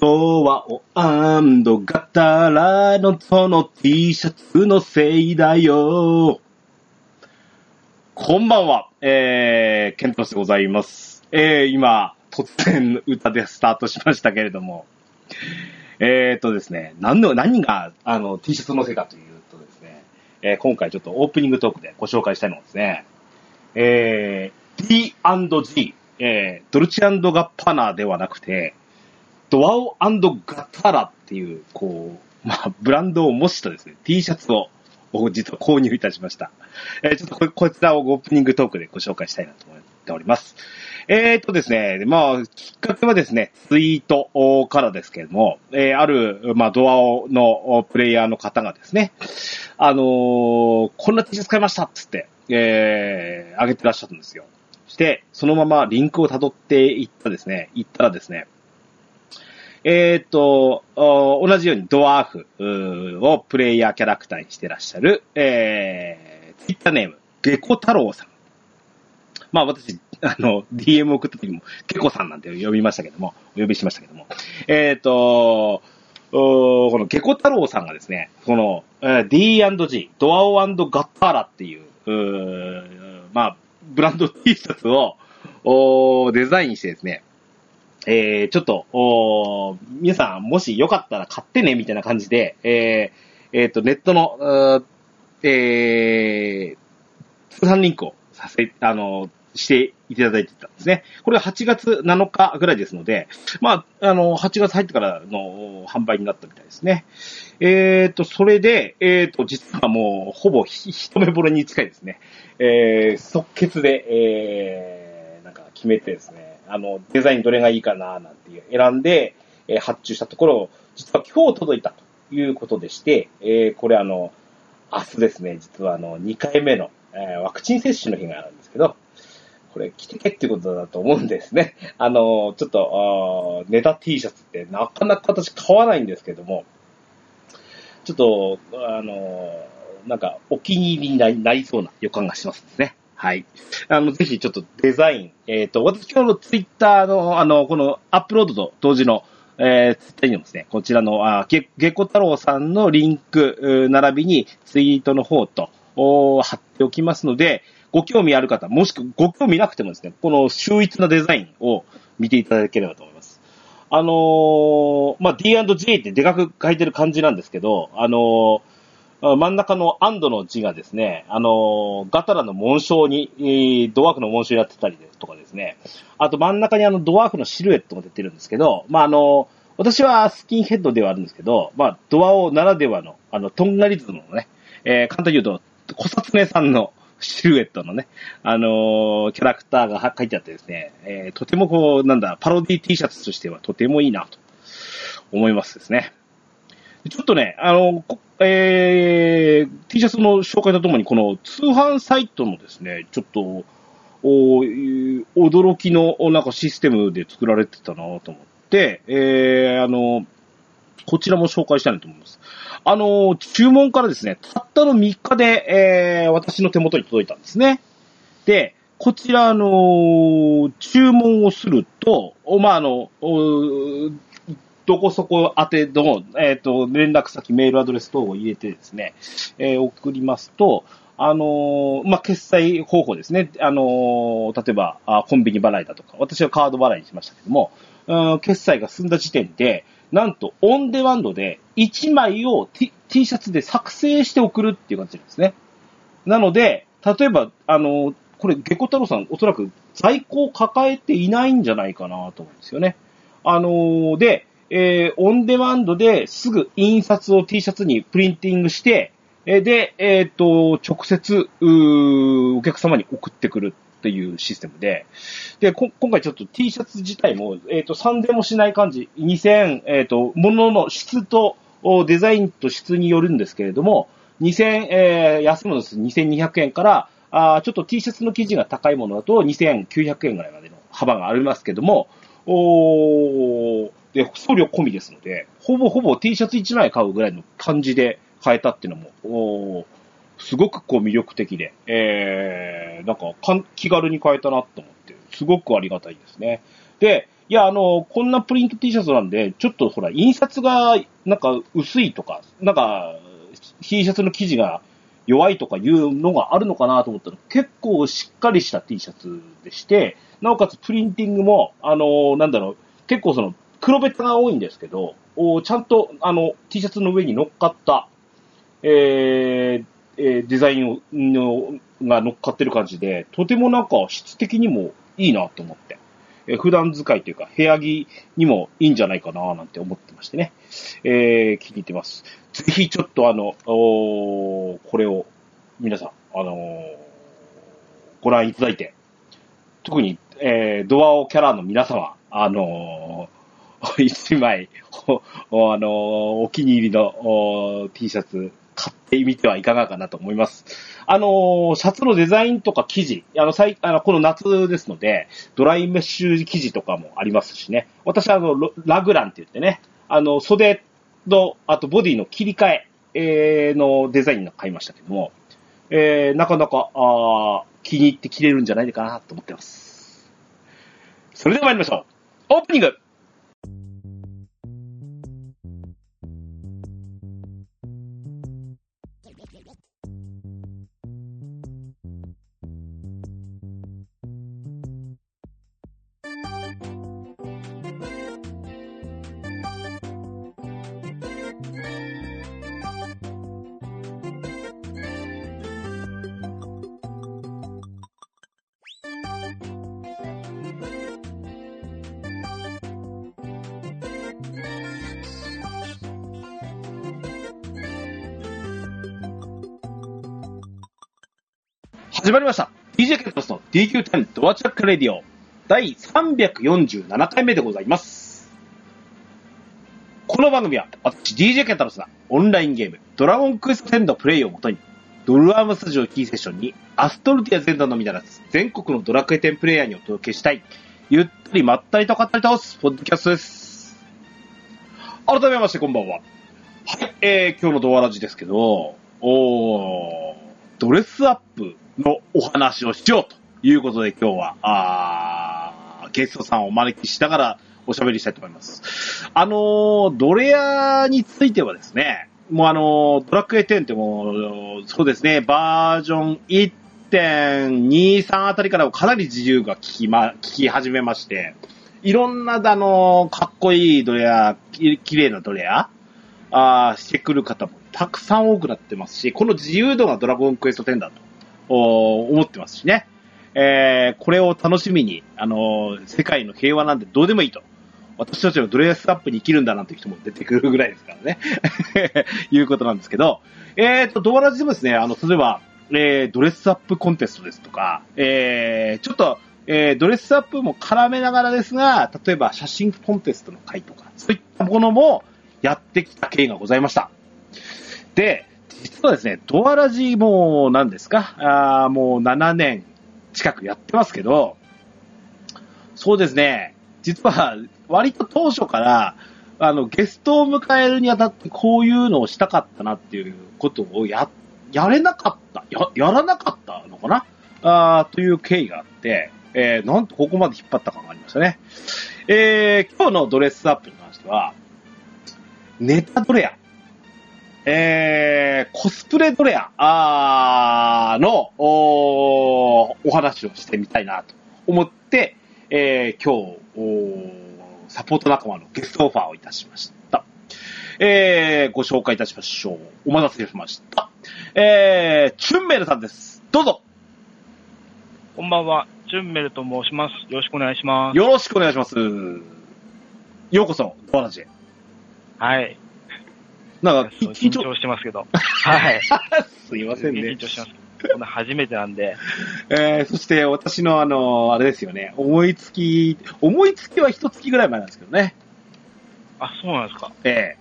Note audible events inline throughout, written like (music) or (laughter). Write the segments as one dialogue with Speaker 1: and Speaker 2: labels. Speaker 1: ドアをアンドガタラのその T シャツのせいだよ。こんばんは、えー、ケントロスでございます。えー、今、突然歌でスタートしましたけれども、えーとですね、何の、何が、あの、T シャツのせいかというとですね、えー今回ちょっとオープニングトークでご紹介したいのはですね、えー、D&G、えー、ドルチアンドガッパナではなくて、ドアオガタラっていう、こう、まあ、ブランドを模したですね、T シャツを、を実は購入いたしました。えーちょっとここちらをオープニングトークでご紹介したいなと思っております。えー、っとですね、でまあ、きっかけはですね、ツイートおからですけれども、えーある、まあ、ドアオのおプレイヤーの方がですね、あのーこんな T シャツ買いましたっつって、えー、あげてらっしゃったんですよ。して、そのままリンクを辿っていったですね、行ったらですね、えーっと、お同じようにドワーフうーをプレイヤーキャラクターにしてらっしゃる、えー、ツイッターネーム、ゲコ太郎さん。まあ私、あの、DM 送った時も、ゲコさんなんて呼びましたけども、お呼びしましたけども。えーっと、おーこのゲコ太郎さんがですね、この、えー D&G、ドアオガッターラっていう、うーまあ、ブランド T シャツを、おーデザインしてですね、えー、ちょっと、おー皆さん、もしよかったら買ってね、みたいな感じで、えー、えーと、ネットの、うーえー、通販リンクをさせ、あの、していただいてたんですね。これは8月7日ぐらいですので、まあ、あの、8月入ってからのお販売になったみたいですね。えーと、それで、えーと、実はもう、ほぼひ一目惚れに近いですね。えー、即決で、えー、なんか決めてですね、あの、デザインどれがいいかな、なんていう選んで、えー発注したところ、実は今日届いたということでして、えーこれあの、明日ですね、実はあの、2回目の、えーワクチン接種の日があるんですけど、これ着てけってことだと思うんですね。あの、ちょっと、あーネタ T シャツってなかなか私買わないんですけども、ちょっと、あの、なんかお気に入りになりなりそうな予感がしますですね。はい。あの、ぜひちょっとデザイン、えっ、と、私今日のツイッターの、あの、このアップロードと同時の、えー、ツイッターにもですね、こちらの、あー、げ、げこ太郎さんのリンク、うー並びにツイートの方と、おー貼っておきますので、ご興味ある方、もしくはご興味なくてもですね、この秀逸なデザインを見ていただければと思います。あのーまあ、D&G ってでかく書いてる感じなんですけど、あのーあ真ん中のアンドの字がですね、あの、ガタラの紋章に、えードワーフの紋章になってたりとかですね、あと真ん中にあのドワーフのシルエットも出てるんですけど、まあ、あの、私はスキンヘッドではあるんですけど、まあ、ドアオならではの、あの、トンガリズムのね、えー簡単に言うと、小札根さんのシルエットのね、あのーキャラクターがは書いてあってですね、えーとてもこう、なんだ、パロディ T シャツとしてはとてもいいなと思いますですね。ちょっとね、あの、こえー、T シャツの紹介とともに、この通販サイトのですね、ちょっと、おえー驚きのおなんかシステムで作られてたなと思って、えー、あの、こちらも紹介したいなと思います。あの、注文からですね、たったの3日で、えー、私の手元に届いたんですね。で、こちら、あの注文をすると、おまあ、あの、おどこそこ宛ての、えっ、と、連絡先、メールアドレス等を入れてですね、えー送りますと、あのーまあ、決済方法ですね。あのー例えば、あコンビニ払いだとか、私はカード払いにしましたけども、うん決済が済んだ時点で、なんと、オンデマンドで1枚を T, T シャツで作成して送るっていう感じなんですね。なので、例えば、あのーこれ、ゲコ太郎さん、おそらく在庫を抱えていないんじゃないかなと思うんですよね。あのーで、えーオンデマンドですぐ印刷を T シャツにプリンティングして、えーで、えっ、と、直接、うーお客様に送ってくるっていうシステムで、で、こ今回ちょっと T シャツ自体も、えっ、と、3000もしない感じ、2000、えっ、と、ものの質と、おデザインと質によるんですけれども、2000、えー安いものです。2200円から、あーちょっと T シャツの生地が高いものだと2900円ぐらいまでの幅がありますけども、おーで、送料込みですので、ほぼほぼ T シャツ1枚買うぐらいの感じで買えたっていうのも、おーすごくこう魅力的で、えー、なんかかん気軽に買えたなと思って、すごくありがたいですね。で、いや、あの、こんなプリント T シャツなんで、ちょっとほら、印刷が、なんか、薄いとか、なんか、T シャツの生地が弱いとかいうのがあるのかなと思ったら、結構しっかりした T シャツでして、なおかつプリンティングも、あの、なんだろう、結構その、黒ベタが多いんですけど、おちゃんと、あの、T シャツの上に乗っかった、えーえーデザインをのが乗っかってる感じで、とてもなんか質的にもいいなと思って、えー普段使いというか部屋着にもいいんじゃないかななんて思ってましてね、えー気に入ってます。ぜひちょっとあの、おーこれを皆さん、あのーご覧いただいて、特に、えードアオキャラの皆様、あのー (laughs) 一枚、ほおあのーお気に入りのおー T シャツ買ってみてはいかがかなと思います。あのーシャツのデザインとか生地、あの、最あのこの夏ですので、ドライメッシュ生地とかもありますしね。私はあの、ロラグランって言ってね、あの、袖と、あとボディの切り替ええーのデザインが買いましたけども、えー、なかなか、あー気に入って着れるんじゃないかなと思ってます。それでは参りましょう。オープニング始まりました。DJ ケントスの DQ10 ドアチャックレディオ第347回目でございます。この番組は私 DJ ケントスがオンラインゲームドラゴンクエスト10のプレイをもとにドルアームスタジオキーセッションにアストルティア全土のみならず全国のドラクエ10プレイヤーにお届けしたいゆったりまったりと語り倒すポッドキャストです。改めましてこんばんは。はい、えー、今日のドアラジですけど、おー、ドレスアップのお話をしようということで今日は、あーゲストさんをお招きしながらおしゃべりしたいと思います。あのー、ドレアについてはですね、もうあのードラクエ10ってもう、そうですね、バージョン1.23あたりからかなり自由が効きま、効き始めまして、いろんな、あのーかっこいいドレア、き綺麗なドレア、あーしてくる方もたくさん多くなってますし、この自由度がドラゴンクエスト10だとおー思ってますしね。えーこれを楽しみに、あのー世界の平和なんてどうでもいいと。私たちのドレスアップに生きるんだなんて人も出てくるぐらいですからね。 (laughs) いうことなんですけど、えっ、と、ドアラジでもですね、あの、例えば、えードレスアップコンテストですとか、えーちょっと、えードレスアップも絡めながらですが、例えば写真コンテストの回とか、そういったものもやってきた経緯がございました。で、実はですね、ドアラジも何ですかあーもう7年近くやってますけど、そうですね、実は割と当初から、あの、ゲストを迎えるにあたってこういうのをしたかったなっていうことをや、やれなかった、や、やらなかったのかなあーという経緯があって、えーなんとここまで引っ張った感がありましたね。えー今日のドレスアップに関しては、ネタドレア。えー、コスプレドレアあーのおーお話をしてみたいなと思って、えー今日おーサポート仲間のゲストオファーをいたしました。えーご紹介いたしましょう。お待たせしました。えー、チュンメルさんです。どうぞ
Speaker 2: こんばんは、チュンメルと申します。よろしくお願いします。
Speaker 1: よろしくお願いします。ようこそ、ドアラジへ。
Speaker 2: はい。
Speaker 1: なんか、き緊
Speaker 2: 緊
Speaker 1: 張、
Speaker 2: 張してます
Speaker 1: (laughs)
Speaker 2: けど。はい。
Speaker 1: すいませんね
Speaker 2: 緊。張してますけど。こんな初めてなんで。
Speaker 1: えー、そして私のあの、あれですよね、思いつき、思いつきは一月ぐらい前なんですけどね、
Speaker 2: あ、そうなんですか。
Speaker 1: え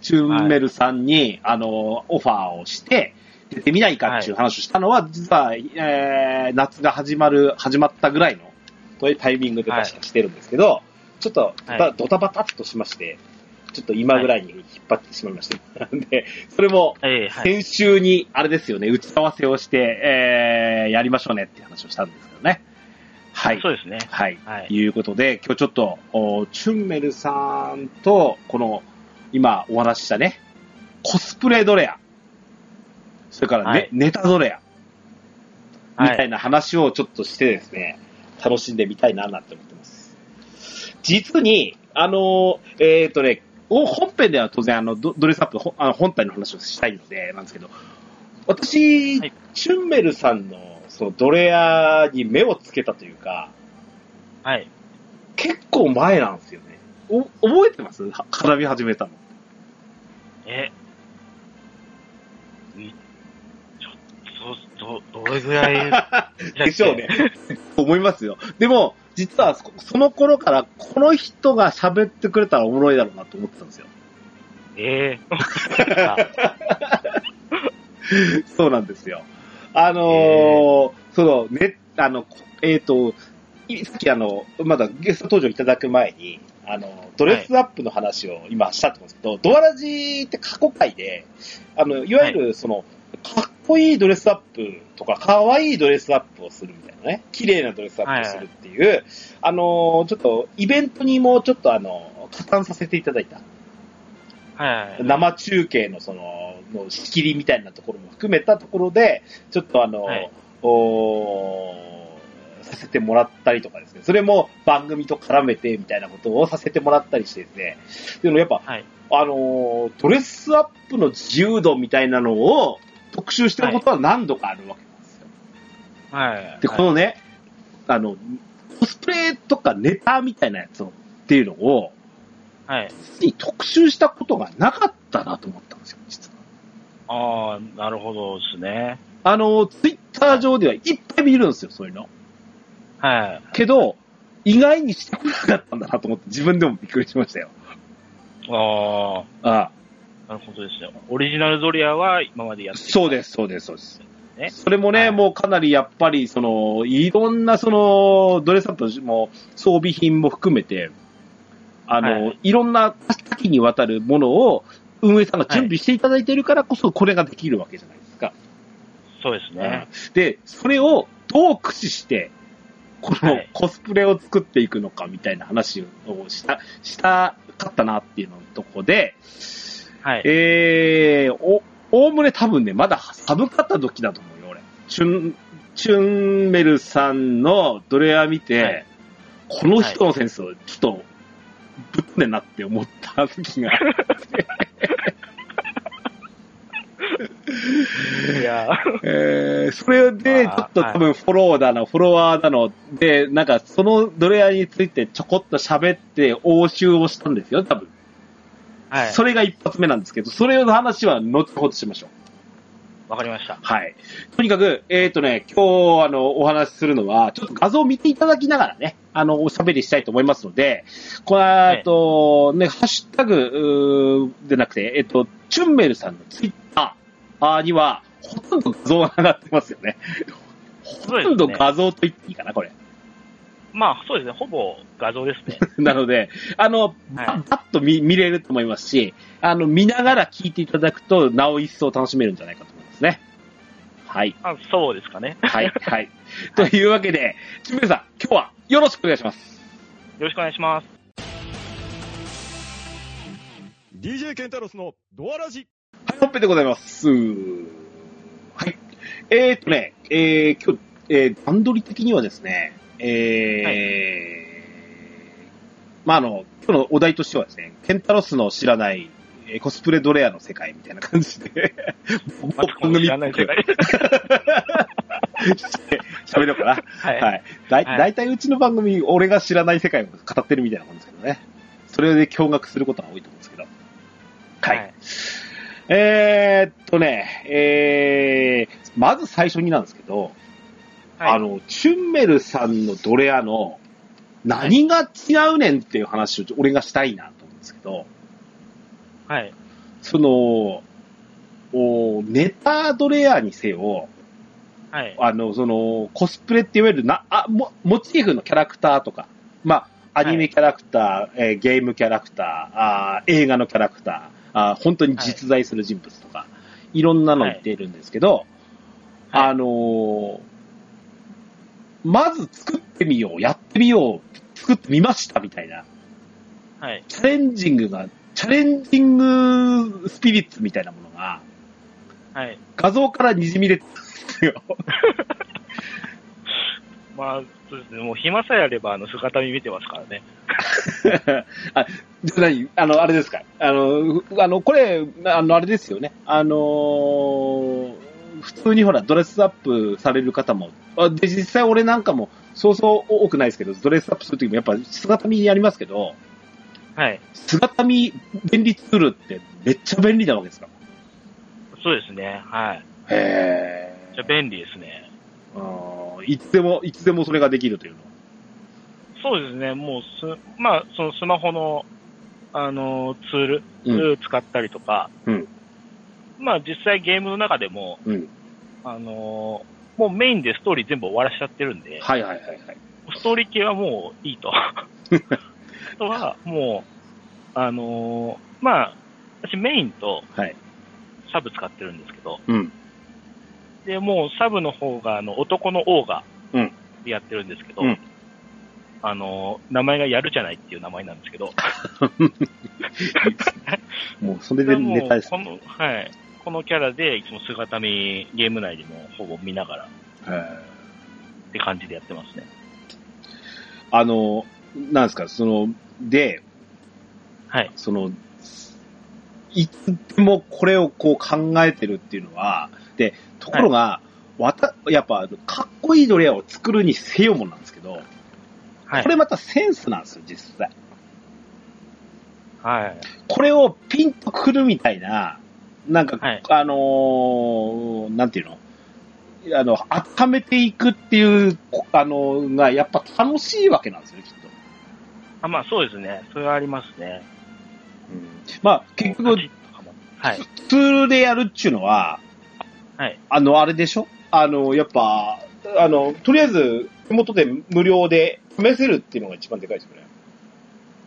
Speaker 1: ー、チュンメルさんに、あの、オファーをして、出てみないかっていう話をしたのは、実は、えー、夏が始まる、始まったぐらいの、というタイミングで確かしてるんですけど、ちょっとドタ、
Speaker 2: はい
Speaker 1: ドタバタっとしまして、ちょっと今ぐらいに引っ張って (laughs) しまいました。で、それも、
Speaker 2: ええは
Speaker 1: 先
Speaker 2: い。
Speaker 1: 週に、あれですよね、打ち合わせをして、えー、やりましょうねっていう話をしたんですけどね。はい。
Speaker 2: そうですね。
Speaker 1: はい。
Speaker 2: はい。
Speaker 1: いうことで、今日ちょっと、おチュンメルさんと、この、今お話ししたね、コスプレドレア、それからね、
Speaker 2: はい
Speaker 1: ネタドレア、み
Speaker 2: は
Speaker 1: た
Speaker 2: い。
Speaker 1: いな話をちょっとしてですね、楽しんでみたいななんて思ってます。実に、あの、えっ、とね、お本編では当然あのドドレスアップほあの本体の話をしたいので、なんですけど、私、
Speaker 2: はい
Speaker 1: チュンメルさんのそのドレアに目をつけたというか、
Speaker 2: はい。
Speaker 1: 結構前なんですよね。お覚えてますは花火始めたの。
Speaker 2: え、いちょっと、ど、どれ
Speaker 1: (laughs)
Speaker 2: ぐらいだっけ
Speaker 1: でしょうね。。 (laughs) 思いますよ。でも、実はそその頃からこの人が喋ってくれたらおもろいだろうなと思ってたんですよ。
Speaker 2: え
Speaker 1: (laughs)
Speaker 2: ーあ
Speaker 1: (laughs) そうなんですよ。あのーその、ね、あの、こえっ、と、いさっきあの、まだゲスト登場いただく前に、あの、ドレスアップの話を今したと思うんですけど、ドアラジって過去回で、あの、いわゆるその、かっこいいドレスアップとか、かわいいドレスアップをするみたいなね、綺麗なドレスアップをするっていう、あのーちょっと、イベントにもちょっとあの、加担させていただいた。
Speaker 2: はい。
Speaker 1: 生中継のその、の仕切りみたいなところも含めたところで、ちょっとあの、
Speaker 2: はい
Speaker 1: おーさせてもらったりとかですね、それも番組と絡めてみたいなことをさせてもらったりしてですね、でもやっぱ、
Speaker 2: はい。
Speaker 1: あのー、ドレスアップの自由度みたいなのを特集してることは何度かあるわけなんですよ。
Speaker 2: はい。
Speaker 1: で、このね、あの、コスプレとかネタみたいなやつをっていうのを、
Speaker 2: はい。
Speaker 1: 実に特集したことがなかったなと思ったんですよ、実は。
Speaker 2: ああ、なるほどですね。
Speaker 1: あの、ツイッター上ではいっぱい見るんですよ、そういうの。
Speaker 2: はい。
Speaker 1: けど、意外にしてこなかったんだなと思って、自分でもびっくりしましたよ。
Speaker 2: あ
Speaker 1: あ
Speaker 2: あ、なるほどですね。オリジナルドリアは今までやって。
Speaker 1: そうですす、そうです、そうです。
Speaker 2: ね
Speaker 1: それもね、
Speaker 2: はい
Speaker 1: もうかなりやっぱり、その、いろんな、その、ドレスアップも、装備品も含めて、あの、、
Speaker 2: はい
Speaker 1: ろんな多岐にわたるものを、運営さんが準備していただいているからこそ、これができるわけじゃないですか。
Speaker 2: そうですね。
Speaker 1: で、それをどう駆使して、この
Speaker 2: はい
Speaker 1: コスプレを作っていくのかみたいな話をした、したかったなっていうのとこで、
Speaker 2: はい。
Speaker 1: えー、お、おおむね多分ね、まだ寒かった時だと思うよ、俺。チュン、チュンメルさんのドレア見て、
Speaker 2: はい
Speaker 1: この人のセンス、ちょっと、ぶっ飛んでんなって思った時が。
Speaker 2: いや、
Speaker 1: えーそれで、ち
Speaker 2: まあ
Speaker 1: ょっと多分フォローだの、フォロワーだの、で、なんかそのドレアについてちょこっと喋って応酬をしたんですよ、多分。
Speaker 2: はい。
Speaker 1: それが一発目なんですけど、それの話は後ほどしましょう。
Speaker 2: わかりました。
Speaker 1: はい。とにかく、えっ、とね、今日、あの、お話しするのは、ちょっと画像を見ていただきながらね、あの、おしゃべりしたいと思いますので、この、えっと、ね、ハッシュタグ、うーでなくて、えっ、と、チュンメルさんのツイッターには、ほとんど画像が上がってますよね。ほとんど画像と言っていいかな、これ。 (laughs)
Speaker 2: まあ、そうですね。ほぼ画像ですね。 (laughs)
Speaker 1: なので、あの、ば
Speaker 2: はい
Speaker 1: ばっと見見れると思いますし、あの、見ながら聞いていただくと、なお一層楽しめるんじゃないかと思いますね。はい。
Speaker 2: あそうですかね。
Speaker 1: はい、
Speaker 2: (laughs)
Speaker 1: はい。というわけで、ちむさん、今日はよろしくお願いします。
Speaker 2: よろしくお願いします。
Speaker 3: DJ ケンタロスのドアラジ。
Speaker 1: はい、ほっぺでございます。はい。えーっとね、えー、今日、えー、段取り的にはですね、えー、
Speaker 2: は
Speaker 1: まあ、あの、今日のお題としてはですね、ケンタロスの知らない、えーコスプレドレアの世界みたいな感じ
Speaker 2: (laughs)
Speaker 1: で、
Speaker 2: またこの知
Speaker 1: (laughs)
Speaker 2: らない世界。
Speaker 1: 喋ろうかな。
Speaker 2: はい。
Speaker 1: はい。だい、
Speaker 2: はい
Speaker 1: だいたいうちの番組、俺が知らない世界を語ってるみたいなもんですけどね。それで驚愕することが多いと思うんですけど。はい。
Speaker 2: はい
Speaker 1: えーっとね、えー、まず最初になんですけど、
Speaker 2: はい
Speaker 1: あの、チュンメルさんのドレアの、何が違うねんっていう話をちょ俺がしたいなと思うんですけど、
Speaker 2: はい。
Speaker 1: その、おネタドレアにせよ、
Speaker 2: はい。
Speaker 1: あの、その、コスプレっていわゆるな、あ、も、モチーフのキャラクターとか、まあ、アニメキャラクター、えーゲームキャラクター、あー映画のキャラクター、あー本当に実在する人物とか、い、ろんなの言っているんですけど、
Speaker 2: はい
Speaker 1: あのーまず作ってみよう、やってみよう、作ってみましたみたいな、
Speaker 2: はい。
Speaker 1: チャレンジングが、チャレンジングスピリッツみたいなものが、
Speaker 2: はい。
Speaker 1: 画像からにじみ出てるんですよ。
Speaker 2: まあ、そうですね。もう暇さえあれば、あの、姿見見てますからね。
Speaker 1: (laughs) あ、じゃあ何あの、あれですかあの、ふあの、これ、あの、あれですよね。あのー普通にほら、ドレスアップされる方も、あで、実際俺なんかも、そうそう多くないですけど、ドレスアップするときもやっぱ姿見やりますけど、
Speaker 2: はい。
Speaker 1: 姿見便利ツールってめっちゃ便利なわけですか
Speaker 2: そうですね。はい。
Speaker 1: へ
Speaker 2: じゃあ便利ですね。
Speaker 1: ー。いつでも、いつでもそれができるというの。
Speaker 2: そうですね。もうす、まあ、そのスマホの、あの、ツール、
Speaker 1: うん
Speaker 2: 使ったりとか、
Speaker 1: うん
Speaker 2: まあ、実際ゲームの中でも、
Speaker 1: うん。
Speaker 2: あのもうメインでストーリー全部終わらしちゃってるんで、
Speaker 1: はいはいはいはい。
Speaker 2: ストーリー系はもういい
Speaker 1: (laughs)
Speaker 2: と。あとは、もう、あのまあ、私メインと
Speaker 1: はい。
Speaker 2: サブ使ってるんですけど、
Speaker 1: うん。
Speaker 2: で、もうサブの方が、あの、男の王が
Speaker 1: うん、
Speaker 2: やってるんですけど、
Speaker 1: うん
Speaker 2: あの、名前がやるじゃないっていう名前なんですけど、
Speaker 1: もうそれで
Speaker 2: も
Speaker 1: ネタです
Speaker 2: こ。の、はい。このキャラで、いつも姿見、ゲーム内でもほぼ見ながら
Speaker 1: へー
Speaker 2: って感じでやってますね。
Speaker 1: あの、なんですか、その、で、
Speaker 2: はい。
Speaker 1: その、いつでもこれをこう考えてるっていうのは、で、ところが、わた、やっぱ、かっこいいドレアを作るにせよもなんですけど、
Speaker 2: はい
Speaker 1: こ。れまたセンスなんですよ、実際。
Speaker 2: はい。
Speaker 1: これをピンとくるみたいな、なんか、
Speaker 2: はい
Speaker 1: あのーなんていうのあの、温めていくっていう、こあのーが、やっぱ楽しいわけなんですよね、きっと。
Speaker 2: あまあそうですね。それはありますね。
Speaker 1: まあ、結局、
Speaker 2: はい。
Speaker 1: ツールでやるっちゅうのは、
Speaker 2: はい
Speaker 1: あの、あれでしょあの、やっぱ、あの、とりあえず、手元で無料で試せるっていうのが一番でかいですよね。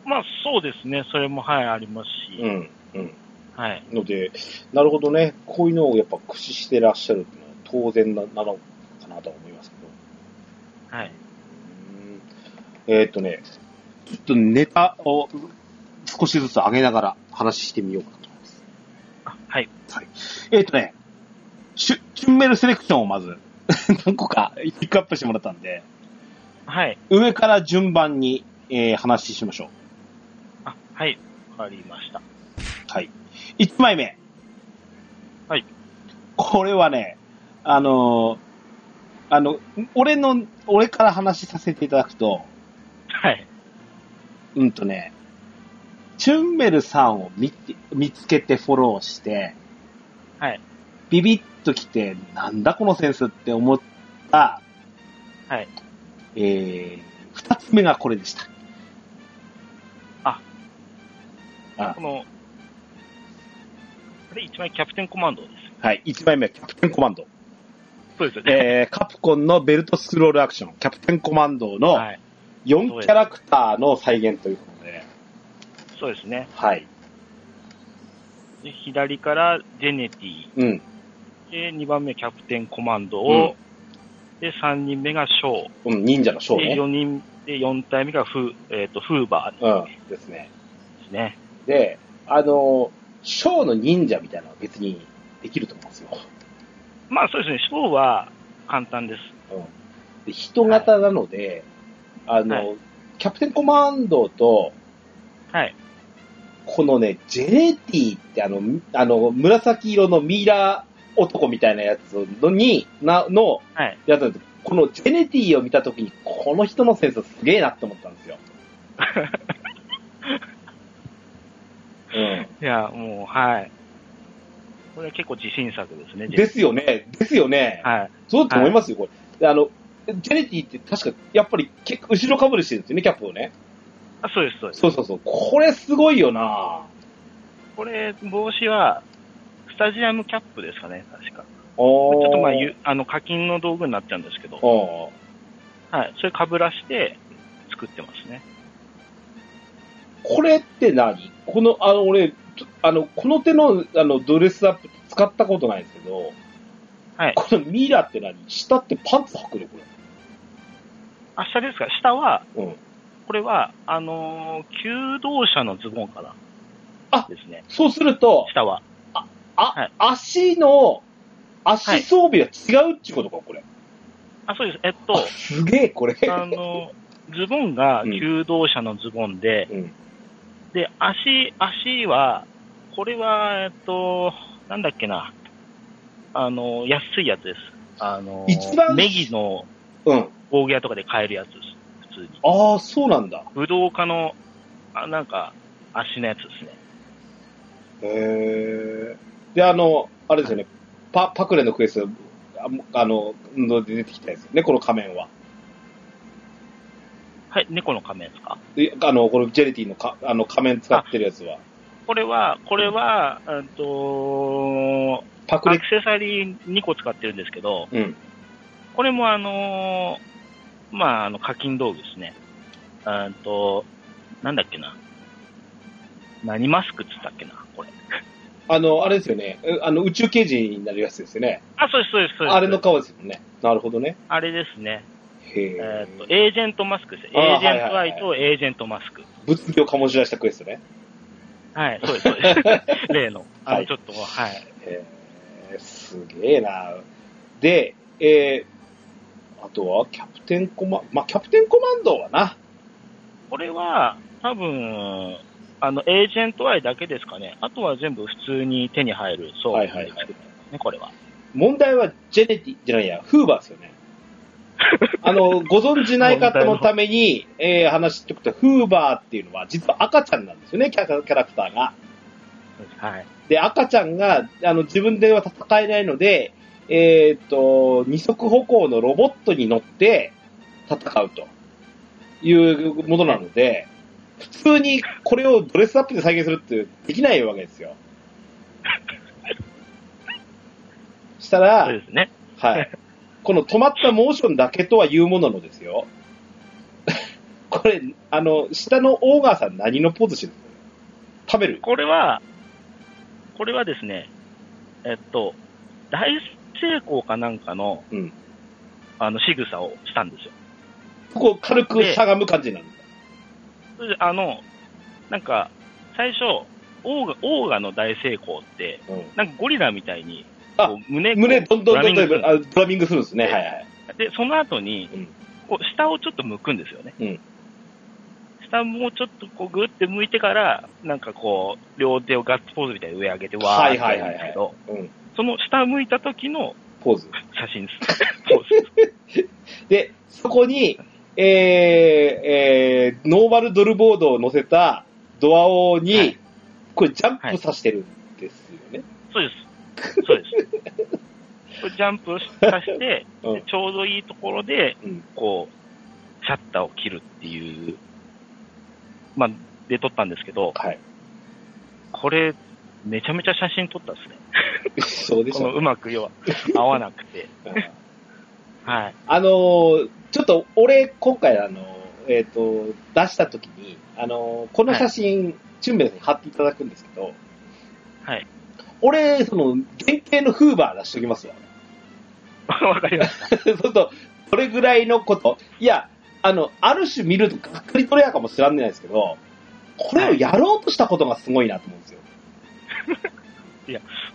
Speaker 2: まあそうですね。それも、はい、ありますし。
Speaker 1: うん。うん。
Speaker 2: はい。
Speaker 1: ので、なるほどね、こういうのをやっぱ駆使してらっしゃるっていうのは当然ななのかなとは思いますけど。
Speaker 2: はい。
Speaker 1: うんえーっ、とね、ちょっとネタを少しずつ上げながら話してみようかなと思います。
Speaker 2: あはい。
Speaker 1: えっ、とね、チュチュンメルセレクションをまず、 (laughs) 何個かピックアップしてもらったんで、
Speaker 2: はい。
Speaker 1: 上から順番に、えー話しましょう。
Speaker 2: あ、はい。わかりました。
Speaker 1: はい。1枚目。
Speaker 2: はい。
Speaker 1: これはね、あのーあの、俺の、俺から話させていただくと、
Speaker 2: はい。
Speaker 1: うんとね、チュンメルさんを見て見つけてフォローして、
Speaker 2: はい。
Speaker 1: ビビッときて、なんだこのセンスって思った、
Speaker 2: はい。
Speaker 1: えー、二つ目がこれでした。
Speaker 2: あ。
Speaker 1: あ
Speaker 2: こ、の、これ一番キャプテンコマンドです。
Speaker 1: はい。一枚目はキャプテンコマンド。
Speaker 2: そうですよね。
Speaker 1: えー、カプコンのベルトスクロールアクション、キャプテンコマンドの
Speaker 2: はい。
Speaker 1: 4キャラクターの再現ということで、
Speaker 2: そうですね。
Speaker 1: はい。
Speaker 2: で左からジェネティ。
Speaker 1: うん。
Speaker 2: で、2番目キャプテンコマンドを、で、3人目がショ
Speaker 1: うん、忍者のショ
Speaker 2: ー。
Speaker 1: ー
Speaker 2: で、
Speaker 1: ね。
Speaker 2: 4人、で、4体目がフー、えっ、と、フーバ
Speaker 1: うん、ですね。
Speaker 2: ーですね。
Speaker 1: で、あの、ショーの忍者みたいなのは別にできると思うんですよ。
Speaker 2: まあそうですね、ショーは簡単です。
Speaker 1: うん。で人型なので、あの、
Speaker 2: は
Speaker 1: キャプテンコマンドと、
Speaker 2: はい。
Speaker 1: このね、ジェネティってあの、みあの、紫色のミイラ男みたいなやつのに、な、の、
Speaker 2: はい。
Speaker 1: やつなんですこのジェネティを見たときに、この人のセンスすげえなって思ったんですよ。
Speaker 2: いや、もう、はい。これは結構自信作ですね、
Speaker 1: うん。
Speaker 2: ジェ
Speaker 1: で
Speaker 2: ネ
Speaker 1: すよね。ですよね。
Speaker 2: はい。
Speaker 1: そうだと思いますよ、これ。であの、ジェネティって確か、やっぱり結構後ろかぶりしてるんですよね、キャップをね。
Speaker 2: あ、そうです、そうです。
Speaker 1: そうそうそう。これすごいよな
Speaker 2: これ、帽子は、スタジアムキャップですかね、確か。
Speaker 1: お
Speaker 2: ちょっとまあ、ゆあの課金の道具になっちゃうんですけど、
Speaker 1: お
Speaker 2: はい。それ被らして作ってますね。
Speaker 1: これって何この、あの、俺、ちょあの、この手の、あの、ドレスアップって使ったことないんですけど、
Speaker 2: はい
Speaker 1: このミイラって何下ってパンツ履くのこれ。
Speaker 2: あ、下ですか下は、
Speaker 1: うん。
Speaker 2: これは、あのー、求道者のズボンかな。
Speaker 1: あ
Speaker 2: ですね。
Speaker 1: そうすると、
Speaker 2: 下は。
Speaker 1: あ、
Speaker 2: はい
Speaker 1: 足の、足装備が違うってことか、これ。
Speaker 2: あ、そうです。えっ
Speaker 1: あ
Speaker 2: と、
Speaker 1: すげえ、これ。
Speaker 2: あの、ズボンが求道者のズボンで、
Speaker 1: うん。
Speaker 2: で、足、足は、これは、えっと、なんだっけな、あの、安いやつです。あの、
Speaker 1: 一番
Speaker 2: ネギの
Speaker 1: うん。
Speaker 2: 大ギャとかで買えるやつです。普通に。
Speaker 1: ああ、そうなんだ。
Speaker 2: 武道家の、あなんか、足のやつですね。
Speaker 1: へえ。で、あの、あれですよね、パパクレのクエスト、あもあの、運動で出てきたやつね、この仮面は。
Speaker 2: はい、猫の仮面ですか
Speaker 1: であの、このジェリティのかあの仮面使ってるやつは。
Speaker 2: これは、これは、えっと、
Speaker 1: パク
Speaker 2: ア
Speaker 1: レ
Speaker 2: ク、セサリー2個使ってるんですけど、
Speaker 1: うん。
Speaker 2: これもあのーまあ、あの、課金道具ですね。あーんと、なんだっけな。何マスクっつったっけな、これ。 (laughs)
Speaker 1: あの、あれですよね、えあの、宇宙刑事になるやつですよね。
Speaker 2: あ、そうです、そうです、そうです。
Speaker 1: あれの顔ですよね。なるほどね。
Speaker 2: あれですね。
Speaker 1: へ
Speaker 2: えーっと、
Speaker 1: え。
Speaker 2: エージェントマスクですね。
Speaker 1: あー
Speaker 2: エージェント
Speaker 1: は
Speaker 2: ア
Speaker 1: いはいはい
Speaker 2: イとエージェントマスク。
Speaker 1: 物議を醸し出したクエストね。
Speaker 2: はい、そうです、そう
Speaker 1: (laughs)
Speaker 2: です。 (laughs) 例の。あ
Speaker 1: はい
Speaker 2: の、ちょっと、はい。
Speaker 1: へえ、すげえな。で、えー、あとは、キャプテンコマ、まあ、キャプテンコマンドはな。
Speaker 2: これは、多分、あの、エージェントアイだけですかね。あとは全部普通に手に入る装備で作ってますね、これは。
Speaker 1: 問題はジェネティ、じゃないや、フーバーですよね。あの、ご存知ない方のために、えー、話しておくと、フーバーっていうのは、実は赤ちゃんなんですよね、キャラキャラクターが。
Speaker 2: はい。
Speaker 1: で、赤ちゃんが、あの、自分では戦えないので、えーっと、二足歩行のロボットに乗って戦うというものなので、普通にこれをドレスアップで再現するってできないわけですよ。したら、
Speaker 2: そうですね。
Speaker 1: はい。この止まったモーションだけとは言うもののですよ。 (laughs) これ、あの、下のオーガーさん何のポーズしてるの食べる
Speaker 2: これは、これはですね、えっと、大成功かなんかの、
Speaker 1: うん
Speaker 2: あの、仕草をしたんですよ。
Speaker 1: ここ軽くしゃがむ感じなんだ。
Speaker 2: それであの、なんか、最初、オーガ、オーガの大成功って、
Speaker 1: うん
Speaker 2: なんかゴリラみたいに、
Speaker 1: あ
Speaker 2: こう胸、
Speaker 1: 胸、ど
Speaker 2: こうん
Speaker 1: どんどんどんど
Speaker 2: ドラミングする
Speaker 1: んあドラミングするんですね。はいはい。
Speaker 2: で、その後に、
Speaker 1: うん
Speaker 2: こう下をちょっと向くんですよね。
Speaker 1: うん
Speaker 2: 下もうちょっとこうグって向いてから、なんかこう、両手をガッツポーズみたいに上上げて、わーってやるんですけど、
Speaker 1: うん。
Speaker 2: その下向いた時の
Speaker 1: ポーズ。
Speaker 2: 写真 (laughs) です。そうです
Speaker 1: で、そこに、えー、えー、ノーマルドルボードを乗せたドア王に、
Speaker 2: はい
Speaker 1: これジャンプさせてるんですよね。
Speaker 2: そうです。そうです。これジャンプをさせて、
Speaker 1: うん
Speaker 2: でちょうどいいところで、
Speaker 1: うん。
Speaker 2: こう、シャッターを切るっていう、まあ、で撮ったんですけど、
Speaker 1: はい。 (laughs)
Speaker 2: これ、めちゃめちゃ写真撮ったですね。
Speaker 1: そうでし
Speaker 2: この
Speaker 1: ょ
Speaker 2: うまく要は合わなくて。
Speaker 1: う。うん
Speaker 2: はい。
Speaker 1: あのーちょっと俺、今回、あのーえっ、と、出した時に、あのーこの写真、チュンベルさんに貼っていただくんですけど、
Speaker 2: はい。
Speaker 1: 俺、その、原型のフーバー出しときますわ。
Speaker 2: わかりました。
Speaker 1: (laughs) そうすると、それぐらいのこと。いや、あの、ある種見るとがっかり取れやかもしらんでないですけど、これをやろうとしたことがすごいなと思うんですよ。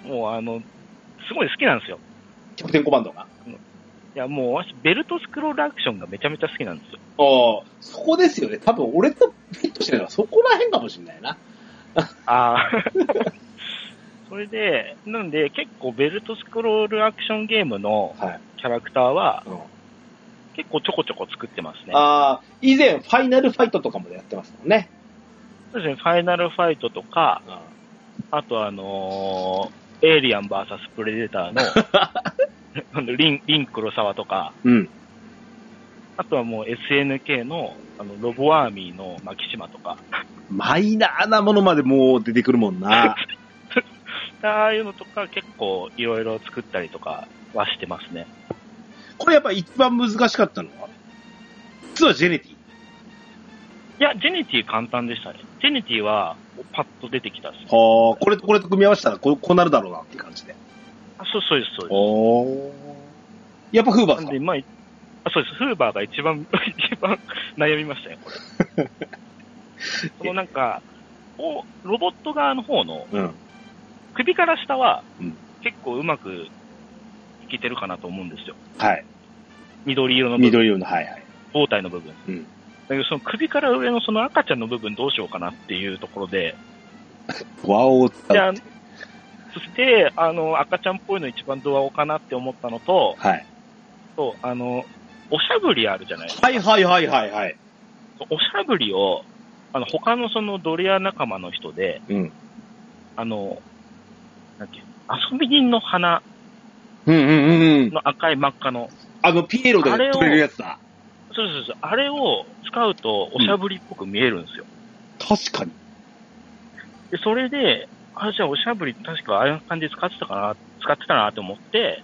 Speaker 2: もうあの、すごい好きなんですよ。
Speaker 1: キャプテンコマンドが。
Speaker 2: いや、もう私、ベルトスクロールアクションがめちゃめちゃ好きなんですよ。
Speaker 1: おーそこですよね。多分俺とフィットしてるのはそこら辺かもしれないな。
Speaker 2: ああ。それで、なんで、結構ベルトスクロールアクションゲームの
Speaker 1: はい。
Speaker 2: キャラクターは、
Speaker 1: うん
Speaker 2: 結構ちょこちょこ作ってますね。
Speaker 1: ああ、以前、ファイナルファイトとかもやってますもんね。
Speaker 2: そうですね、ファイナルファイトとか、
Speaker 1: うん
Speaker 2: あとあのーエイリアン VS プレデターのあの、リン、リン黒沢とか、
Speaker 1: うん。
Speaker 2: あとはもう SNK の、あの、ロボアーミーの牧島とか、
Speaker 1: マイナーなものまでもう出てくるもん (laughs) な。
Speaker 2: ああいうのとか結構いろいろ作ったりとかはしてますね。
Speaker 1: これやっぱ一番難しかったのは実はジェネティ。
Speaker 2: いや、ジェネティ簡単でしたね。ジェネティは、パッと出てきたっすね。
Speaker 1: はあ、これとこれと組み合わせたらこうこうなるだろうなっていう感じで。
Speaker 2: あそうそうです、そうです。
Speaker 1: おやっぱフーバー
Speaker 2: な
Speaker 1: で
Speaker 2: ん
Speaker 1: す
Speaker 2: で、まあ、いあそうです。フーバーが一番、 (laughs) 一番悩みましたよ、これ。
Speaker 1: (laughs)
Speaker 2: そのなんか、おロボット側の方の
Speaker 1: うん。
Speaker 2: 首から下は
Speaker 1: うん、
Speaker 2: 結構うまくいけてるかなと思うんですよ。
Speaker 1: はい。
Speaker 2: 緑色の部分、
Speaker 1: 緑色の、はいはい。
Speaker 2: 胴体の部分。だ
Speaker 1: うん。
Speaker 2: けどその首から上のその赤ちゃんの部分どうしようかなっていうところで、
Speaker 1: ドアを使
Speaker 2: じゃ
Speaker 1: う
Speaker 2: あ。そして、あの、赤ちゃんっぽいの一番ドアをかなって思ったのと、
Speaker 1: はい。
Speaker 2: そう、あの、おしゃぶりあるじゃないですか。
Speaker 1: はいはいはいはいはい。
Speaker 2: おしゃぶりを、あの、他のそのドリア仲間の人で、
Speaker 1: うん。
Speaker 2: あの、なんていう遊び人の花
Speaker 1: うんうんうんうん。
Speaker 2: の赤い真っ赤の、
Speaker 1: あの、ピエロで
Speaker 2: あれを
Speaker 1: 取れるやつだ。
Speaker 2: そうそうそう、あれを使うとおしゃぶりっぽく見えるんですよ。
Speaker 1: 確かに。
Speaker 2: で、それで、あ、じゃあおしゃぶり確かああいう感じで使ってたかな、使ってたなと思って、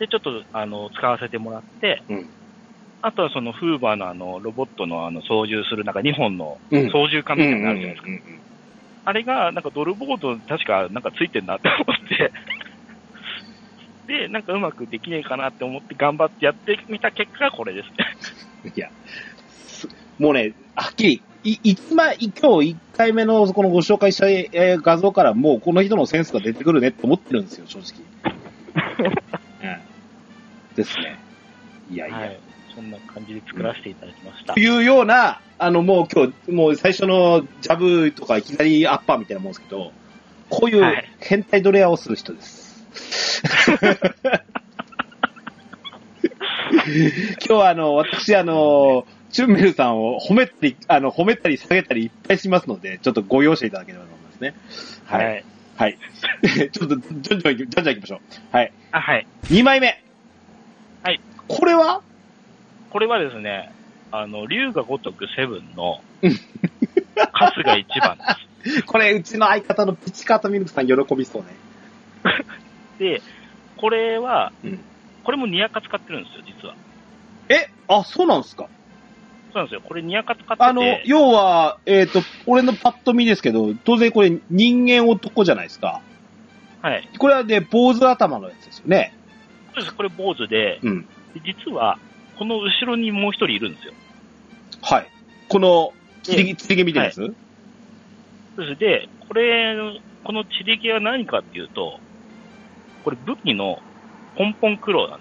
Speaker 2: で、ちょっと、あの、使わせてもらって、
Speaker 1: うん
Speaker 2: あとはそのフーバーのあの、ロボットのあの、操縦するなんか2本の
Speaker 1: うん
Speaker 2: 操縦桿みたいなのあるじゃないですか。
Speaker 1: うんうんうんうん
Speaker 2: あれが、なんかドルボード、確かなんかついてんなって思
Speaker 1: (laughs)
Speaker 2: って、で、なんかうまくできねえかなって思って頑張ってやってみた結果がこれですね。
Speaker 1: いや、すもうね、はっきり、い、いつま、い今日1回目のこのご紹介した、えー画像からもうこの人のセンスが出てくるねって思ってるんですよ、正 (laughs) 直。うん。ですね。いやいや。
Speaker 2: はい。そんな感じで作らせていただきました。
Speaker 1: というような、あの、もう今日、もう最初のジャブとかいきなりアッパーみたいなもんですけど、こうい
Speaker 2: は
Speaker 1: う
Speaker 2: い
Speaker 1: 変態ドレアをする人
Speaker 2: (laughs)
Speaker 1: です。今日はあの、私あの、チュンメルさんを褒めたり、あの、褒めたり下げたりいっぱいしますので、ちょっとご容赦いただければと思いますね。
Speaker 2: はい。
Speaker 1: はい。はい。 (laughs) ちょっと、じゃんじゃん行き、じゃんじゃん行きましょう。はい。
Speaker 2: あ、はい。
Speaker 1: 2枚目。
Speaker 2: はい。
Speaker 1: これは
Speaker 2: これはですね、あの、竜が如くセブンの、春日一番で
Speaker 1: これ、うちの相方のピチカートミルクさん喜びそうね。
Speaker 2: す。で、これは、
Speaker 1: うん
Speaker 2: これもニヤカ使ってるんですよ、実は。
Speaker 1: え、あ、そうなんですか
Speaker 2: そうなんですよ。これニヤカ使ってて、
Speaker 1: あの、要は、えっ、と、俺のパッと見ですけど、当然これ人間男じゃないですか。
Speaker 2: はい。
Speaker 1: これはね、坊主頭のやつですよね。
Speaker 2: そうです。これ坊主で、
Speaker 1: うん。
Speaker 2: で実は、この後ろにもう一人いるんですよ。
Speaker 1: はい。この、釣
Speaker 2: え
Speaker 1: り、釣り毛みたいなやつ、
Speaker 2: そうですで、これ、この地力は何かっていうと、これ武器のポンポン苦労なん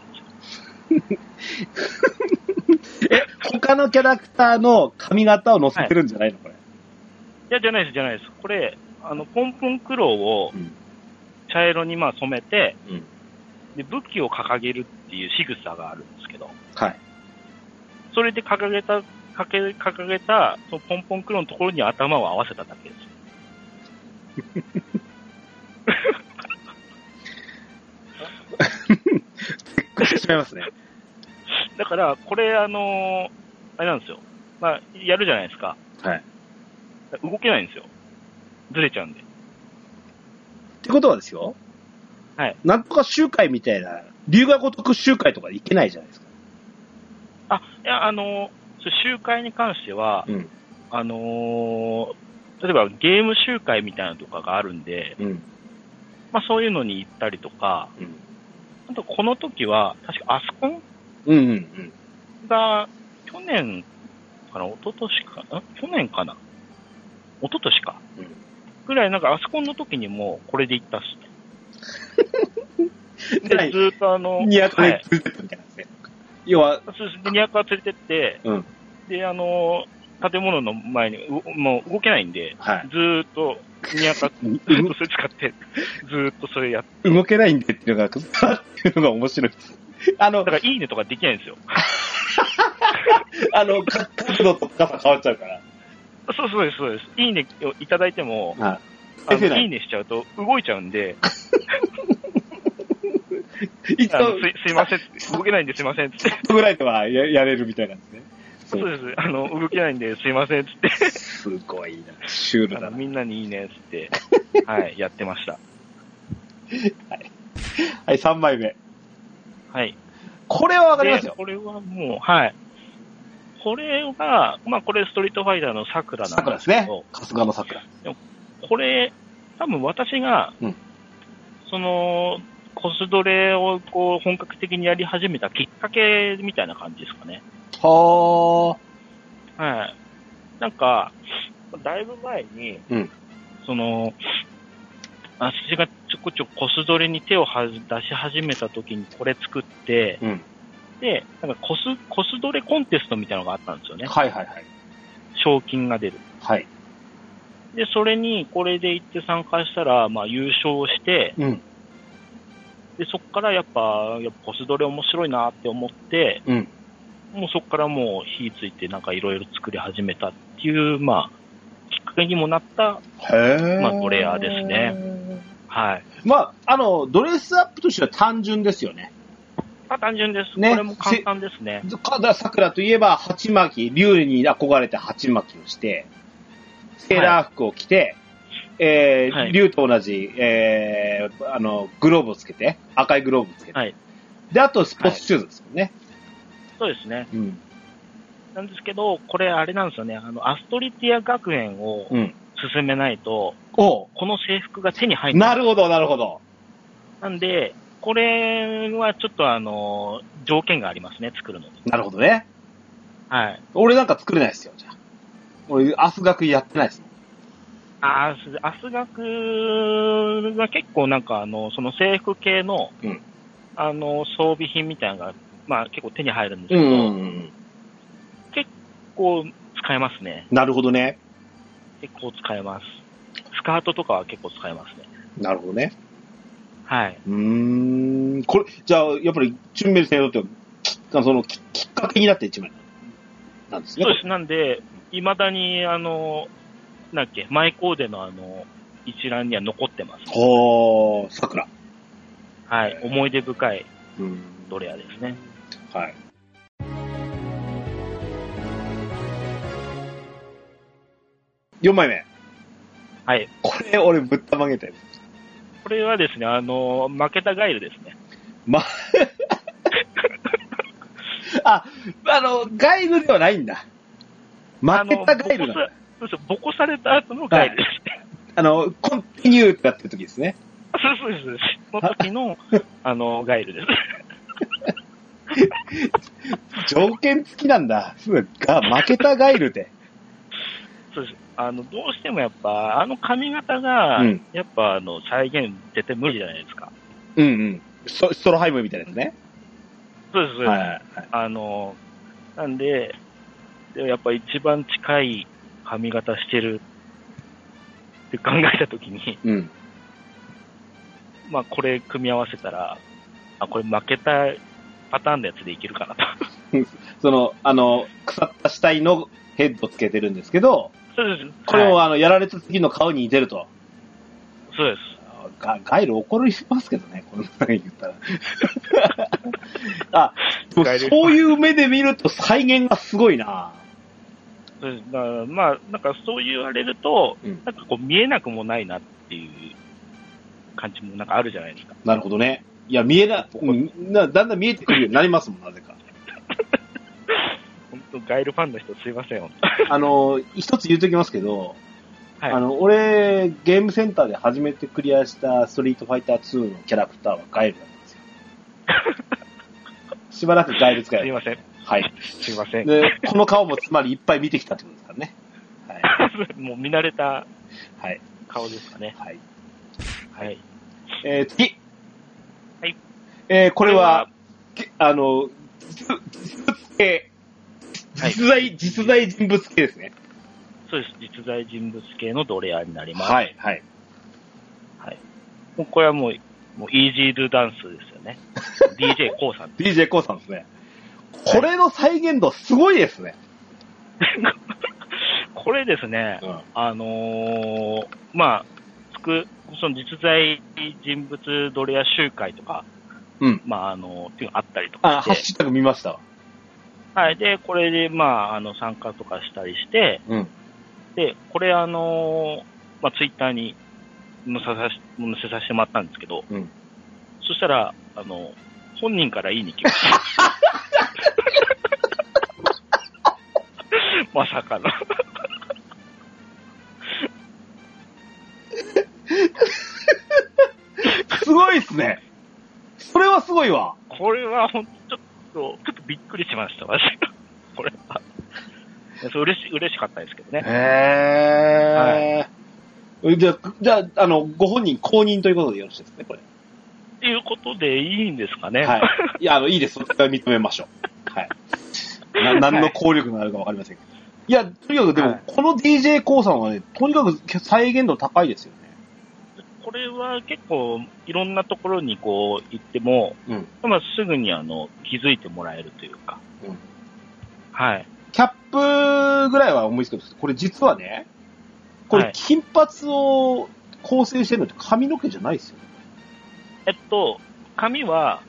Speaker 2: ですよ。
Speaker 1: 他のキャラクターの髪型を乗せてるんじゃないのこれ。
Speaker 2: いや、じゃないです、じゃないです。これ、あの、ポンポン苦労を
Speaker 1: うん
Speaker 2: 茶色にまあ染めて、
Speaker 1: うん
Speaker 2: で、武器を掲げるっていう仕草があるんですけど、
Speaker 1: はい。
Speaker 2: それで掲げた、かけ掲げた、そのポンポン苦労のところに頭を合わせただけですよ。
Speaker 1: 違いますね。
Speaker 2: だから、これ、あのーあれなんですよ。まあ、やるじゃないですか。
Speaker 1: はい。
Speaker 2: 動けないんですよ。ずれちゃうんで。
Speaker 1: ってことはですよ。
Speaker 2: はい。
Speaker 1: なんとか集会みたいな、龍が如く集会とか行けないじゃないですか。
Speaker 2: あ、いや、あの、そう集会に関しては、
Speaker 1: うん
Speaker 2: あのー例えばゲーム集会みたいなのとかがあるんで、
Speaker 1: うん。
Speaker 2: まあそういうのに行ったりとか、
Speaker 1: うん。
Speaker 2: あとこの時は、確かアスコン
Speaker 1: うんうんうん。
Speaker 2: が、去年かな、一昨年かな、ん去年かな、一昨年か、
Speaker 1: うん
Speaker 2: ぐらいなんかアスコンの時にもこれで行ったっす
Speaker 1: (laughs)
Speaker 2: ね。
Speaker 1: は
Speaker 2: で、
Speaker 1: い
Speaker 2: ずーっとあの、
Speaker 1: ニヤト
Speaker 2: は
Speaker 1: レ
Speaker 2: い
Speaker 1: ついてたみたいなんですね。要は、
Speaker 2: そうですね、200は連れてって、
Speaker 1: うん
Speaker 2: で、あのー建物の前にう、もう動けないんで、
Speaker 1: はい。
Speaker 2: ずーっと、
Speaker 1: (laughs)
Speaker 2: ニヤカ、ずーっとそれ使って、ずーっとそれやって、
Speaker 1: 動けないんでっていうのが、 (laughs) くそっていうのが面白いです。あの
Speaker 2: だか、らいいねとかできないんですよ。
Speaker 1: あの、か角度と高さ変わっちゃうから。
Speaker 2: そうそうです、そうです。いいねをいただいても、
Speaker 1: は
Speaker 2: あ
Speaker 1: 出て
Speaker 2: の
Speaker 1: ない
Speaker 2: いいねしちゃうと動いちゃうん
Speaker 1: (laughs)
Speaker 2: で、
Speaker 1: い。一
Speaker 2: あの
Speaker 1: 度
Speaker 2: す、すいません、
Speaker 1: (laughs)
Speaker 2: 動けないんですいませんっつって、
Speaker 1: ぐらいではややれるみたいなんですね。そ
Speaker 2: そう
Speaker 1: う
Speaker 2: です、あの、動けないんですいませんっつ
Speaker 1: (laughs)
Speaker 2: って、
Speaker 1: すごいな。シュール
Speaker 2: あ
Speaker 1: だ
Speaker 2: の
Speaker 1: な。
Speaker 2: みんなにいいねっつって、はい、やってました。
Speaker 1: はい、3枚目。
Speaker 2: はい。
Speaker 1: これはわかります
Speaker 2: で
Speaker 1: よ。
Speaker 2: これはもう、はい。これが、まあこれストリートファイターの桜なん
Speaker 1: 桜で
Speaker 2: で
Speaker 1: すす
Speaker 2: け
Speaker 1: ね
Speaker 2: ど、。
Speaker 1: 春日の桜。
Speaker 2: これ、多分私が、
Speaker 1: うん
Speaker 2: その、コスドレをこう本格的にやり始めたきっかけみたいな感じですかね。
Speaker 1: は
Speaker 2: はい。なんか、だいぶ前に、
Speaker 4: うん
Speaker 2: その、私がちょこちょこコスドレに手をは出し始めた時にこれ作って、
Speaker 4: うん
Speaker 2: で、なんかコス、コスドレコンテストみたいなのがあったんですよね
Speaker 1: あ。。はいはいはい。
Speaker 2: 賞金が出る。
Speaker 4: はい。
Speaker 2: で、それにこれで行って参加したら、まあ優勝して、
Speaker 4: うん。
Speaker 2: で、そっからやっぱ、やっぱコスドレ面白いなって思って、
Speaker 4: うん。
Speaker 2: もうそこからもう火ついてなんかいろいろ作り始めたっていう、まあ、きっかけにもなった、
Speaker 4: へえ。
Speaker 2: まあドレアですね。はい。
Speaker 1: まあ、あの、ドレスアップとしては単純ですよね。
Speaker 2: まあ単純です。
Speaker 1: ね
Speaker 2: これも簡単ですね。
Speaker 1: かだ桜といえば、鉢巻き、竜に憧れて鉢巻きをして、セーラー服を着て、えー
Speaker 2: はい
Speaker 1: 竜と同じ、えーあの、グローブをつけて、赤いグローブをつけて、
Speaker 2: はい
Speaker 1: で、あとスポーツシューズですもんね。
Speaker 2: そうですね。
Speaker 1: うん。
Speaker 2: なんですけど、これあれなんですよね。あの、アストリティア学園を
Speaker 1: うん。
Speaker 2: 進めないと、
Speaker 1: おう
Speaker 2: この制服が手に入んない
Speaker 1: なるほど、なるほど。
Speaker 2: なんで、これはちょっとあの、条件がありますね、作るのに。
Speaker 1: なるほどね。
Speaker 2: はい。
Speaker 1: 俺なんか作れないですよ、じゃあ。俺、明日学やってないですもん。
Speaker 2: あーすアス学が結構なんかあの、その制服系の、
Speaker 1: うん
Speaker 2: あの、装備品みたいなのが、まあ結構手に入るんですけ
Speaker 1: う
Speaker 2: ど、
Speaker 1: んうんうん。
Speaker 2: こう使えますね。
Speaker 1: なるほどね。
Speaker 2: 結構使えます。スカートとかは結構使えますね。
Speaker 1: なるほどね。
Speaker 2: はい。
Speaker 1: うーん。これ、じゃあ、やっぱり、チュンベルさんにとっては、きそのき、きっかけになった一枚なんですね。
Speaker 2: そうです。なんで、未だにあの、なんだっけ、マイコーデのあの、一覧には残ってます。
Speaker 1: ほー、桜。
Speaker 2: はい。思い出深い
Speaker 1: うん。
Speaker 2: ドレアですね。
Speaker 1: はい。4枚目。
Speaker 2: はい。
Speaker 1: これ、俺、ぶったまげたよ。
Speaker 2: これはですね、あの、負けたガイルですね。
Speaker 1: ま、 (laughs) あ、あの、ガイルではないんだ。負けたガイルなんだ。
Speaker 2: あのボコさそうそう、ボコされた後のガイルですね。
Speaker 1: あの、コンティニューってなってる時ですね。
Speaker 2: そうそうそうそう。その
Speaker 1: (laughs)
Speaker 2: 時の、あの、ガイルです。
Speaker 1: 条件付きなんだ。が、負けたガイルで。
Speaker 2: そうです。あの、どうしてもやっぱ、あの髪型が、
Speaker 1: うん
Speaker 2: やっぱ、あの、再現絶対無理じゃないですか。
Speaker 1: うんうん。ストストロハイムみたいなやつね。
Speaker 2: そうです。そうです
Speaker 1: はいはいはい。
Speaker 2: あの、なんで、でやっぱ一番近い髪型してるって考えた時に、 (laughs)
Speaker 1: うん。
Speaker 2: まあ、これ組み合わせたら、あ、これ負けたパターンのやつでいけるかなと。 (laughs)
Speaker 1: その、あの、腐った死体のヘッドつけてるんですけど、
Speaker 2: そうです。
Speaker 1: これ
Speaker 2: はい
Speaker 1: も、あの、やられた時の顔に似てると。
Speaker 2: そうです。
Speaker 1: ガガイル怒りますけどね、こんなの言った (laughs) ら。あ、でも
Speaker 2: ガイル
Speaker 1: そういう目で見ると再現がすごいな
Speaker 2: そうですだからまあ、なんかそう言われると、
Speaker 1: うん
Speaker 2: なんかこう見えなくもないなっていう感じもなんかあるじゃないですか。
Speaker 1: なるほどね。いや、見えな、うんなだんだん見えてくるようになりますもん、なぜか。
Speaker 2: 本当、ガイルファンの人すいません、本
Speaker 1: あの、一つ言うときますけど、
Speaker 2: 当。はい。
Speaker 1: あの、俺、ゲームセンターで初めてクリアしたストリートファイター2のキャラクターはガイルだったんですよ。
Speaker 2: (laughs)
Speaker 1: しばらくガイル使
Speaker 2: す
Speaker 1: え
Speaker 2: い
Speaker 1: る。
Speaker 2: ません、
Speaker 1: はい。
Speaker 2: すいません。
Speaker 1: で、この顔もつまりいっぱい見てきたってことですからね。はい。
Speaker 2: (laughs) もう見慣れた
Speaker 1: はい。
Speaker 2: 顔ですかね。
Speaker 1: はい。
Speaker 2: はい。
Speaker 1: えー、次。
Speaker 2: はい。
Speaker 1: えー、これは、けあの、実実物系。
Speaker 2: はい
Speaker 1: 実在、実在人物系ですね。
Speaker 2: そうです。実在人物系のドレアになります。い。
Speaker 1: い、はい。
Speaker 2: もうこれはもう、もうイージードゥダンスですよ (laughs) ね。DJ コウさん。
Speaker 1: DJ コウさんですね。これの再現度すごいですね。
Speaker 2: これですね、
Speaker 1: うん。
Speaker 2: あのーまあ、つく、その実在人物ドレア集会とか、
Speaker 1: うん
Speaker 2: まあ、あの、っていうのあったりと
Speaker 1: あ、
Speaker 2: か
Speaker 1: ハッ
Speaker 2: して、
Speaker 1: シュタグ見ましたわ。
Speaker 2: はい。で、これで、まあ、あの、参加とかしたりして、
Speaker 1: うん
Speaker 2: で、これ、あのまあ、ツイッターに載せさせ載せさせてもらったんですけど、
Speaker 1: うん
Speaker 2: そしたら、あの、本人からいいに来ました。
Speaker 1: (laughs)
Speaker 2: まさかの。
Speaker 1: すごいっすね。ごいわ。
Speaker 2: これはほんと、ちょっと、ちょっとびっくりしました、私。これは。そう嬉し、嬉しかったですけどね。
Speaker 1: へえ。じゃあ、じゃあ、あの、ご本人公認ということでよろしいですね、これ。
Speaker 2: っていうことでいいんですかね。
Speaker 1: はい。いや、あの、いいです。それは認めましょう。はい。な何の効力があるかわかりませんけど。いや、とにかくでも、
Speaker 2: はい
Speaker 1: この DJ コウさんはね、とにかく再現度高いですよね。
Speaker 2: これは結構、いろんなところにこう、行っても、
Speaker 1: うん
Speaker 2: まあ、すぐにあの、気づいてもらえるというか。
Speaker 1: うん
Speaker 2: はい。
Speaker 1: キャップぐらいは思いつくんですけど、これ実はね、こ
Speaker 2: は
Speaker 1: れ
Speaker 2: い
Speaker 1: 金髪を構成してるのって髪の毛じゃないですよね。
Speaker 2: えっと、髪は、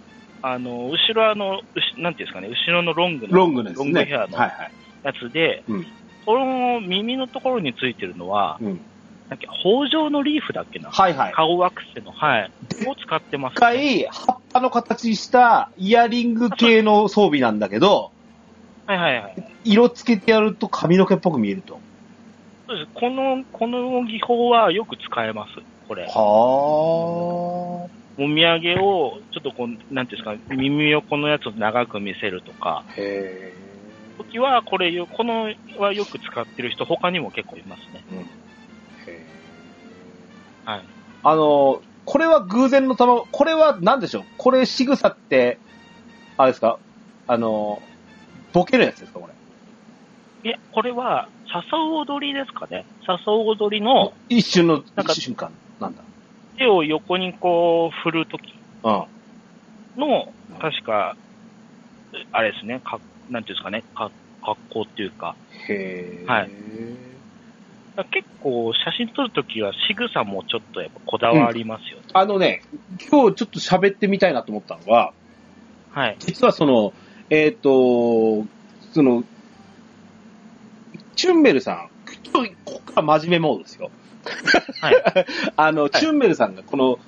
Speaker 2: あの、後ろあの、うしなんていうんですかね、後ろのロングの、
Speaker 1: ロングですね。
Speaker 2: ロングヘアの
Speaker 1: はい
Speaker 2: や
Speaker 1: はい。
Speaker 2: つで、
Speaker 1: うん
Speaker 2: この耳のところについてるのは、
Speaker 1: うん。
Speaker 2: なんか、北条のリーフだっけな。
Speaker 1: はいはい。
Speaker 2: 顔アクセの、はい。を使ってます、
Speaker 1: 一回、葉っぱの形したイヤリング系の装備なんだけど、
Speaker 2: はいはいはい。
Speaker 1: 色付けてやると髪の毛っぽく見えると。
Speaker 2: そうです。この、この技法はよく使えます。これ。
Speaker 1: は
Speaker 2: もみあげを、ちょっとこう、なんていうんですか、耳をこのやつを長く見せるとか、
Speaker 1: あ。へ
Speaker 2: 時はこれよ、このはよく使ってる人、他にも結構いますね。
Speaker 1: え。
Speaker 2: はい。
Speaker 1: あの、これは偶然のたま、これは何でしょうこれ仕草って、あれですかあの、ボケるやつですかこれ。
Speaker 2: いや、これは、笹踊りですかね。笹踊りの
Speaker 1: 一瞬の
Speaker 2: なんか
Speaker 1: 一瞬間なんだ。
Speaker 2: 手を横にこう振るとき
Speaker 1: うん。
Speaker 2: の、確か、あれですね、か、なんていうんですかね、か、格好っていうか、
Speaker 1: へえ。
Speaker 2: はい。結構写真撮るときは仕草もちょっとやっぱこだわりますよ、ね
Speaker 1: あのね、今日ちょっと喋ってみたいなと思ったのは、
Speaker 2: はい。
Speaker 1: 実はその、えっ、と、その、チュンベルさん、ちょここから真面目モードですよ。
Speaker 2: はい。
Speaker 1: (laughs) あの、チュンベルさんがこの、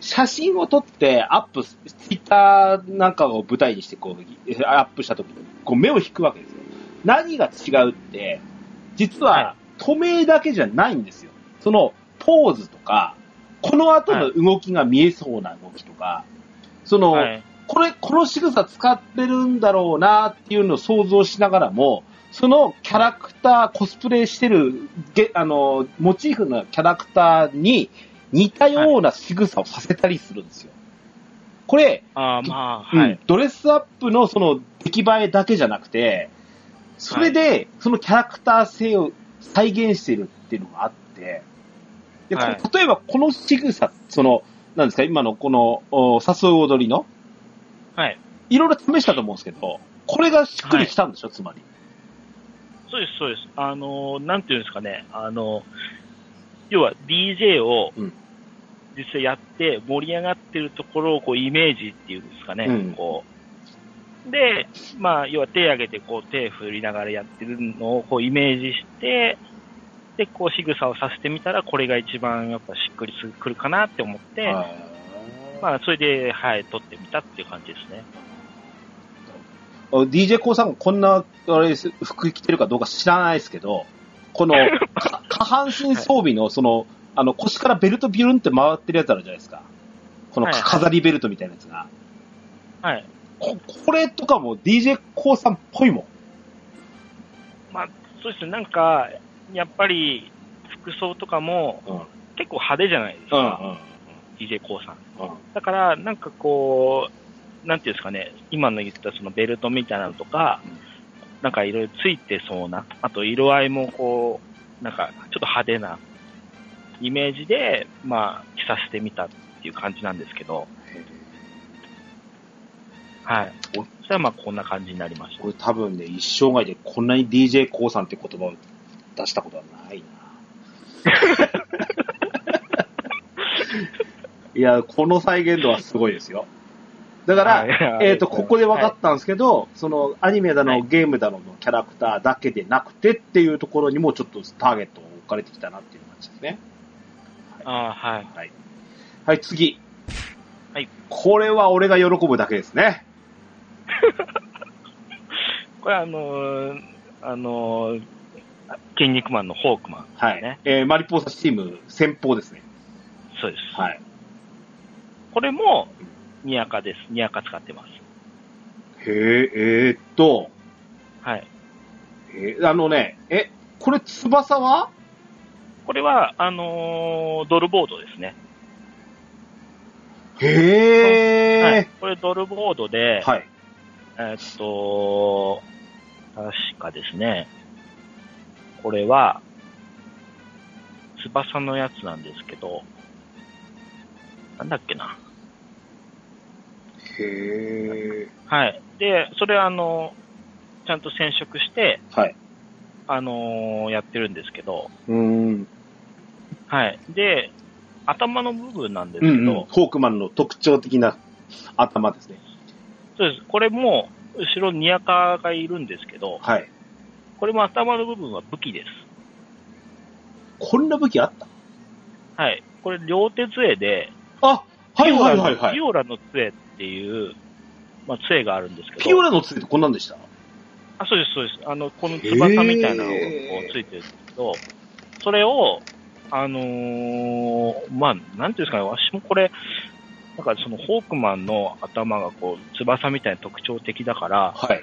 Speaker 1: 写真を撮ってアップす、ツイッターなんかを舞台にしてこう、えアップした時に、こう目を引くわけですよ。何が違うって、実
Speaker 2: は
Speaker 1: は、透明だけじゃないんですよ。その、ポーズとか、この後の動きが見えそうな動きとか、その、
Speaker 2: はい。
Speaker 1: これ、この仕草使ってるんだろうなっていうのを想像しながらも、そのキャラクター、コスプレしてる、げあの、モチーフのキャラクターに似たような仕草をさせたりするんですよ。これ、
Speaker 2: ああ、まあ、は
Speaker 1: うん
Speaker 2: い。
Speaker 1: ドレスアップのその出来栄えだけじゃなくて、それで、そのキャラクター性を再現してるっていうのがあって、でこ
Speaker 2: はい
Speaker 1: 例えばこの仕草、その、なんですか、今のこの、お誘う踊りの、
Speaker 2: はい。
Speaker 1: いろいろ試したと思うんですけど、これがしっくりきたんでしょ、つまり。
Speaker 2: そうです、そうです。あの、なんていうんですかね、あの、要は DJ を
Speaker 1: うん
Speaker 2: 実際やって盛り上がってるところをこうイメージっていうんですかね、
Speaker 1: うん
Speaker 2: こう。で、まあ、要は手上げてこう手振りながらやってるのをこうイメージして、で、こう仕草をさせてみたら、これが一番やっぱしっくりすくるかなって思って、
Speaker 1: まあ
Speaker 2: まあ、それで、はい、撮ってみたっていう感じですね。
Speaker 1: DJ コウさんがこんな、あれです、服着てるかどうか知らないですけど、
Speaker 2: (laughs)
Speaker 1: この、か下半身装備の、その、あの、腰からベルトビュルンって回ってるやつあるじゃないですか。この
Speaker 2: はい
Speaker 1: か飾りベルトみたいなやつが。
Speaker 2: はい。
Speaker 1: ここれとかも DJ コウさんっぽいもん。
Speaker 2: まあ、そうですね、なんか、やっぱり、服装とかも、
Speaker 1: うん
Speaker 2: 結構派手じゃないです
Speaker 1: うん
Speaker 2: か、DJ コウさん。
Speaker 1: うん
Speaker 2: だから、なんかこう、なんていうんですかね、今の言ったそのベルトみたいなのとか、
Speaker 1: うん
Speaker 2: なんかいろいろついてそうな、あと色合いもこう、なんかちょっと派手なイメージで、まあ、着させてみたっていう感じなんですけど、はい。そしたらまあこんな感じになりました
Speaker 1: こ。れ多分ね、一生涯でこんなに DJ コウさんって言葉を出したことはないな。
Speaker 2: (laughs)
Speaker 1: いや、この再現度はすごいですよ。だから、
Speaker 2: はい
Speaker 1: えっ、と、ここで分かったんですけど、そのアニメだの、
Speaker 2: はい
Speaker 1: ゲームだののキャラクターだけでなくてっていうところにもちょっとターゲットを置かれてきたなっていう感じですね。
Speaker 2: あーはい。
Speaker 1: はい。はい、次。
Speaker 2: はい。
Speaker 1: これは俺が喜ぶだけですね。
Speaker 2: これあのーあのー、筋肉マンのホークマン、
Speaker 1: はい。
Speaker 2: ね
Speaker 1: えーマリポーサチーム先方ですね。
Speaker 2: そうです。
Speaker 1: はい。
Speaker 2: これも、にやかです。にやか使ってます。
Speaker 1: へえ、えーっと、
Speaker 2: はい。
Speaker 1: えーあのね、え、これ翼は
Speaker 2: これは、あのードルボードですね。
Speaker 1: へえ、
Speaker 2: はい。これドルボードで、
Speaker 1: はい。
Speaker 2: えーっと、確かですね。これは、翼のやつなんですけど、なんだっけな。
Speaker 1: へえ。
Speaker 2: はい。で、それあの、ちゃんと染色して、
Speaker 1: はい。
Speaker 2: あのーやってるんですけど、
Speaker 1: うーん。
Speaker 2: はい。で、頭の部分なんで
Speaker 1: う
Speaker 2: すけど、
Speaker 1: ん、うん。ホークマンの特徴的な頭ですね。
Speaker 2: そうです。これも、後ろにやかがいるんですけど、
Speaker 1: はい。
Speaker 2: これも頭の部分は武器です。
Speaker 1: こんな武器あった
Speaker 2: はい。これ両手杖で、
Speaker 1: あ、はいはいはい
Speaker 2: ピ
Speaker 1: はい。
Speaker 2: オラの杖っていう、まあ、杖があるんですけど。
Speaker 1: ピオラの杖ってこんなんでした
Speaker 2: あ、そうです、そうです。あの、この翼みたいなのがこ
Speaker 1: へー
Speaker 2: うついてるんですけど、それを、あのーまあ、なんていうんですかね、私もこれ、なんかそのホークマンの頭がこう、翼みたいな特徴的だから、
Speaker 1: はい。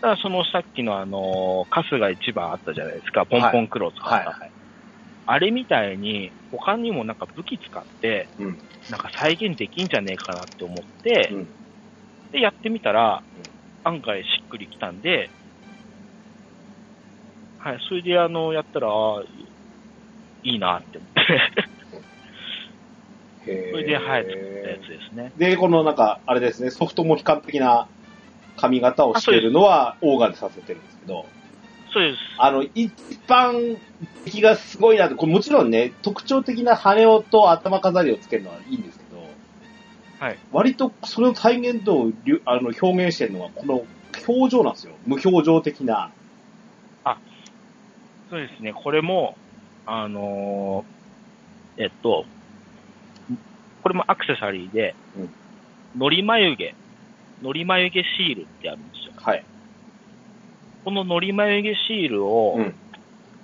Speaker 2: ただそのさっきのあのー、春日一番あったじゃないですか、ポンポンクローとか、
Speaker 1: はいはい。
Speaker 2: あれみたいに、他にもなんか武器使って、
Speaker 1: うん
Speaker 2: なんか再現できんじゃねえかなって思って、
Speaker 1: うん
Speaker 2: で、やってみたら、案外しっくりきたんで、はい、それであの、やったら、ああいいなって思って、
Speaker 1: へ
Speaker 2: それで、はい、作ったやつですね。
Speaker 1: で、このなんか、あれですね、ソフトモヒカン的な髪型をしているのは、オーガでさせてるんですけど、
Speaker 2: そうです。
Speaker 1: あの、一番敵がすごいなと、これもちろんね、特徴的な羽をと頭飾りをつけるのはいいんですけど、
Speaker 2: はい。
Speaker 1: 割とそれの再現度をりゅあの表現してるのは、この表情なんですよ。無表情的な。
Speaker 2: そうですね、これも、あのーえっと、これもアクセサリーで
Speaker 1: うん、
Speaker 2: のり眉毛、のり眉毛シールってあるんですよ。
Speaker 1: はい。
Speaker 2: こののり眉毛シールを、
Speaker 1: うん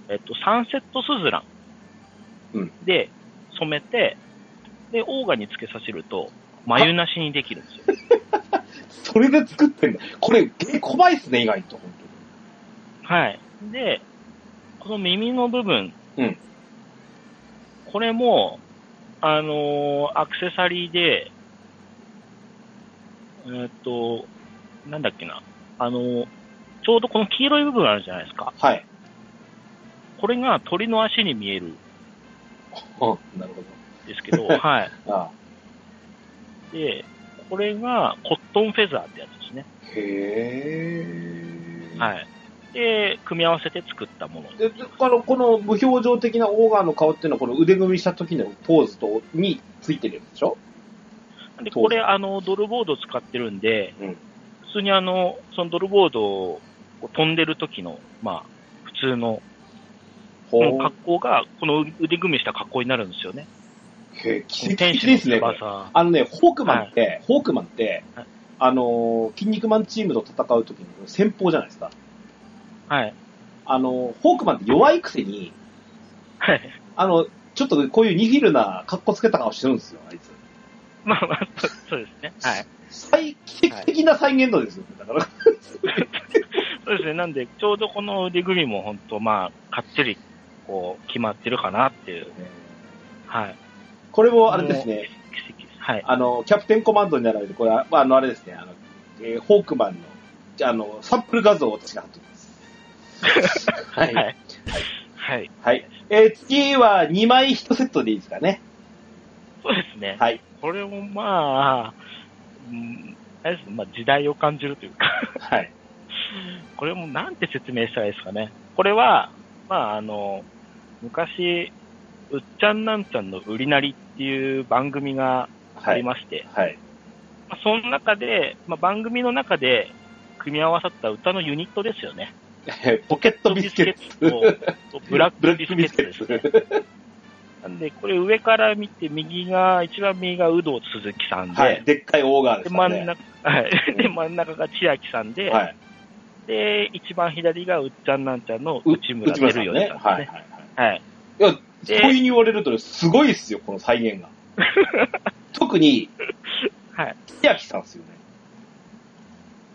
Speaker 2: えっと、サンセットスズラ
Speaker 1: うん
Speaker 2: ンで染めて、で、オーガにつけさせると、眉なしにできるんですよ。
Speaker 1: それで作ってんだ。これ、結構怖いっすね、意外と。本
Speaker 2: はい。で、この耳の部分。
Speaker 1: うん
Speaker 2: これも、あのーアクセサリーで、えーっと、なんだっけな。あのーちょうどこの黄色い部分あるじゃないですか。
Speaker 1: 当にはい。
Speaker 2: これが鳥の足に見えるん
Speaker 1: なるほ
Speaker 2: で
Speaker 1: (laughs)
Speaker 2: すけど、はい。
Speaker 1: ど。あ
Speaker 2: で、これがコットンフェザーってやつですね。
Speaker 1: へー。
Speaker 2: はい。で、組み合わせて作ったもの。
Speaker 1: であのこの無表情的なオーガンの顔っていうのは、この腕組みした時のポーズとについてるやつでしょ
Speaker 2: で、
Speaker 1: そう
Speaker 2: これ、あの、ドルボード使ってるんで、
Speaker 1: うん
Speaker 2: 普通にあの、そのドルボードを飛んでる時の、まあ、普通の、
Speaker 1: ほ
Speaker 2: この格好が、この腕組みした格好になるんですよね。
Speaker 1: へえ奇跡
Speaker 2: 天
Speaker 1: 的
Speaker 2: 使
Speaker 1: で
Speaker 2: の
Speaker 1: すね。こ
Speaker 2: 翼
Speaker 1: れあのね、ホークマンって、ホークマンって
Speaker 2: はい、
Speaker 1: あのー、筋肉マンチームと戦う時に先方じゃないですか。
Speaker 2: はい。
Speaker 1: あのー、ホークマンって弱いくせに、
Speaker 2: はい。 (laughs)
Speaker 1: あの、ちょっとこういうニヒルな格好つけた顔してるんですよ、あいつ。
Speaker 2: まあまあ、そうそうですね。はい。
Speaker 1: 最、奇跡的な再現度ですよね、だから。
Speaker 2: そうですね。なんで、ちょうどこの腕組みも本当まあ、かっちり、こう、決まってるかなっていう。はい。
Speaker 1: これもあれですね、
Speaker 2: 奇跡です。はい。
Speaker 1: あの、キャプテンコマンドに並べて、これは、まあ、あの、あれですね、あの、えーホークマンの、じゃああの、サンプル画像を私が貼っておきます。はい。
Speaker 2: (laughs) はい。はい。
Speaker 1: はい。えー次は2枚1セットでいいですかね。
Speaker 2: そうですね。
Speaker 1: はい。
Speaker 2: これもまあ、うん、あれですねまあ、時代を感じるというか、
Speaker 1: はい。
Speaker 2: これもなんて説明したらいいですかね。これは、まああの、昔、うっちゃんなんちゃんの売りなりっていう番組があ
Speaker 1: は
Speaker 2: り
Speaker 1: い。
Speaker 2: まして、
Speaker 1: はい。
Speaker 2: まあその中で、まあ、番組の中で組み合わさった歌のユニットですよね。
Speaker 1: えーポケットビスケット。
Speaker 2: トとブラッ
Speaker 1: ブラ
Speaker 2: ク
Speaker 1: ッ
Speaker 2: ビ
Speaker 1: ク
Speaker 2: ス
Speaker 1: ビ
Speaker 2: ケ
Speaker 1: ス
Speaker 2: ッ
Speaker 1: ケッ
Speaker 2: トで
Speaker 1: ト
Speaker 2: すね。なんで、これ上から見て、右が、一番右が有働鈴木さんで、
Speaker 1: はい。でっかいオーガーで
Speaker 2: で、
Speaker 1: すか
Speaker 2: 真
Speaker 1: ら
Speaker 2: ん
Speaker 1: ね。
Speaker 2: 中、はい。 (laughs) で、真ん中が千秋さんで、
Speaker 1: はい。
Speaker 2: で、一番左がうっちゃんなんちゃんの
Speaker 1: う
Speaker 2: 内村
Speaker 1: 内
Speaker 2: 照
Speaker 1: さん
Speaker 2: 代
Speaker 1: ね。
Speaker 2: さん
Speaker 1: はい。はい。
Speaker 2: ですね。
Speaker 1: はいいや、
Speaker 2: はい。
Speaker 1: そう
Speaker 2: で (laughs)
Speaker 1: いうに言われるとね、すごいっすよ、この再現が。と特に、
Speaker 2: はい。
Speaker 1: 千秋さんですよね。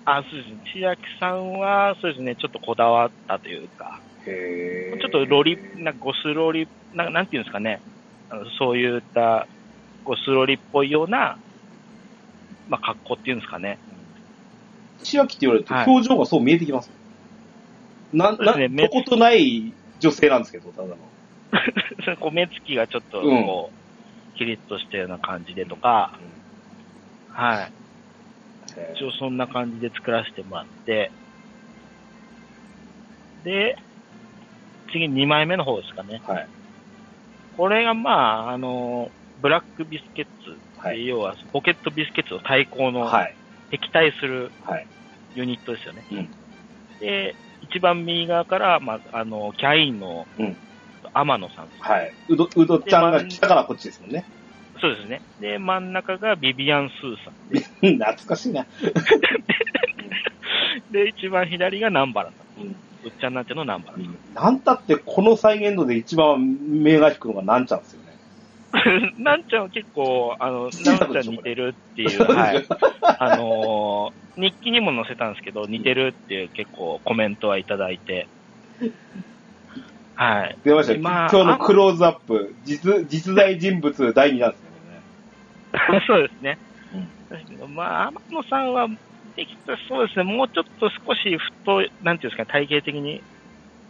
Speaker 2: あ、そうですね。千秋さんは、そうですね、ちょっとこだわったというか、
Speaker 1: へ
Speaker 2: ちょっとロリ、なんかゴスロリ、なんかなんていうんですかね、あのそういったゴスロリっぽいような、まあ、格好っていうんですかね。 (laughs)
Speaker 1: 千秋って言われると
Speaker 2: はい
Speaker 1: 表情がそう見えてきます。なん、
Speaker 2: そうで
Speaker 1: な
Speaker 2: すね
Speaker 1: ん、と
Speaker 2: 目
Speaker 1: ことない女性なんですけど、ただの。
Speaker 2: それこう目つきがちょっと
Speaker 1: うん
Speaker 2: こう、キリッとしたような感じでとか、はい。
Speaker 1: へ
Speaker 2: 一応そんな感じで作らせてもらって、で、次2枚目の方ですかね。
Speaker 1: ーはい。
Speaker 2: これがまあ、あの、ブラックビスケッツって、
Speaker 1: はい。
Speaker 2: 要はポケットビスケッツを対抗の
Speaker 1: はい。
Speaker 2: 敵対する
Speaker 1: はい。
Speaker 2: ユニットですよね。
Speaker 1: うん
Speaker 2: で、一番右側から、まあ、あの、キャインの
Speaker 1: うん
Speaker 2: 天野さんですね
Speaker 1: はい。うど、うどちゃんが来たからこっちですもんね。
Speaker 2: そうですね。で、真ん中がビビアン・スーさん。
Speaker 1: うん懐かしいな。
Speaker 2: で、一番左が南原さん。
Speaker 1: うん
Speaker 2: うっちゃんなんての南原
Speaker 1: なんたってこの再現度で一番目が引くのがなんちゃんですよね。
Speaker 2: さん。 (laughs) なんちゃんは結構、あの、
Speaker 1: 小
Speaker 2: な
Speaker 1: さ
Speaker 2: ん
Speaker 1: く
Speaker 2: ち
Speaker 1: で
Speaker 2: ゃん
Speaker 1: しょ
Speaker 2: 似
Speaker 1: これ
Speaker 2: てるっていう、
Speaker 1: (laughs)
Speaker 2: はい。 (laughs) あのー日記にも載せたんですけど、似てるっていう結構コメントはいただい
Speaker 1: (laughs)
Speaker 2: て。はい。
Speaker 1: 出ましたよ、
Speaker 2: まあ
Speaker 1: 今日のクローズアップ、実実在人物第2弾ですよね。
Speaker 2: (laughs) そうですね。確かにまあ、天野さんは、できたそうですね、もうちょっと少し太い、なんていうんですかね、体型的に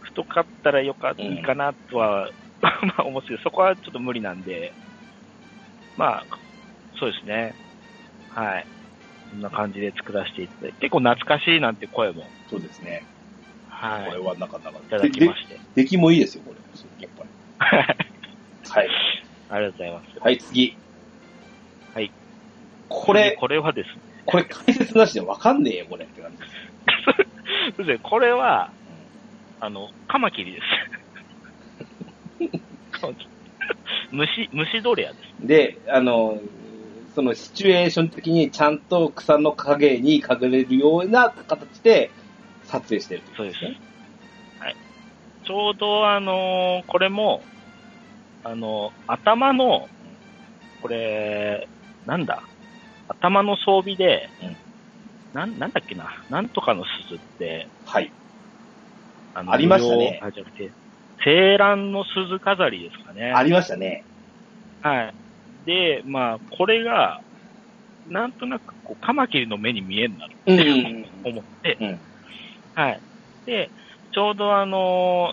Speaker 2: 太かったらよかっ
Speaker 1: う
Speaker 2: た、
Speaker 1: ん
Speaker 2: いいかなとは、 (laughs) まあ思うんですけど、そこはちょっと無理なんで、まあ、そうですね。はい。そんな感じで作らせていただいて、結構懐かしいなんて声も、
Speaker 1: そうですね。こ
Speaker 2: は
Speaker 1: れ
Speaker 2: い、
Speaker 1: はなかなか。
Speaker 2: いただきま
Speaker 1: で
Speaker 2: (laughs) して。
Speaker 1: で出来もいいですよ、これ。やっぱり。はい。
Speaker 2: ありがとうございます。
Speaker 1: はい、次。
Speaker 2: はい。
Speaker 1: これ、
Speaker 2: これはですね、
Speaker 1: これ解説なしでわかんねえよ、これって感じです。
Speaker 2: そうですねこれは、あの、カマキ
Speaker 1: (laughs)
Speaker 2: リです。カマキリ。虫、虫ドレアです。
Speaker 1: で、あの、そのシチュエーション的にちゃんと草の影に隠れるような形で撮影してるとい
Speaker 2: そうです。はい。ちょうど、あのーこれも、あの頭の、これ、なんだ頭の装備で、
Speaker 1: うん
Speaker 2: なん、なんだっけななんとかの鈴って、
Speaker 1: はい。
Speaker 2: あの
Speaker 1: ありましたね
Speaker 2: 無料あじゃなくて、青蘭の鈴飾りですかね。
Speaker 1: ありましたね。
Speaker 2: はい。で、まあ、これが、なんとなく、こう、カマキリの目に見えるなと
Speaker 1: うんうん
Speaker 2: 思って、
Speaker 1: うん。うん。
Speaker 2: はい。で、ちょうどあの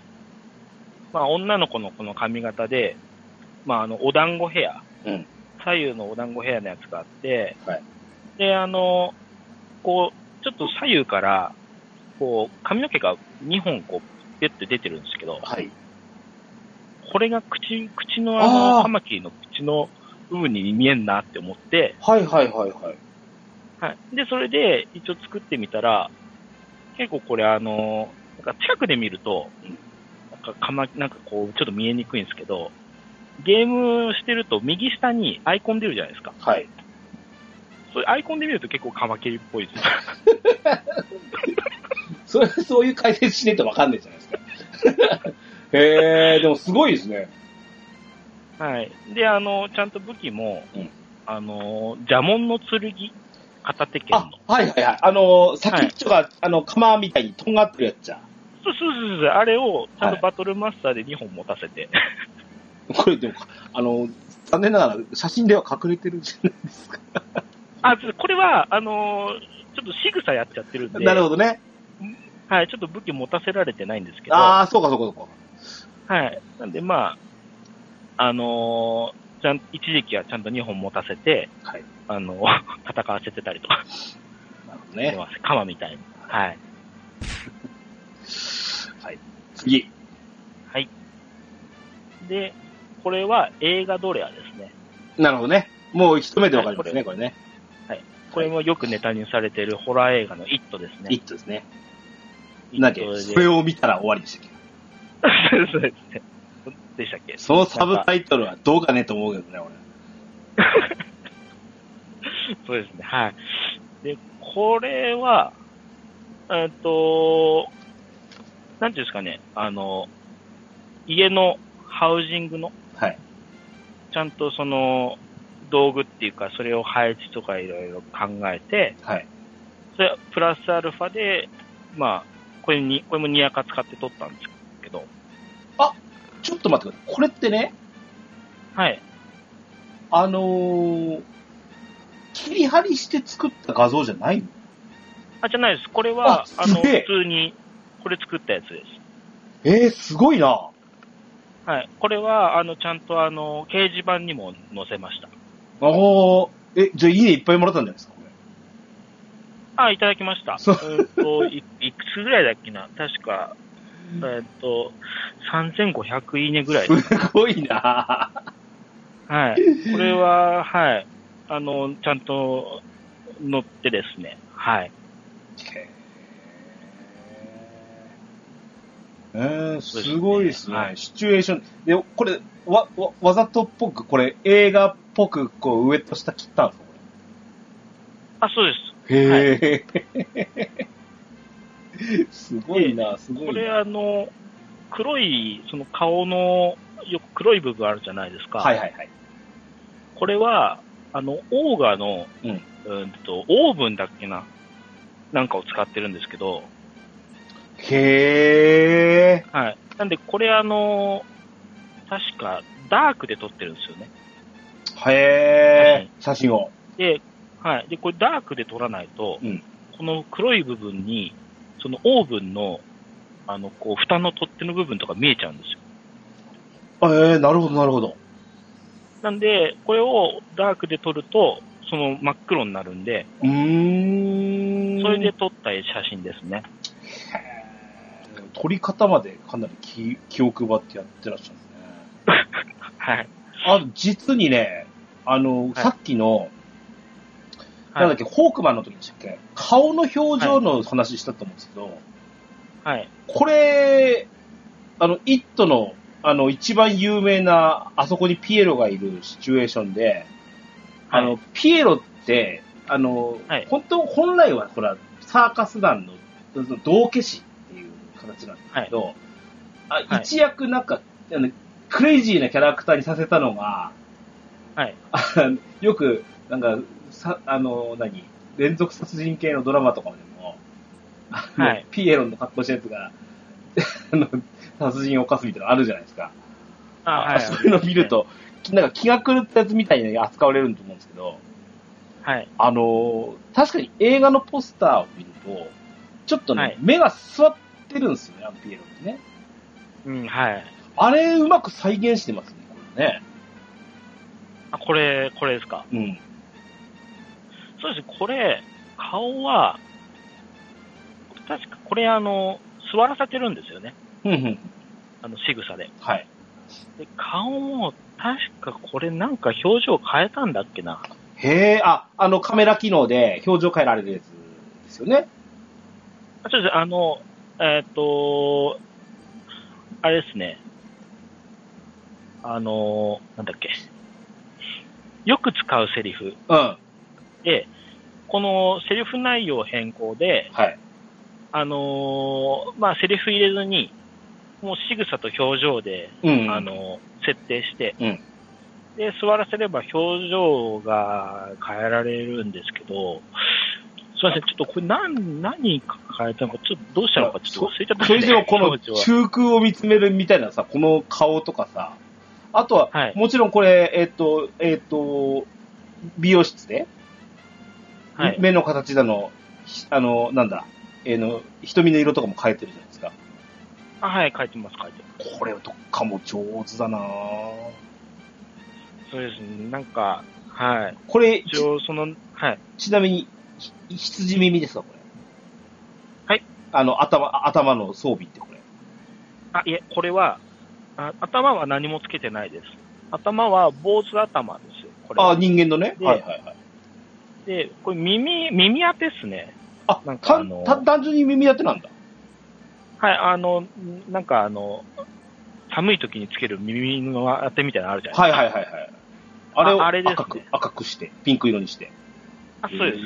Speaker 2: ーまあ、女の子のこの髪型で、まあ、あの、お団子ヘア、
Speaker 1: うん
Speaker 2: 左右のお団子ヘアのやつがあって、
Speaker 1: はい
Speaker 2: で、あのーこう、ちょっと左右から、こう、髪の毛が2本こう、ピュって出てるんですけど、
Speaker 1: はい。
Speaker 2: これが口、口のあ
Speaker 1: あ
Speaker 2: の、
Speaker 1: ー
Speaker 2: カマキリの口の部分に見えんなって思って、
Speaker 1: はいはいはいはい。
Speaker 2: はい。で、それで一応作ってみたら、結構これあの、なんか近くで見ると
Speaker 1: うん、
Speaker 2: なんかかま、なんかこう、ちょっと見えにくいんですけど、ゲームしてると右下にアイコン出るじゃないですか。
Speaker 1: はい。
Speaker 2: それアイコンで見ると結構カマキリっぽいです。
Speaker 1: それ、そういう解説しねえとわかんないじゃないですか。 (laughs) へえー、でもすごいですね。
Speaker 2: はい。で、あの、ちゃんと武器も、
Speaker 1: うん
Speaker 2: あの、邪門の剣、片手剣の
Speaker 1: あ。、はいはいはい。あの、先っちょが、あの、釜みたいにとんがってるやつじゃん。
Speaker 2: そうそうそうそう、あれを、ちゃん
Speaker 1: はい
Speaker 2: とバトルマスターで2本持たせて、
Speaker 1: これでも、あの、残念ながら写真では隠れてるじゃないですか。
Speaker 2: あ、ちょっとこれは、あのーちょっと仕草やっちゃってるん
Speaker 1: (laughs)
Speaker 2: で、
Speaker 1: なるほどね。
Speaker 2: はい、ちょっと武器持たせられてないんですけど、は
Speaker 1: ああ、そうかそうかそうか。
Speaker 2: い。なんで、まあ、あのーちゃん、一時期はちゃんと2本持たせて、
Speaker 1: はい。
Speaker 2: あのー (laughs) 戦わせてたりとか
Speaker 1: なるほど
Speaker 2: して
Speaker 1: ね。
Speaker 2: ます。鎌みたいに。はい。
Speaker 1: 次。
Speaker 2: はい。で、これは映画ドレアですね。
Speaker 1: なるほどね。もう一目でわかりますね、これね。
Speaker 2: これもよくネタにされてるホラー映画のイットです
Speaker 1: イ
Speaker 2: ね
Speaker 1: ッ。トですね。
Speaker 2: イ
Speaker 1: な
Speaker 2: ッ
Speaker 1: んで
Speaker 2: ト、で
Speaker 1: それを見たら終わりでしたっけ
Speaker 2: (laughs) そうですね。でしたっけ
Speaker 1: そのサブタイトルはどうかねと思うけどね、俺。
Speaker 2: そうですね、はい。で、これは、えっと、なんていうんですかね、あの、家のハウジングの、
Speaker 1: はい。
Speaker 2: ちゃんとその、道具っていうか、それを配置とかいろいろ考えて、
Speaker 1: はい。
Speaker 2: それプラスアルファで、まあ、これに、これもニアカ使って撮ったんですけど、
Speaker 1: ちょっと待ってください。これってね、
Speaker 2: はい。
Speaker 1: あのー切り張りして作った画像じゃないの
Speaker 2: あ、じゃないです。これは、
Speaker 1: あ
Speaker 2: あの、
Speaker 1: すげえ
Speaker 2: 普通に、これ作ったやつです。
Speaker 1: えー、すごいな。
Speaker 2: はい。これは、あの、ちゃんと、あの、掲示板にも載せました。
Speaker 1: おーえ、じゃあいいねいっぱいもらったんじゃないですか、これ
Speaker 2: あ、いただきました。
Speaker 1: そう
Speaker 2: ーんとい、いくつぐらいだっけな確か、えーっと、3500いいねぐら
Speaker 1: (laughs)
Speaker 2: い。
Speaker 1: すごいな。
Speaker 2: はい。これは、はい。あの、ちゃんと乗ってですね。はい。
Speaker 1: えー、すごいですね。
Speaker 2: はい
Speaker 1: シチュエーション。で、これ、わ、わ、わざとっぽく、これ、映画っぽく、こう、上と下切ったんですかこ
Speaker 2: あ、そうです。
Speaker 1: れへえ、すごいな、すご
Speaker 2: こ
Speaker 1: い
Speaker 2: れ、
Speaker 1: な。
Speaker 2: あの、黒い、その顔の、よく黒い部分あるじゃないですか。
Speaker 1: はいはいはい。
Speaker 2: これは、あの、オーガの、
Speaker 1: うん
Speaker 2: んと、オーブンだっけななんかを使ってるんですけど、
Speaker 1: へえ。
Speaker 2: はい。なんで、これあの、確か、ダークで撮ってるんですよね。
Speaker 1: へえ。写真を。
Speaker 2: で、はい。で、これダークで撮らないと、
Speaker 1: うん
Speaker 2: この黒い部分に、そのオーブンの、あの、こう、蓋の取っ手の部分とか見えちゃうんですよ。
Speaker 1: ええなるほどなるほど。
Speaker 2: なんで、これをダークで撮ると、その真っ黒になるんで、
Speaker 1: うーん。
Speaker 2: それで撮った写真ですね。
Speaker 1: 撮り方までかなり気気を配ってやってらっしゃるね。
Speaker 2: はい。
Speaker 1: あ、実にね、あの、さっきの、
Speaker 2: は
Speaker 1: なんだっ
Speaker 2: い。
Speaker 1: け、ホークマンの時でしたっけ顔の表情の話したと思うんですけど、
Speaker 2: はい。
Speaker 1: これ、あの、イットの、あの、一番有名な、あそこにピエロがいるシチュエーションで、あの、ピエロって、あの、
Speaker 2: はい
Speaker 1: 本当、本来は、ほら、サーカス団の、その道化師っていう形なんですけど、あ
Speaker 2: はい
Speaker 1: 一躍なんか、あの、クレイジーなキャラクターにさせたのが、
Speaker 2: はい。
Speaker 1: あのよく、なんか、さ、あの、何、連続殺人系のドラマとかでも、あの
Speaker 2: はい
Speaker 1: ピエロの格好したやつが、 (laughs) あの、殺人を犯すみたいなのあるじゃないですか。
Speaker 2: あ、はい。
Speaker 1: そういうの見る。と、なんか気が狂ったやつみたいに扱われると思うんですけど、
Speaker 2: はい。
Speaker 1: あのー確かに映画のポスターを見ると、ちょっとね、
Speaker 2: はい
Speaker 1: 目が座ってるんですよね、アンピエロってね。
Speaker 2: うん、はい。
Speaker 1: あれ、うまく再現してますね、これね。
Speaker 2: あ、これ、これですか。
Speaker 1: うん。
Speaker 2: そうですね、これ、顔は、確かこれ、あの、座らせてるんですよね。
Speaker 1: ふんふん。
Speaker 2: あの、仕草で。
Speaker 1: はい。
Speaker 2: で、顔も、確かこれなんか表情変えたんだっけな。
Speaker 1: へえ、あ、あのカメラ機能で表情変えられるやつですよね。
Speaker 2: あ、そうです、あの、えーっ、と、あれですね。あの、なんだっけ。よく使うセリフ
Speaker 1: うん。は
Speaker 2: で、このセリフ内容変更で、
Speaker 1: い。
Speaker 2: あのーまあ、セリフ入れずに、もう仕草と表情で、
Speaker 1: うん。
Speaker 2: あ、のー設定して、
Speaker 1: うん
Speaker 2: で、座らせれば表情が変えられるんですけど、すいません、ちょっとこれ何、何変えたのか、ちょっとどうしたのか、ちょっと忘れちゃったん
Speaker 1: (laughs) そ
Speaker 2: で
Speaker 1: れ
Speaker 2: す
Speaker 1: で
Speaker 2: ね
Speaker 1: もこの
Speaker 2: 表情は
Speaker 1: 中空を見つめるみたいなさ、この顔とかさ、あとは、
Speaker 2: はい
Speaker 1: もちろんこれ、えっ、と、えっ、と、美容室で、
Speaker 2: はい。
Speaker 1: 目の形だの、ひあの、なんだ、えーの、瞳の色とかも変えてるじゃないですか。
Speaker 2: あ、はい、書いてます、書いてま
Speaker 1: これとかも上手だなぁ
Speaker 2: す。そうですね、なんか、はい。
Speaker 1: これ、
Speaker 2: 一応、その、はい。
Speaker 1: ちちなみに、ひ羊耳ですか、これ。
Speaker 2: はい。
Speaker 1: あの、頭、あ頭の装備ってこれ。
Speaker 2: あ、いえ、これは、あ頭は何もつけてないです。頭は坊主頭ですよ、これは。
Speaker 1: あ、人間のね。
Speaker 2: で
Speaker 1: はいはいはい。
Speaker 2: で、これ耳、耳当てっすね。
Speaker 1: あ、
Speaker 2: なんか
Speaker 1: た
Speaker 2: あの
Speaker 1: た単純に耳当てなんだ。
Speaker 2: はい、あの、なんかあの、寒い時につける耳の当てみたいなのあるじゃない
Speaker 1: はいはいはいはい。あれを
Speaker 2: ああれですね
Speaker 1: 赤く、赤くして、ピンク色にして。
Speaker 2: ですか。あ、そうです。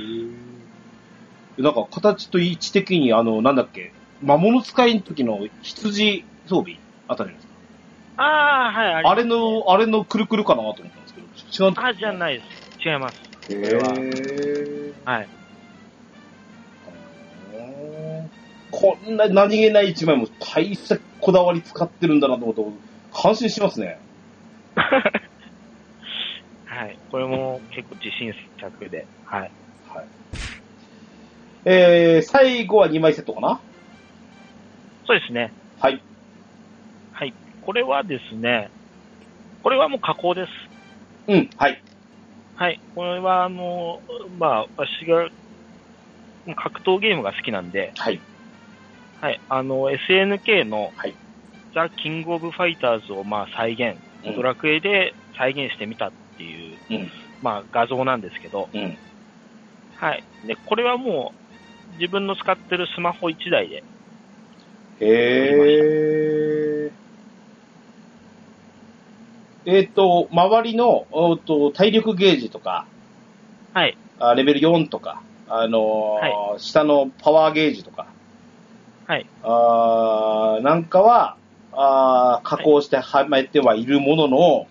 Speaker 1: す。なんか形と位置的に、あの、なんだっけ、魔物使いの時の羊装備あったじゃないですか。
Speaker 2: ああ、はい、あり
Speaker 1: あれの、あれのくるくるかなと思ったんですけど、違うんだ
Speaker 2: あ、じゃないです。違います。
Speaker 5: へ
Speaker 2: れは
Speaker 5: ー
Speaker 2: はい。
Speaker 5: へ
Speaker 1: こんな何気ない一枚も大したこだわり使ってるんだなと思うと、感心しますね。
Speaker 2: はい。これも結構自信作で。はい。
Speaker 1: はい。えー、最後は2枚セットかな
Speaker 2: そうですね。
Speaker 1: はい。
Speaker 2: はい。これはですね、これはもう加工です。
Speaker 1: うん、はい。
Speaker 2: はい。これは、あの、まあ、私が格闘ゲームが好きなんで、
Speaker 1: はい。
Speaker 2: はい。あの、SNK の、
Speaker 1: はい
Speaker 2: ザ・キング・オブ・ファイターズを、まあ、再現、
Speaker 1: うん
Speaker 2: ドラクエで再現してみたっていう、
Speaker 1: うん、
Speaker 2: まあ、画像なんですけど、
Speaker 1: うん。
Speaker 2: はい。で、これはもう、自分の使ってるスマホ1台で、
Speaker 1: へー。えっ、と、周りの、おーと、体力ゲージとか、
Speaker 2: はい。
Speaker 1: あレベル4とか、あのー
Speaker 2: は
Speaker 1: 下のパワーゲージとか、
Speaker 2: はい。
Speaker 1: あーなんかは、あー加工してはめてはいるものの、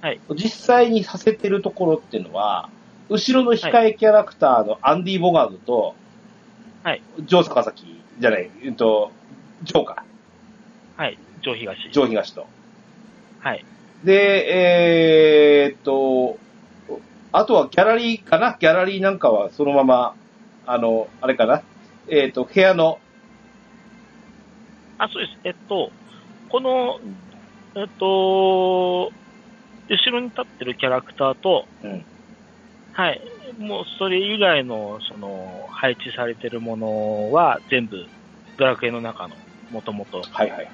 Speaker 2: はい
Speaker 1: 実際にさせてるところっていうのは、後ろの控えキャラクターのアンディ・ボガードと、
Speaker 2: はい
Speaker 1: ジョー・坂崎じゃない、えっと、ジョーか、
Speaker 2: はい。上東。
Speaker 1: ジョー東と。
Speaker 2: はい。
Speaker 1: で、えーっと、あとはギャラリーかなギャラリーなんかはそのまま、あの、あれかなえーっと、部屋の、
Speaker 2: あ、そうです。えっと、この、えっと、後ろに立ってるキャラクターと、
Speaker 1: うん
Speaker 2: はい。もう、それ以外の、その、配置されてるものは、全部、ドラクエの中の、もともと
Speaker 1: はいはいはい。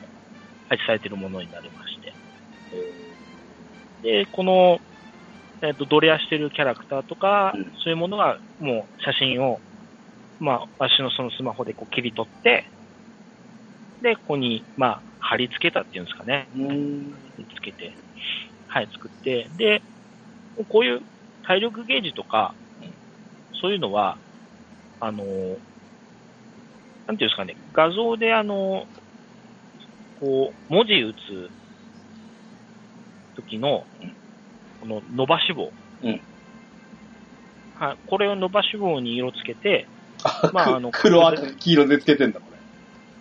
Speaker 2: 配置されてるものになりまして。
Speaker 1: え
Speaker 2: で、この、えっと、ドレアしてるキャラクターとか、
Speaker 1: うん
Speaker 2: そういうものが、もう、写真を、まあ、私のそのスマホでこう切り取って、で、ここに、まあ、貼り付けたっていうんですかね。
Speaker 1: ーうーん
Speaker 2: つけて、はい、作って、で、こういう体力ゲージとか
Speaker 1: うん、
Speaker 2: そういうのは、あの、なんていうんですかね、画像であの、こう、文字打つ時の
Speaker 1: うん、
Speaker 2: この伸ばし棒。
Speaker 1: うん
Speaker 2: はい、これを伸ばし棒に色つけて、まああの
Speaker 1: く黒赤黄色でつけてんだ、これ。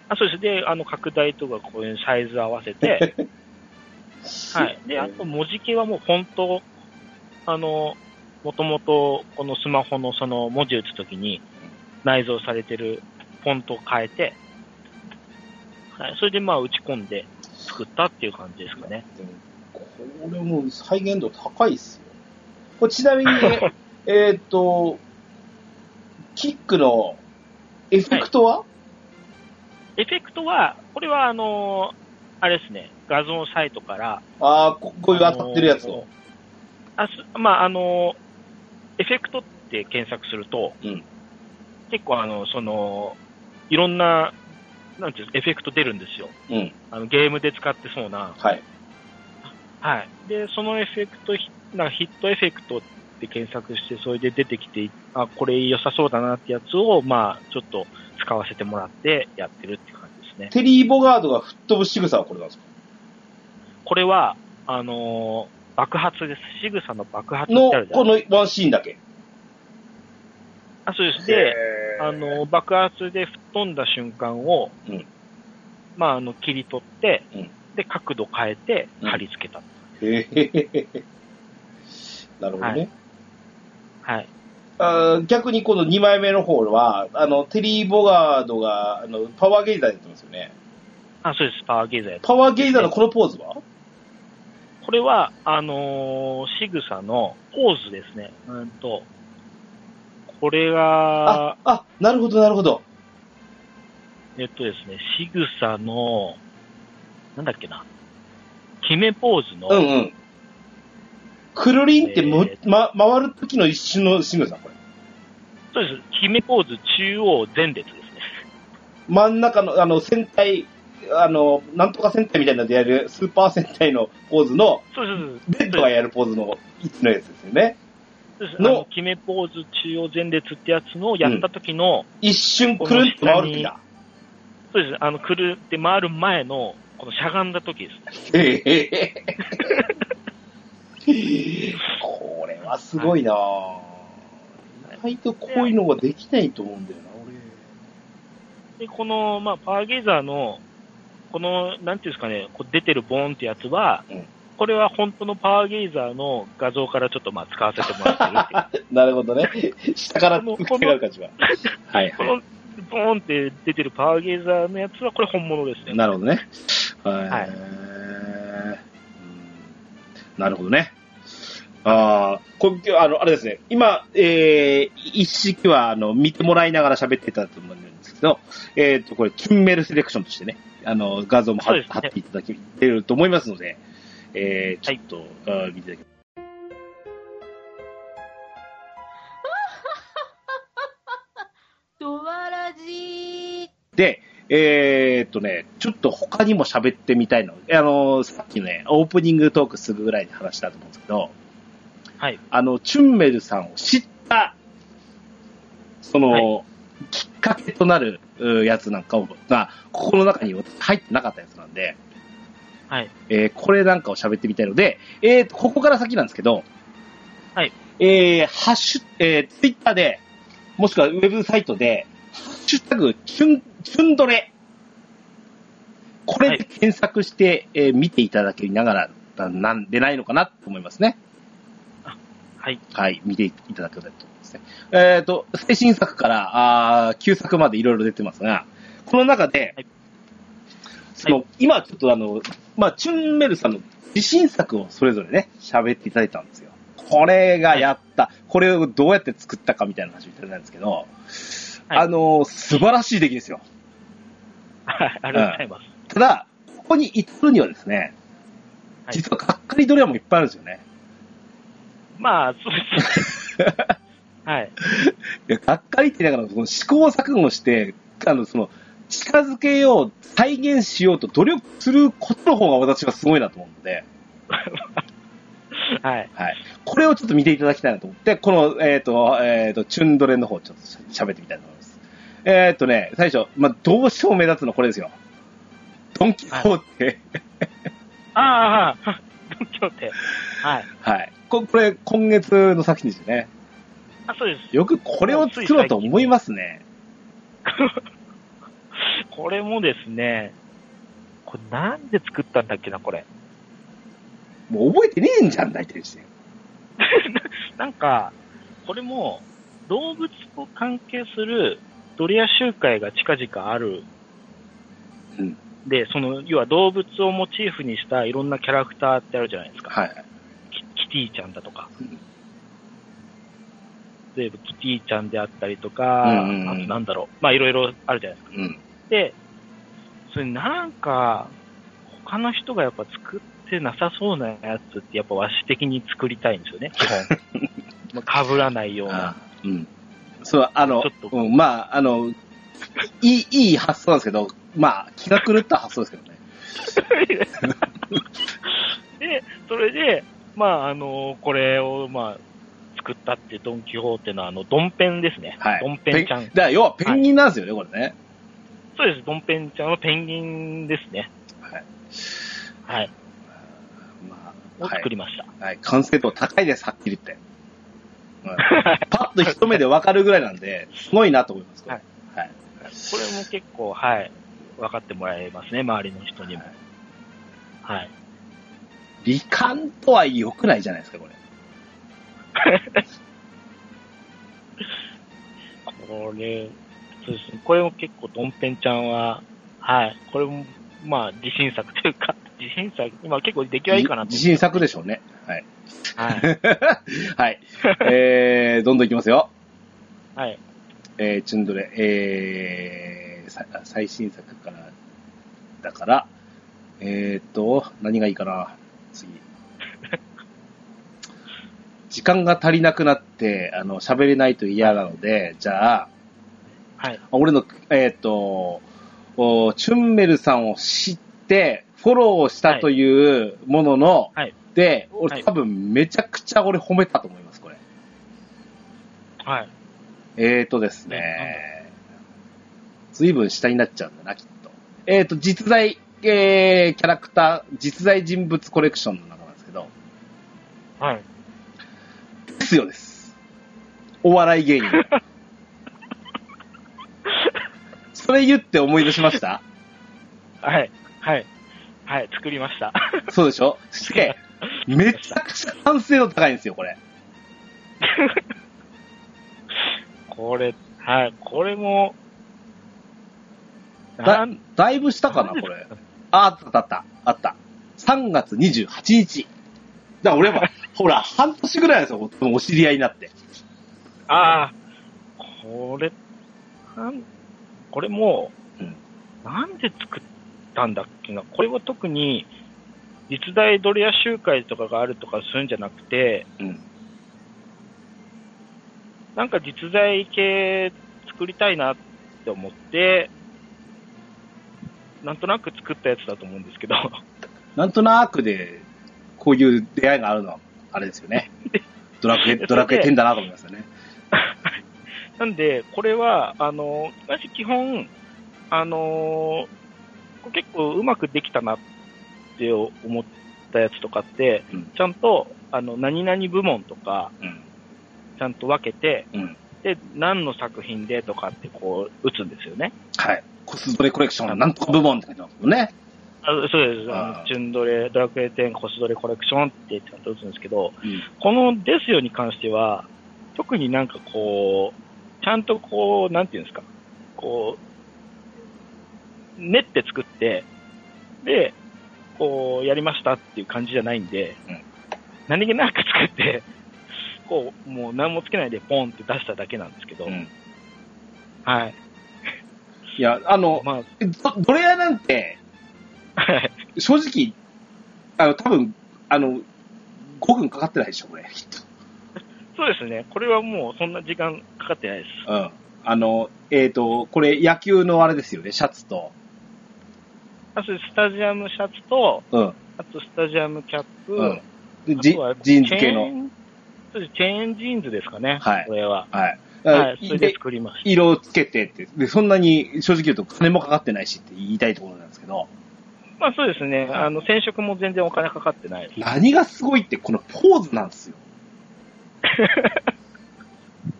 Speaker 2: あ、そうです。で、あの、拡大とかこういうサイズ合わせて、はい。で、あと文字系はもうフォント、あの、もともとこのスマホのその文字打つときに内蔵されてるフォントを変えて、はい。それでまあ打ち込んで作ったっていう感じですか (laughs) ね。
Speaker 1: でもこれも再現度高いっすよ。これち
Speaker 2: (laughs)
Speaker 1: なみに、えーっと、キックのエフェクトは、
Speaker 2: エフェクトは、これはあの、あれですね、画像サイトから、
Speaker 1: ああ、ここういう当たってるやつを。
Speaker 2: あすまあ、あの、エフェクトって検索すると、
Speaker 1: うん
Speaker 2: 結構あの、その、いろんな、なんていうんですエフェクト出るんですよ。
Speaker 1: うん、
Speaker 2: あの、ゲームで使ってそうな。
Speaker 1: はい。
Speaker 2: はい。で、そのエフェクト、ひなんかヒットエフェクトって検索して、それで出てきて、あ、これ良さそうだなってやつを、まあ、ちょっと使わせてもらってやってるって感じですね。
Speaker 1: テリー・ボガードが吹っ飛ぶ仕草はこれなんですか
Speaker 2: これは、あのー爆発です。仕草の爆発って
Speaker 1: の
Speaker 2: ある、じゃな
Speaker 1: こ
Speaker 2: いですか。
Speaker 1: のワンシーンだけ。
Speaker 2: あ、そうです。
Speaker 1: へ
Speaker 2: で、
Speaker 1: ー
Speaker 2: あ、の、爆発で吹っ飛んだ瞬間を、
Speaker 1: うん
Speaker 2: まあ、あの、切り取って、
Speaker 1: うん
Speaker 2: で、角度変えて、
Speaker 1: うん
Speaker 2: 貼り付けた。
Speaker 1: へー (laughs) なるほど
Speaker 2: は
Speaker 1: ね
Speaker 2: い。はい。
Speaker 1: あー逆にこの2枚目の方は、あの、テリー・ボガードが、あの、パワーゲイザーやってますよね。
Speaker 2: あ、そうです、パワーゲーザーやと
Speaker 1: パワーゲイザーのこのポーズは
Speaker 2: これは、あのー、仕草のポーズですね。うんと、これ
Speaker 1: あ
Speaker 2: が、、
Speaker 1: あ、なるほど、なるほど。
Speaker 2: えっとですね、仕草の、なんだっけな、決めポーズの、
Speaker 1: うんうん。くるりんってむ、
Speaker 2: え
Speaker 1: ま、回る時の一瞬の仕草、これ。
Speaker 2: そうです、決めポーズ中央前列ですね。
Speaker 1: 真ん中の、あの、戦隊、あの、なんとか戦隊みたいなのでやる、スーパー戦隊のポーズの、
Speaker 2: そうです、
Speaker 1: レッドがやるポーズの、いつのやつですよね。
Speaker 2: そうです。
Speaker 1: の
Speaker 2: あの、決めポーズ中央前列ってやつのやった時の、
Speaker 1: 一瞬くるんと回る
Speaker 5: (laughs)
Speaker 1: 時だ。
Speaker 2: そうです。あの、くるって回る前の、このしゃがんだ時ですね。
Speaker 1: へへへこれは
Speaker 5: やー、すごいなー意外とこういうのができないと思うんだよな、
Speaker 2: で、この、まあ、パワーゲイザーの、この、なんていうんですかね、こう出てるボーンってやつは、
Speaker 5: うん
Speaker 2: これは本当のパワーゲイザーの画像からちょっとまあ使わせてもらってるっていう。
Speaker 5: 俺。 (laughs) なるほどね。下から突っかけがある感じは。はい
Speaker 2: こ
Speaker 5: は
Speaker 2: のボーンって出てるパワーゲイザーのやつは、これ本物です
Speaker 1: い。
Speaker 2: ね。
Speaker 1: なるほどね。はい。
Speaker 2: はい
Speaker 1: うんなるほどね。ああ、こあの、あれですね。今、えー、一式は、あの、見てもらいながら喋ってたと思うんですけど、えっ、と、これ、キュンメールセレクションとしてね、あの、画像も貼,、
Speaker 2: そうですね
Speaker 1: 貼っていただけてると思いますので、えー、ちょっと、あー見ていただけ
Speaker 6: ドワラジー
Speaker 1: で、えーっとね、ちょっと他にも喋ってみたいの。あの、さっきね、オープニングトークするぐらいに話したと思うんですけど、
Speaker 2: はい。
Speaker 1: あの、チュンメルさんを知った、その、
Speaker 2: はい
Speaker 1: きっかけとなるうやつなんかを、が、ここの中に私入ってなかったやつなんで、
Speaker 2: はい。
Speaker 1: えーこれなんかを喋ってみたいので、えーと、ここから先なんですけど、
Speaker 2: はい。
Speaker 1: えー、ハッシュ、えー、ツイッターで、もしくはウェブサイトで、ハッシュタグ、チュン、チュンドレ。これで検索して、えー見ていただきながら、ななんでないのかなと思いますね。
Speaker 2: はい。
Speaker 1: はい、見ていただけたらと思いますね。えっ、と、最新作から、あー旧作までいろいろ出てますが、この中で、
Speaker 2: はい
Speaker 1: その、今ちょっとあの、まあ、チュンメルさんの自信作をそれぞれね、喋っていただいたんですよ。これがやった、これをどうやって作ったかみたいな話をいただいたんですけど、あの、素晴らしい出来ですよ。
Speaker 2: はいありがとうございます。
Speaker 1: ただ、ここに至るにはですね、
Speaker 2: はい
Speaker 1: 実はがっかりドラマもいっぱいあるんですよね。
Speaker 2: まあ、そうですね。はい。
Speaker 1: いや、がっかりって言いながら、その試行錯誤して、あの、その、近づけよう、再現しようと努力することの方が私はすごいなと思うので、
Speaker 2: はい。
Speaker 1: はい。これをちょっと見ていただきたいなと思って、この、えっ、と、えっ、と、チュンドレの方、ちょっと喋ってみたいと思います。えっ、とね、最初、まあ、どうしても目立つのこれですよ。ドンキホーテ。
Speaker 2: ああ、ドンキョー (laughs) テ。はい。
Speaker 1: はい。ここれ、今月の作品ですよね。
Speaker 2: あ、そうです。
Speaker 1: よくこれを作ろうと思いますね。
Speaker 2: これもですね、これなんで作ったんだっけな、これ。
Speaker 1: もう覚えてねえんじゃん、大体して。
Speaker 2: なんか、これも、動物と関係するドリア集会が近々ある。
Speaker 1: うん
Speaker 2: で、その、要は動物をモチーフにしたいろんなキャラクターってあるじゃないですか。
Speaker 1: はい。
Speaker 2: キキティちゃんだとか
Speaker 1: うん。
Speaker 2: 例えばキティちゃんであったりと
Speaker 1: う
Speaker 2: か、
Speaker 1: んうんうん
Speaker 2: あとなんだろう。まあいろいろあるじゃないですか。
Speaker 1: うん。
Speaker 2: で、それなんか、他の人がやっぱ作ってなさそうなやつって、やっぱ和紙的に作りたいんですよね、基本。
Speaker 1: (laughs)
Speaker 2: まあ被らないような。
Speaker 1: うん。そう、あの
Speaker 2: ちょっ、と
Speaker 1: うん、まあ、あの、いい、いい発想なんですけど、まあ、気が狂った発想ですけどね。
Speaker 2: (laughs) で、それで、まあ、あの、これを、まあ、作ったってドン・キホーテのあの、ドンペンですね。
Speaker 1: はい。
Speaker 2: ドンペンちゃ
Speaker 1: だ
Speaker 2: ん
Speaker 1: か。ら、要はペンギンなんですよね、これね。
Speaker 2: そうです、ドンペンちゃんはペンギンですね。
Speaker 1: はい。
Speaker 2: はい。
Speaker 1: まあ、
Speaker 2: を
Speaker 1: は
Speaker 2: 作
Speaker 1: い。
Speaker 2: りました。
Speaker 1: はい、完成度高いです、はっきり言って。
Speaker 2: (laughs)
Speaker 1: うん、パッと一目でわかるぐらいなんで、すごいなと思います、これ
Speaker 2: はい
Speaker 1: はい。
Speaker 2: これも結構、はい。分かってもらえますね、周りの人にも。はい。
Speaker 1: 理感とは良くないじゃないですか、これ。
Speaker 2: これ、そうですね。これも結構、ドンペンちゃんは、はい。これも、まあ、自信作というか、 (laughs) 自信作、今結構出来はいいかなと
Speaker 1: 自。信作でしょうね。はい。 (laughs)
Speaker 2: はい。
Speaker 1: はい。えー、どんどんいきますよ。
Speaker 2: はい。
Speaker 1: えー、チュンドレ、えー、さ最新作から、だから、えー、っと、何がいいかな、
Speaker 2: (laughs)
Speaker 1: 次。時間が足りなくなって、あの、喋れないと嫌なので、じゃあ、
Speaker 2: はい。
Speaker 1: 俺の、えーっと、おチュンメルさんを知って、フォローをしたというものの、
Speaker 2: はい
Speaker 1: で、俺、
Speaker 2: はい
Speaker 1: 多分めちゃくちゃ俺褒めたと思います、これ。
Speaker 2: はい。
Speaker 1: えーとですね、随分下になっちゃうんだな、きっと。えーと、実在、えー、キャラクター、実在人物コレクションの中なんですけど、
Speaker 2: はい。
Speaker 1: デスヨです。お笑い芸人。それ言って思い出しました
Speaker 2: はい、はい、はい、作りま
Speaker 1: (laughs)
Speaker 2: した。
Speaker 1: そうでしょして、めちゃくちゃ完成度高いんですよ、これ。
Speaker 2: これ、はい、これも、な
Speaker 1: だ
Speaker 2: ん、
Speaker 1: だいぶしたかな、これ。あ、あったあった、あった。3月28日。だから俺は、ほら、半年ぐらいですよ、お知り合いになって。
Speaker 2: ああ、これ、なん、これもう、
Speaker 1: うん
Speaker 2: なんで作ったんだっけな。これは特に、実大ドレア集会とかがあるとかするんじゃなくて、
Speaker 1: うん
Speaker 2: なんか実在系作りたいなって思って、なんとなく作ったやつだと思うんですけど、 (laughs)
Speaker 1: なんとなくで、こういう出会いがあるのは、あれですよ (laughs) ね。ドラクエ、ドラクエ10だなと思いますよね。
Speaker 2: なんで、これは、あの、私基本、あの、こう結構うまくできたなって思ったやつとかって、
Speaker 1: うん
Speaker 2: ちゃんと、あの、何々部門とか、
Speaker 1: うん。
Speaker 2: ちゃんと分けて、
Speaker 1: うん。
Speaker 2: で、何の作品でとかってこう、打つんですよね。
Speaker 1: はい。コスプレコレクションなんとか部門って書いてますもんね。
Speaker 2: あそうです。
Speaker 1: あー
Speaker 2: あのチュンドレ、ドラクエ10コスドレコレクションってちゃんと打つんですけど、
Speaker 1: うん。
Speaker 2: このですよに関しては、特になんかこう、ちゃんとこう、なんていうんですか、こう、練って作って、で、こう、やりましたっていう感じじゃないんで、
Speaker 1: うん
Speaker 2: 何気なく作って、こう、もう何もつけないでポンって出しただけなんですけど、
Speaker 1: うん
Speaker 2: はい。
Speaker 1: いや、あの、
Speaker 2: ま
Speaker 1: ドドレアなんて、
Speaker 2: あ、はい
Speaker 1: 正直、あの、多分、あの、5分かかってないでしょ、これ、きっ
Speaker 2: そうですね。これはもうそんな時間かかってないです。
Speaker 1: と。うん。あの、えっ、と、これ、野球のあれですよね、シャツと。
Speaker 2: あとスタジアムシャツと、
Speaker 1: うん。
Speaker 2: あとスタジアムキャップ、
Speaker 1: うん。で、
Speaker 2: あ
Speaker 1: ジ
Speaker 2: とは
Speaker 1: ジーンズ系の
Speaker 2: チェ。ーン。そうですチェーンジーンズですかね。
Speaker 1: はい
Speaker 2: これは。
Speaker 1: はい。
Speaker 2: はい。それで
Speaker 1: で
Speaker 2: 作りまし
Speaker 1: 色をつけてって、で、そんなに正直言うと金もかかってないしって言いたいところなんですけど、
Speaker 2: た。まあそうですね。あの、染色も全然お金かかってないです。
Speaker 1: 何がすごいってこのポーズなんですよ。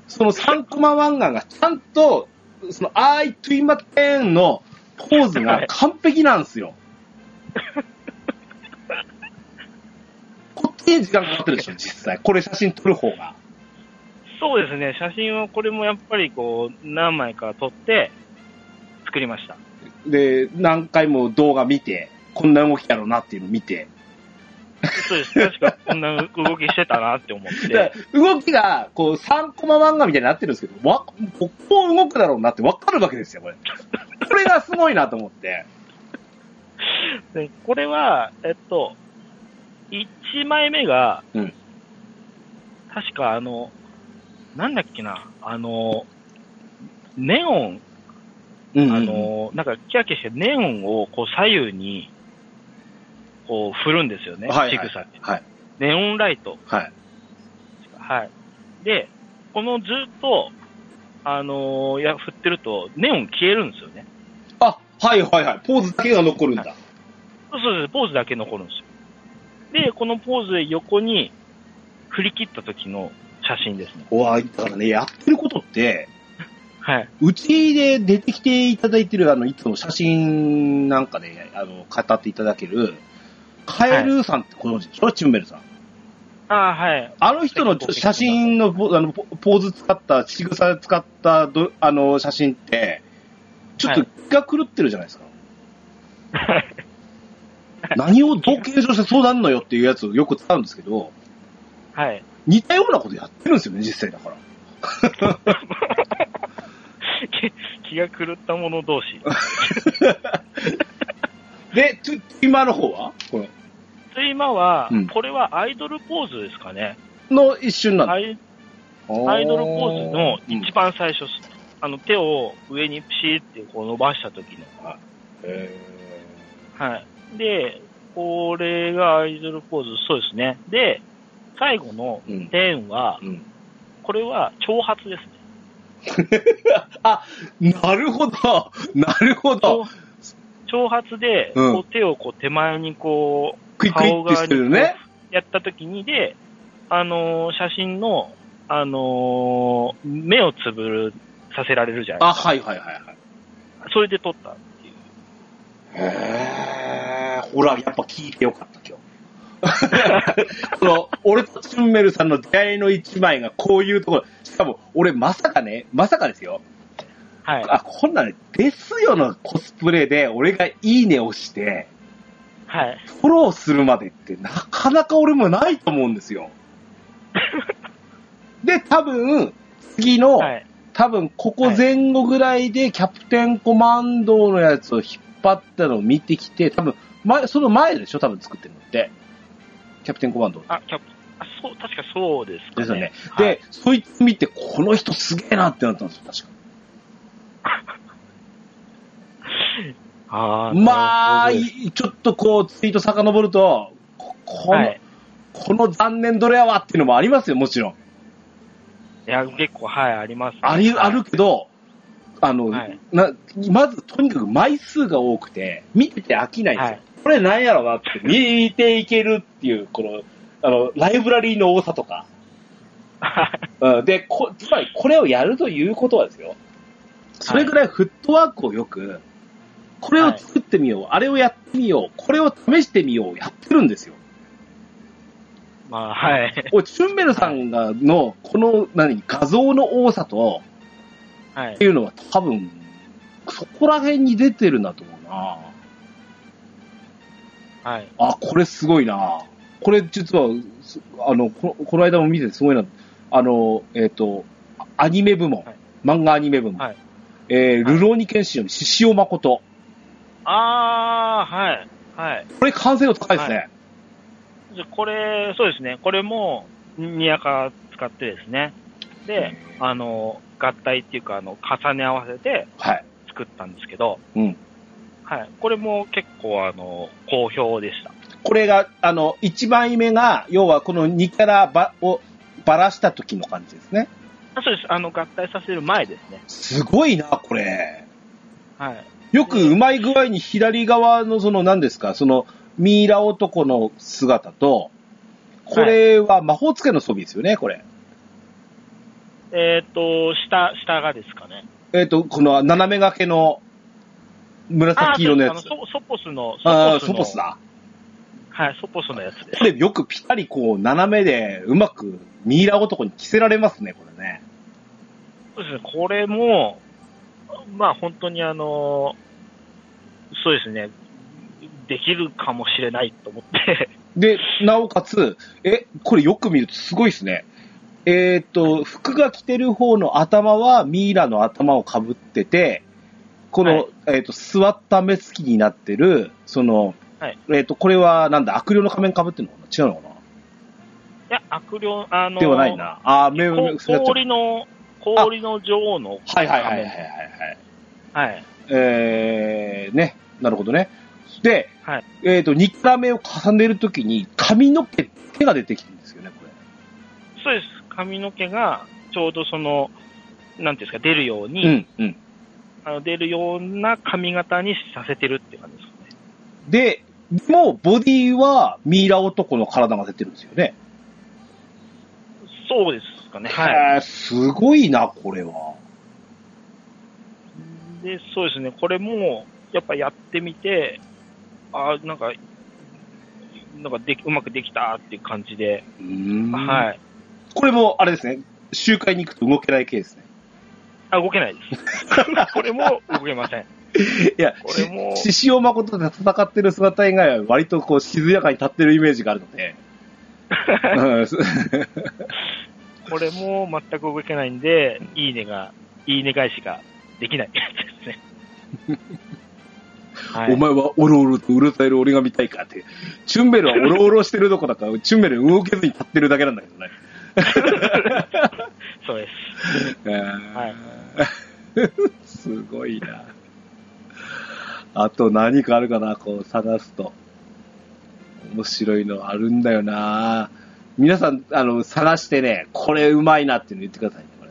Speaker 1: その3コマ漫画がちゃんと、その、あーいといまてんのポーズが完璧なんですよ。こっちに時間かかってるでしょ、実際。これ写真撮る方が。
Speaker 2: そうですね。写真はこれもやっぱりこう、何枚か撮って、作りました。
Speaker 1: で、何回も動画見て、こんな動きやろうなっていうの見て、
Speaker 2: そうです。確かこんな動きしてたなって思っ
Speaker 1: だ
Speaker 2: て
Speaker 1: (laughs) か。ら動きが、こう、3コマ漫画みたいになってるんですけど、わ、ここう動くだろうなってわかるわけですよ、これ。これがすごいなと思って。
Speaker 2: でこれは、えっと、1枚目が、
Speaker 1: うん
Speaker 2: 確かあの、なんだっけな、あの、ネオン
Speaker 1: うん
Speaker 2: あ、のーなんか、キラキラしてネオンをこう左右に、こう振るんですよね、
Speaker 1: はいはい
Speaker 2: 仕草で。
Speaker 1: はい、
Speaker 2: ネオンライト。
Speaker 1: はい。
Speaker 2: はい。で、このずっと、あのーいや、振ってると、ネオン消えるんですよね。
Speaker 1: あ、はいはいはい。ポーズだけが残るんだ。
Speaker 2: そうそうそう、ポーズだけ残るんですよ。で、このポーズで横に振り切った時の写真ですね。
Speaker 1: うわだからね、やってることって、
Speaker 2: はい。
Speaker 1: うちで出てきていただいてる、あの、いつも写真なんかで、あの、語っていただける、カエルさんってご存知でしょ、チュンベルさん。
Speaker 2: あ
Speaker 1: (laughs)
Speaker 2: あ、はい。
Speaker 1: あの人の写真のポあのポポーズ使った、仕草使ったどあの写真って、ちょっと
Speaker 2: は
Speaker 1: 気が狂ってるじゃないですか。何をどう計上してそうなんのよっていうやつをよく使うんですけど、
Speaker 2: はい。
Speaker 1: 似たようなことやってるんですよね、実際だから。
Speaker 2: 気気が狂った者同士。
Speaker 1: で、ツイ今の方はこの
Speaker 2: 今は、
Speaker 1: うん
Speaker 2: これはアイドルポーズですかね。
Speaker 1: の一瞬なんだ。
Speaker 2: アイ
Speaker 1: あー
Speaker 2: アイドルポーズの一番最初、あの手を上にピシーってこう伸ばした時の。
Speaker 1: へ
Speaker 2: はい。で、これがアイドルポーズ、そうですね。で、最後の
Speaker 1: ーうん
Speaker 2: 点は、
Speaker 1: うん
Speaker 2: これは挑発ですね。
Speaker 1: なるほど、なるほど
Speaker 2: 挑。挑発で、
Speaker 1: うん
Speaker 2: こう手をこう手前にこう、
Speaker 1: クイックイってしてるね。
Speaker 2: やった時にで、あのー写真のあのー目をつぶる、させられるじゃない
Speaker 1: あ、はいはいはいはい。
Speaker 2: それで撮ったっていう。
Speaker 1: へー、ほら、やっぱ聞いてよかった、今日。 (laughs) その、俺とチュンメルさんの出会いの一枚がこういうところ、しかも、俺まさかね、まさかですよ。
Speaker 2: はい。
Speaker 1: あ、こんなね、ですよのコスプレで、俺がいいねをして、
Speaker 2: はい。
Speaker 1: フォローするまでってなかなか俺もないと思うんです (laughs) よ。で、多分、次の、
Speaker 2: はい。
Speaker 1: 多分ここ前後ぐらいでキャプテンコマンドのやつを引っ張ったのを見てきて、多分前、その前でしょ多分作ってるのって。キャプテンコマンド。
Speaker 2: あ、キャプ、あ、そう、確かそうですか、
Speaker 1: ですよね。
Speaker 2: はい
Speaker 1: で、そいつ見て、この人すげえなってなったんですよ、確か。
Speaker 2: あー
Speaker 1: まあ、
Speaker 2: なるほど
Speaker 1: いちょっとこう、ツイート遡ると、ここの、
Speaker 2: はい。
Speaker 1: この残念どれやわっていうのもありますよ、もちろん。
Speaker 2: いや、結構、はい、あります、
Speaker 1: あり、
Speaker 2: はい
Speaker 1: あるけど、あの、
Speaker 2: はい
Speaker 1: な、まずとにかく枚数が多くて、見てて飽きないんですよ。
Speaker 2: はい (laughs)
Speaker 1: これなんやろうなって、見ていけるっていう、この、あの、ライブラリーの多さとか。うん、でこ、つまりこれをやるということはですよ。それぐらいフットワークをよく、これを作ってみよう、あれをやってみよう、これを試してみよう、やってるんですよ。
Speaker 2: まあ、はい。
Speaker 1: おいチュンベルさんがの、この、何、画像の多さと、
Speaker 2: はい
Speaker 1: って。いうのは多分、そこら辺に出てるんだと思うな。
Speaker 2: はい。
Speaker 1: あ、これすごいな。これ実は、すあの、このこの間も見ててすごいな。あの、えっ、と、アニメ部門、
Speaker 2: はい
Speaker 1: 漫画アニメ部門、
Speaker 2: はい
Speaker 1: えー、ルローニケンシンより獅子王誠。
Speaker 2: あー、はい。はい。
Speaker 1: これ完成度高いですね。
Speaker 2: じゃこれ、そうですね。これも、ニヤカ使ってですね。で、あの、合体っていうか、あの、重ね合わせて
Speaker 1: はい。
Speaker 2: 作ったんですけど、
Speaker 1: うん。
Speaker 2: はい。これも結構、あの、好評でした。
Speaker 1: これが、あの、1枚目が、要はこの2キャラばをばらした時の感じですね。
Speaker 2: あそうです。あの、合体させる前ですね。
Speaker 1: すごいな、これ。
Speaker 2: はい。
Speaker 1: よくうまい具合に左側のその何ですか、そのミイラ男の姿と、これは魔法使いの装備ですよね、これ。
Speaker 2: えっ、と、下、下がですかね。
Speaker 1: えっ、と、この斜め掛けの紫色のや
Speaker 2: あ
Speaker 1: つ
Speaker 2: そ。うですあのソソポスの、
Speaker 1: ああ、
Speaker 2: の
Speaker 1: ソポス。だ。
Speaker 2: はい、ソポスのやつです
Speaker 1: こ。れよくぴったりこう斜めでうまくミイラ男に着せられますね、これね。
Speaker 2: そうですね、これも、まあ本当にあの、そうですね、できるかもしれないと思って、 (laughs)
Speaker 1: で、なおかつ、え、これよく見るとすごいですね。えっ、と、服が着てる方の頭はミイラの頭をかぶってて、この、
Speaker 2: はい
Speaker 1: えっ、と、座った目つきになってる、その、
Speaker 2: はい
Speaker 1: えっ、と、これはなんだ、悪霊の仮面かぶってるのかな違うのかない
Speaker 2: や、悪霊、あの、
Speaker 1: ではないな。あー、目、
Speaker 2: こ
Speaker 1: 目、そうなっちゃう
Speaker 2: 氷の、氷の女王の、
Speaker 1: はいはいはいはいはい
Speaker 2: は
Speaker 1: はい。
Speaker 2: い。
Speaker 1: えー、ね、なるほどね。で、
Speaker 2: はい
Speaker 1: えっ、と、2回目を重ねるときに髪の毛、手が出てきてるんですよね、これ。
Speaker 2: そうです、髪の毛が、ちょうどその、なんていうんですか、出るように、
Speaker 1: うん、うん。
Speaker 2: あの出るような髪型にさせてるって感じですかね。
Speaker 1: で、でもボディはミイラ男の体が出てるんですよね。
Speaker 2: そうですかね、はい。
Speaker 1: い。すごいな、これは。
Speaker 2: で、そうですね、これも、やっぱやってみて、あーなんか、なんかできうまくできたっていう感じで、
Speaker 1: うーん
Speaker 2: はい。
Speaker 1: これも、あれですね、集会に行くと動けない系ですね。
Speaker 2: あ、動けないです。
Speaker 1: (laughs)
Speaker 2: これも動けません。
Speaker 1: いや、
Speaker 2: これも
Speaker 1: し獅子王誠で戦ってる姿以外は割とこう静やかに立ってるイメージがあるの
Speaker 2: (laughs)
Speaker 1: で。うんす
Speaker 2: これも全く動けないんで、いいねが、いいね返しが
Speaker 1: (laughs)
Speaker 2: できないですね。はい
Speaker 1: お前はオロオロとうるさいる俺が見たいかって。チュンベルはオロオロしてるどころだから、チュンベル動けずに立ってるだけなんだけどね。
Speaker 2: そうです。
Speaker 1: はい、すごいな。あと何かあるかな、こう探すと。面白いのあるんだよな。皆さん、あの、探してね、これうまいなっていうの言ってくださいね、こ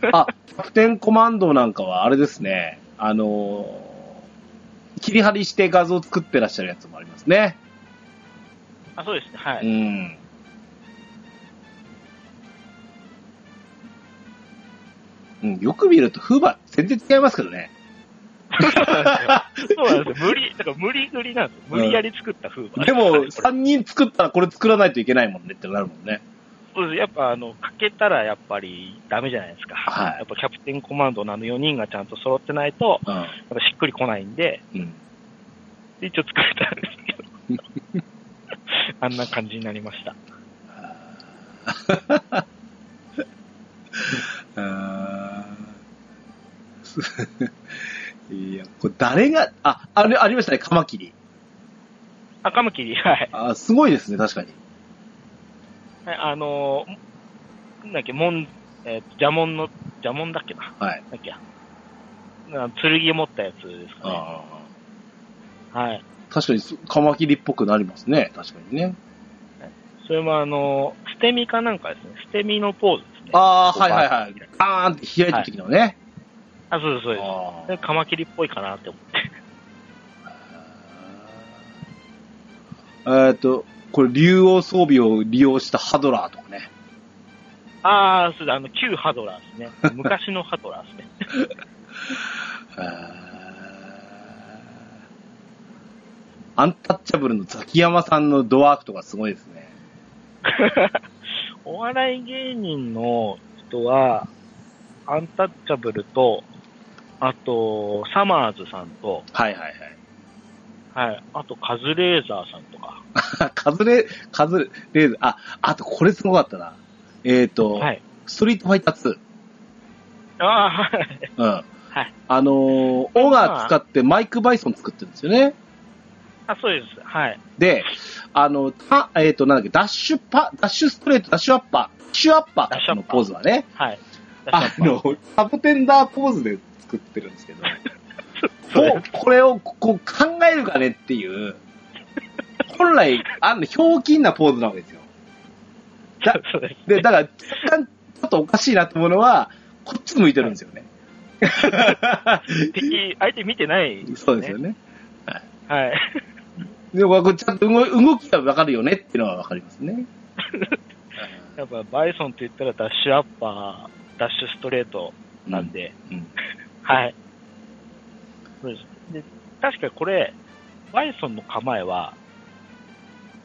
Speaker 1: れね。あ、キャプテンコマンドなんかはあれですね、あのー切り張りして画像作ってらっしゃるやつもありますね。
Speaker 2: (laughs) あ、そうですね、は
Speaker 1: う
Speaker 2: い。
Speaker 1: ん。うん、よく見ると、フーバー全然違いますけどね。
Speaker 2: そうなんですよ。無理、だから無理無理なんですよ。無理やり作った風
Speaker 1: でも、3人作ったらこれ作らないといけないもんねってなるもんね。
Speaker 2: そうですやっぱあの、かけたらやっぱりダメじゃないですか。
Speaker 1: はい
Speaker 2: やっぱキャプテンコマンドのあの4人がちゃんと揃ってないと、
Speaker 1: うん。
Speaker 2: やっぱしっくりこないんで、
Speaker 1: (laughs) うん。
Speaker 2: 一応作れたんですけど。
Speaker 1: (laughs)
Speaker 2: あんな感じになりました。
Speaker 1: あー (laughs) いや、これ誰が、あ、あれ、ありましたね、カマキリ。
Speaker 2: 赤むきり、はい。
Speaker 1: あーすごいですね、確かに。
Speaker 2: はいあのー、なんだっけ、もん、えー、邪門の、邪門だっけな。
Speaker 1: はい。
Speaker 2: なんだっけな剣を持ったやつですかね。
Speaker 1: あ
Speaker 2: はい。
Speaker 1: ー確かにそ、カマキリっぽくなりますね、確かにね。
Speaker 2: それもあのー、捨て身かなんかですね。捨て身のポーズですね。
Speaker 1: ああ、はいはいはい。ガーンって開いた時のね。
Speaker 2: あ、そうです、そうです。
Speaker 1: あ
Speaker 2: でカマキリっぽいかなって思って。
Speaker 1: ーえっと、これ、竜王装備を利用したハドラーとかね。
Speaker 2: ああ、そうだ、あの、旧ハドラーですね。
Speaker 1: (laughs)
Speaker 2: 昔のハドラーですね。
Speaker 1: あーアンタッチャブルのザキヤマさんのドワークとかすごいですね。
Speaker 2: お笑い芸人の人は、アンタッチャブルと、あと、サマーズさんと、
Speaker 1: はいはい
Speaker 2: はい、あと、カズレーザーさんとか。
Speaker 1: はい。 (laughs) カズレ、カズレーザー、あ、あとこれすごかったな。えっ、と、
Speaker 2: はい。
Speaker 1: ストリートファイター2。
Speaker 2: ああー、はい。
Speaker 1: うん。
Speaker 2: はい。
Speaker 1: あのー、オガ使ってマイク・バイソン作ってるんですよね。
Speaker 2: あ、そうです。はい。
Speaker 1: で、あの、た、えっ、と、なんだっけ、ダッシュパ、ダッシュストレート、ダッシュアッパー、ダッシュアッパ
Speaker 2: ダッシュ
Speaker 1: ー
Speaker 2: アッ
Speaker 1: の
Speaker 2: パー
Speaker 1: ポーズはね、
Speaker 2: はい。
Speaker 1: あの、サボテンダーポーズで作ってるんですけど、
Speaker 2: それ
Speaker 1: こうこれをこう考えるかねっていう、本来、あの、ひょうきんなポーズなわけですよ。だ
Speaker 2: (laughs) そうです。
Speaker 1: で、だから、若干、ちょっとおかしいなと思うのは、こっち向いてるんですよね。
Speaker 2: 敵、相手見てない、
Speaker 1: そうですよね。
Speaker 2: はい。
Speaker 1: でも、こうちゃんと動動きがわかるよねっていうのはわかりますね。
Speaker 2: やっぱ、バイソンって言ったら、ダッシュアッパー、ダッシュストレート (laughs) なんで、
Speaker 1: うん。
Speaker 2: はい。そうです。で、確かこれ、バイソンの構えは、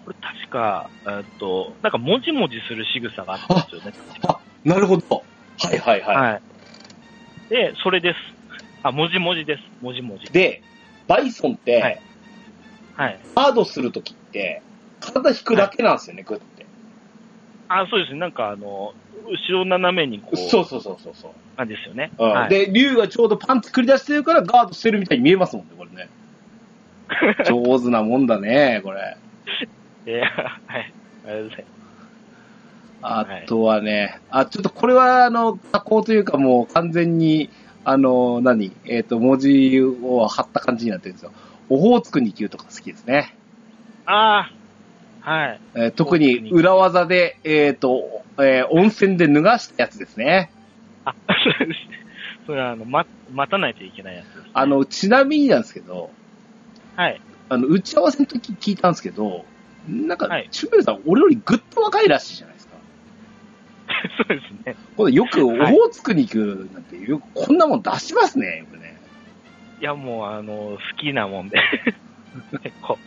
Speaker 2: これ確か、えーっと、なんかもじもじする仕草があったんですよね。
Speaker 1: あ、なるほど。はいはいはい。
Speaker 2: はい。で、それです。あ、もじもじです。もじもじ。
Speaker 1: で、バイソンって、
Speaker 2: はいはい。
Speaker 1: ハードするときって、体引くだけなんですよね、グッて。
Speaker 2: あ、そうですね。なんかあの、後ろ斜めにこう、
Speaker 1: そうそうそうそうそう、
Speaker 2: なんですよね。
Speaker 1: うん
Speaker 2: はい、
Speaker 1: で、竜がちょうどパンツ繰り出してるからガードしてるみたいに見えますもんね、これ (laughs) ね。上手なもんだね、これ。
Speaker 2: で (laughs) はい。ありがとうございます。
Speaker 1: あとはね、あ、ちょっとこれは、あの、加工というかもう完全に、あの、何えっ、と、文字を貼った感じになってるんですよ。オホーツクに球とか好きですね。
Speaker 2: ああ、はい。
Speaker 1: えー特に裏技で、えっ、と、えー温泉で脱がしたやつですね。
Speaker 2: あ、そうですね。それはあの、ま、待たないといけないやつです、
Speaker 1: あ、の、ちなみになんですけど、
Speaker 2: はい。 (laughs)
Speaker 1: あの、打ち合わせの時聞いたんですけど、なんか
Speaker 2: はい、
Speaker 1: チューベルさん、俺よりぐっと若いらしいじゃないですか。
Speaker 2: そうですね。
Speaker 1: これよく、オホ
Speaker 2: はい
Speaker 1: ーツクに行くなんて、よくこんなもん出しますね、これね。
Speaker 2: いや、もう、あの、好きな (laughs) もんで。結構。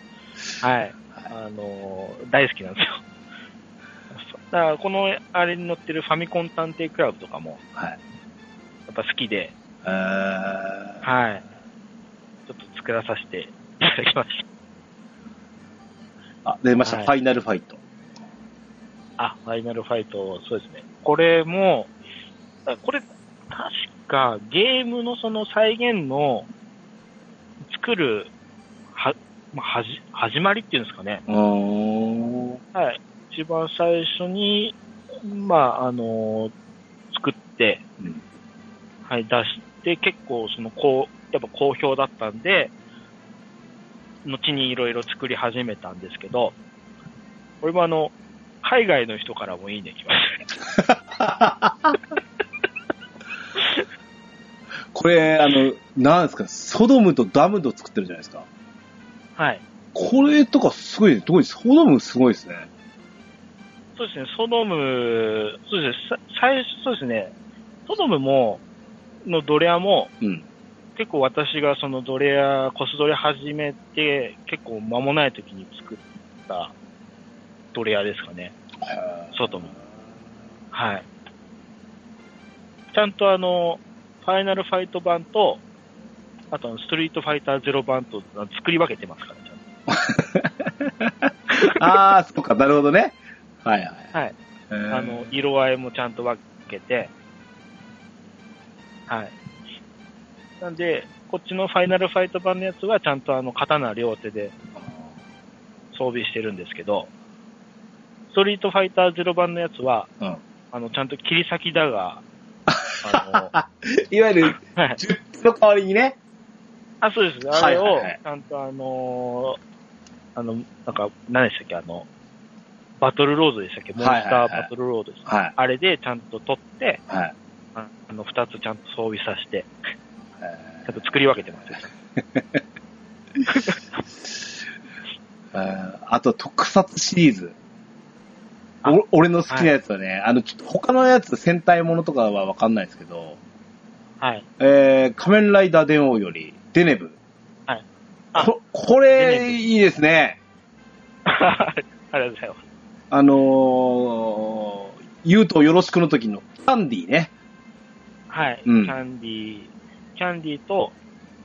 Speaker 2: はい。あの、大好きなんですよ。そうだから、この、あれに載ってるファミコン探偵クラブとかも、
Speaker 1: はい。
Speaker 2: やっぱ好きで、
Speaker 1: えー
Speaker 2: はい。ちょっと作らさせていただきまし
Speaker 1: あ、出ました、
Speaker 2: はい
Speaker 1: ファイナルファイト。
Speaker 2: た。あ、ファイナルファイト、そうですね。これも、あこれ、確か、ゲームのその再現の、作る、は、まあはじ、始まりっていうんですかね。
Speaker 1: う
Speaker 2: (laughs)
Speaker 1: ーん。
Speaker 2: はい。一番最初に、まあ、あの作って、
Speaker 1: うん
Speaker 2: はい、出して、結構、その、こう、やっぱ好評だったんで、後にいろいろ作り始めたんですけど、これもあの、海外の人からもいいね来まし
Speaker 1: これ、あの、なんですか、ソドムとダムド作ってるじゃないですか。
Speaker 2: た。はい。
Speaker 1: これとかすごいね。特にソドムすごいですね。
Speaker 2: そうですね、ソドム、そうですね、さ最初、そうですね、ソドムも、のドレアも、
Speaker 1: うん。
Speaker 2: 結構私がそのドレア、コスドレ始めて、結構間もない時に作ったドレアですかね。外も。はい。ちゃんとあの、ファイナルファイト版と、あとあのストリートファイターゼロ版とあの作り分けてますから、ち
Speaker 1: (laughs)
Speaker 2: ゃん
Speaker 1: ああ、そうか、なるほどね。はいはい。
Speaker 2: と。はい。
Speaker 1: えー
Speaker 2: あの、色合いもちゃんと分けて、はい。なんで、こっちのファイナルファイト版のやつはちゃんとあの、刀両手で装備してるんですけど、ストリートファイターゼロ版のやつは、
Speaker 1: うん
Speaker 2: あの、ちゃんと切り裂きだが、あ
Speaker 1: いわゆる、
Speaker 2: の、
Speaker 1: (laughs)
Speaker 2: はい。
Speaker 1: 銃の代わりにね。
Speaker 2: あ、そうです。あれ
Speaker 1: はい
Speaker 2: を
Speaker 1: はいはい、
Speaker 2: ちゃんとあのーあの、なんか、何でしたっけ、あの、バトルロードでしたっけ、モンス
Speaker 1: はいはいはい
Speaker 2: ターバトルロードです。
Speaker 1: はい。
Speaker 2: あれでちゃんと取って、
Speaker 1: はい。
Speaker 2: ああの、二つちゃんと装備させて、
Speaker 1: え
Speaker 2: ちゃんと作り分けてますよ。
Speaker 1: ーあーあと、特撮シリーズ。お俺の好きなやつはね、あの、ちょっと他のやつ、戦隊ものとかはわかんないですけど、
Speaker 2: はい。 (laughs)
Speaker 1: えー、仮面ライダー電王より、デネブ。
Speaker 2: はいあ
Speaker 1: ここ
Speaker 2: デネ
Speaker 1: れ、
Speaker 2: ブ
Speaker 1: いいですね。
Speaker 2: ありがとうございます。
Speaker 1: あのー、言うとよろしくの時の、サンディね。
Speaker 2: はい。
Speaker 1: うん
Speaker 2: キャンディー、キャンディーと、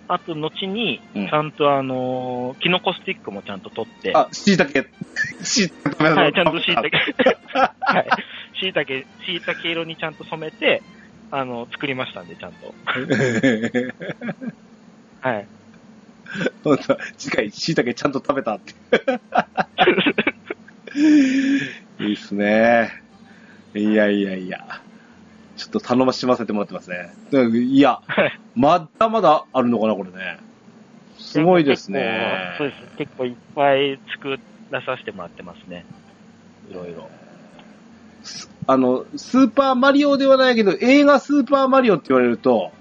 Speaker 2: あと、後に、
Speaker 1: うん
Speaker 2: ちゃんとあのーキノコスティックもちゃんと取って、
Speaker 1: あ、椎茸。椎茸食べな
Speaker 2: はい、ちゃんと
Speaker 1: (laughs)
Speaker 2: 椎茸。はい。椎茸、椎茸色にちゃんと染めて、あの、作りましたんで、ちゃんと。
Speaker 1: 茸。
Speaker 2: はい。
Speaker 1: (laughs) 本当次回、椎茸ちゃんと食べた
Speaker 2: (laughs)
Speaker 1: って。いいっすね。いやいやいや。ちょっと頼ましませてもらってますね。いや、
Speaker 2: はい
Speaker 1: まだまだあるのかな、これね。すごいですね。
Speaker 2: 結構そうです。結構いっぱい作らさせてもらってますね。いろいろ。
Speaker 1: すあの、スーパーマリオではないけど、映画スーパーマリオって言われると、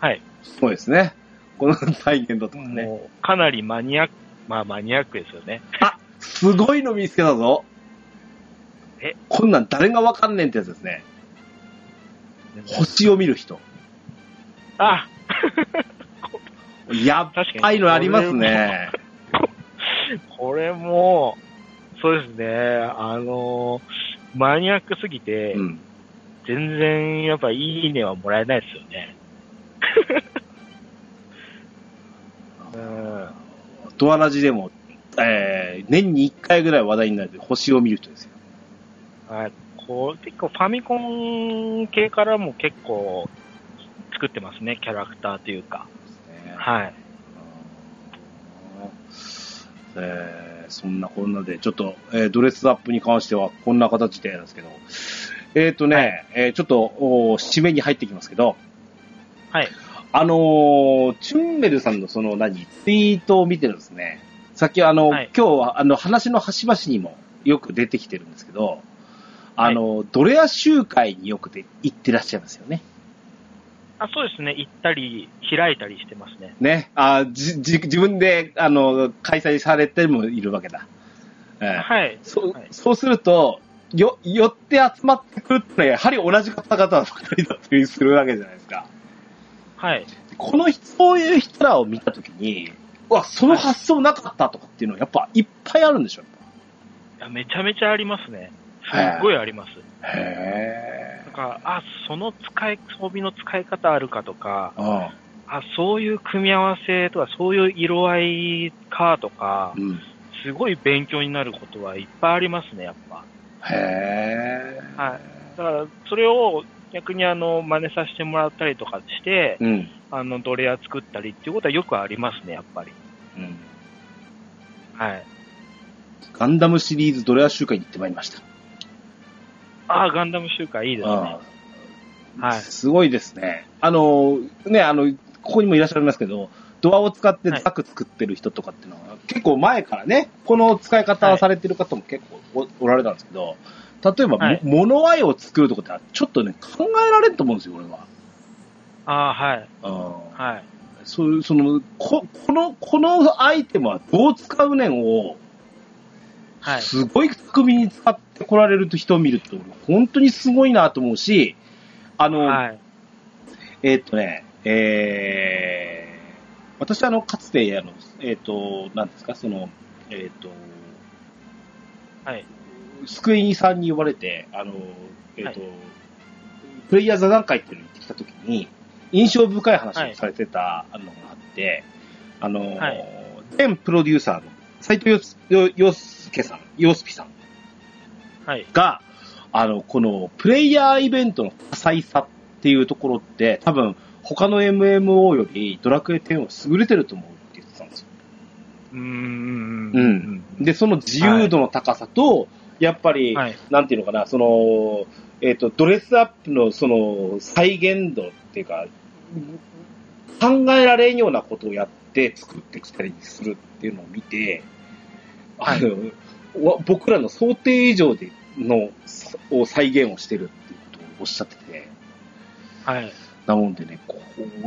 Speaker 2: はい。
Speaker 1: すごいですね。この再現度とかね。
Speaker 2: もう、かなりマニアック、まあ、マニアックですよね。
Speaker 1: すごいの見つけたぞ。
Speaker 2: え
Speaker 1: こんなん誰がわかんねんってやつですね。星を見る人。
Speaker 2: あ、
Speaker 1: やっばいのありますね。
Speaker 2: これも、そうですね。あのーマニアックすぎて、
Speaker 1: うん。
Speaker 2: 全然、やっぱ、いいねはもらえないですよね。うん。
Speaker 1: ドアラジでも、えー、年に1回ぐらい話題になる星を見る人ですよ。
Speaker 2: はい。こう、結構ファミコン系からも結構作ってますね、キャラクターというか。はい。
Speaker 1: えーそんなこんなで、ちょっと、えードレスアップに関してはこんな形でなんですけど、えっ、とね、えーちょっとおー締めに入ってきますけど、
Speaker 2: はい。
Speaker 1: あのーチュンメルさんのその何、ツイートを見てるんですね。さっきあの、
Speaker 2: はい
Speaker 1: 今日はあの話の端々にもよく出てきてるんですけど、あの、ドレア集会によくで行ってらっしゃいますよね。
Speaker 2: あ、そうですね。行ったり、開いたりしてますね。
Speaker 1: ね。あじ、じ、自分で、あの、開催されてもいるわけだ。ええ
Speaker 2: はい。
Speaker 1: そう、
Speaker 2: はい
Speaker 1: そうすると、よ、寄って集まってくるってのはやはり同じ方々ばかりだったりするわけじゃないですか。
Speaker 2: はい。
Speaker 1: この人、そういう人らを見たときに、うわ、その発想なかったとかっていうのはやっぱいっぱいあるんでしょ、やっ
Speaker 2: いやめちゃめちゃありますね。すっごいあります。
Speaker 1: ぱへ
Speaker 2: なんか、あ、その使い、装備の使い方あるかとか、
Speaker 1: ぇ
Speaker 2: あ、そういう組み合わせとか、そういう色合いかとか
Speaker 1: う、ん。
Speaker 2: すごい勉強になることはいっぱいありますね、やっぱ。
Speaker 1: へぇ
Speaker 2: はい。だから、それを逆にあの、真似させてもらったりとかして、
Speaker 1: うん。
Speaker 2: あの、ドレア作ったりっていうことはよくありますね、やっぱり。
Speaker 1: うん。
Speaker 2: はい。
Speaker 1: ガンダムシリーズドレア集会に行ってまいりました。
Speaker 2: ああ、ガンダム集会いいですね。
Speaker 1: あ
Speaker 2: は
Speaker 1: あ
Speaker 2: い。
Speaker 1: すごいですね。あの、ね、あの、ここにもいらっしゃいますけど、ドアを使ってザク作ってる人とかっていうのは、結構前からね、この使い方をされてる方も結構お,、られたんですけど、例えば、
Speaker 2: はい
Speaker 1: も物合いを作るとかって、ちょっとね、考えられると思うんですよ、俺は。
Speaker 2: ああ、はい。
Speaker 1: うん
Speaker 2: はい。
Speaker 1: そういう、その、こ、この、このアイテムはどう使うねんを、
Speaker 2: はい。
Speaker 1: すごい巧みに使ってこられる人を見ると、本当にすごいなと思うし、あの、
Speaker 2: はい。
Speaker 1: えーっとね、えー、私はあの、かつて、あの、えーっと、なんですか、その、えーっと、
Speaker 2: はい。
Speaker 1: 救いにさんに呼ばれて、あの、えーっと、
Speaker 2: は
Speaker 1: プレイヤー座談会っていうのに行ってきたときに、印象深い話をされてたあのがあって、あの、
Speaker 2: はい
Speaker 1: 前プロデューサーの斎藤よすよよすけさん、よすぴさん
Speaker 2: はい。
Speaker 1: が、あの、このプレイヤーイベントの多彩さっていうところって、多分他の MMO よりドラクエ10を優れてると思うって言ってたんですよ。
Speaker 2: うーん。
Speaker 1: うで、その自由度の高さと、やっぱり、
Speaker 2: はい。
Speaker 1: なんていうのかな、その、えっ、と、ドレスアップのその再現度っていうか、考えられんようなことをやって作ってきたりするっていうのを見て、あの、わ僕らの想定以上での、を再現をしてるっていうことをおっしゃってて、
Speaker 2: はい。
Speaker 1: なもんでね、こ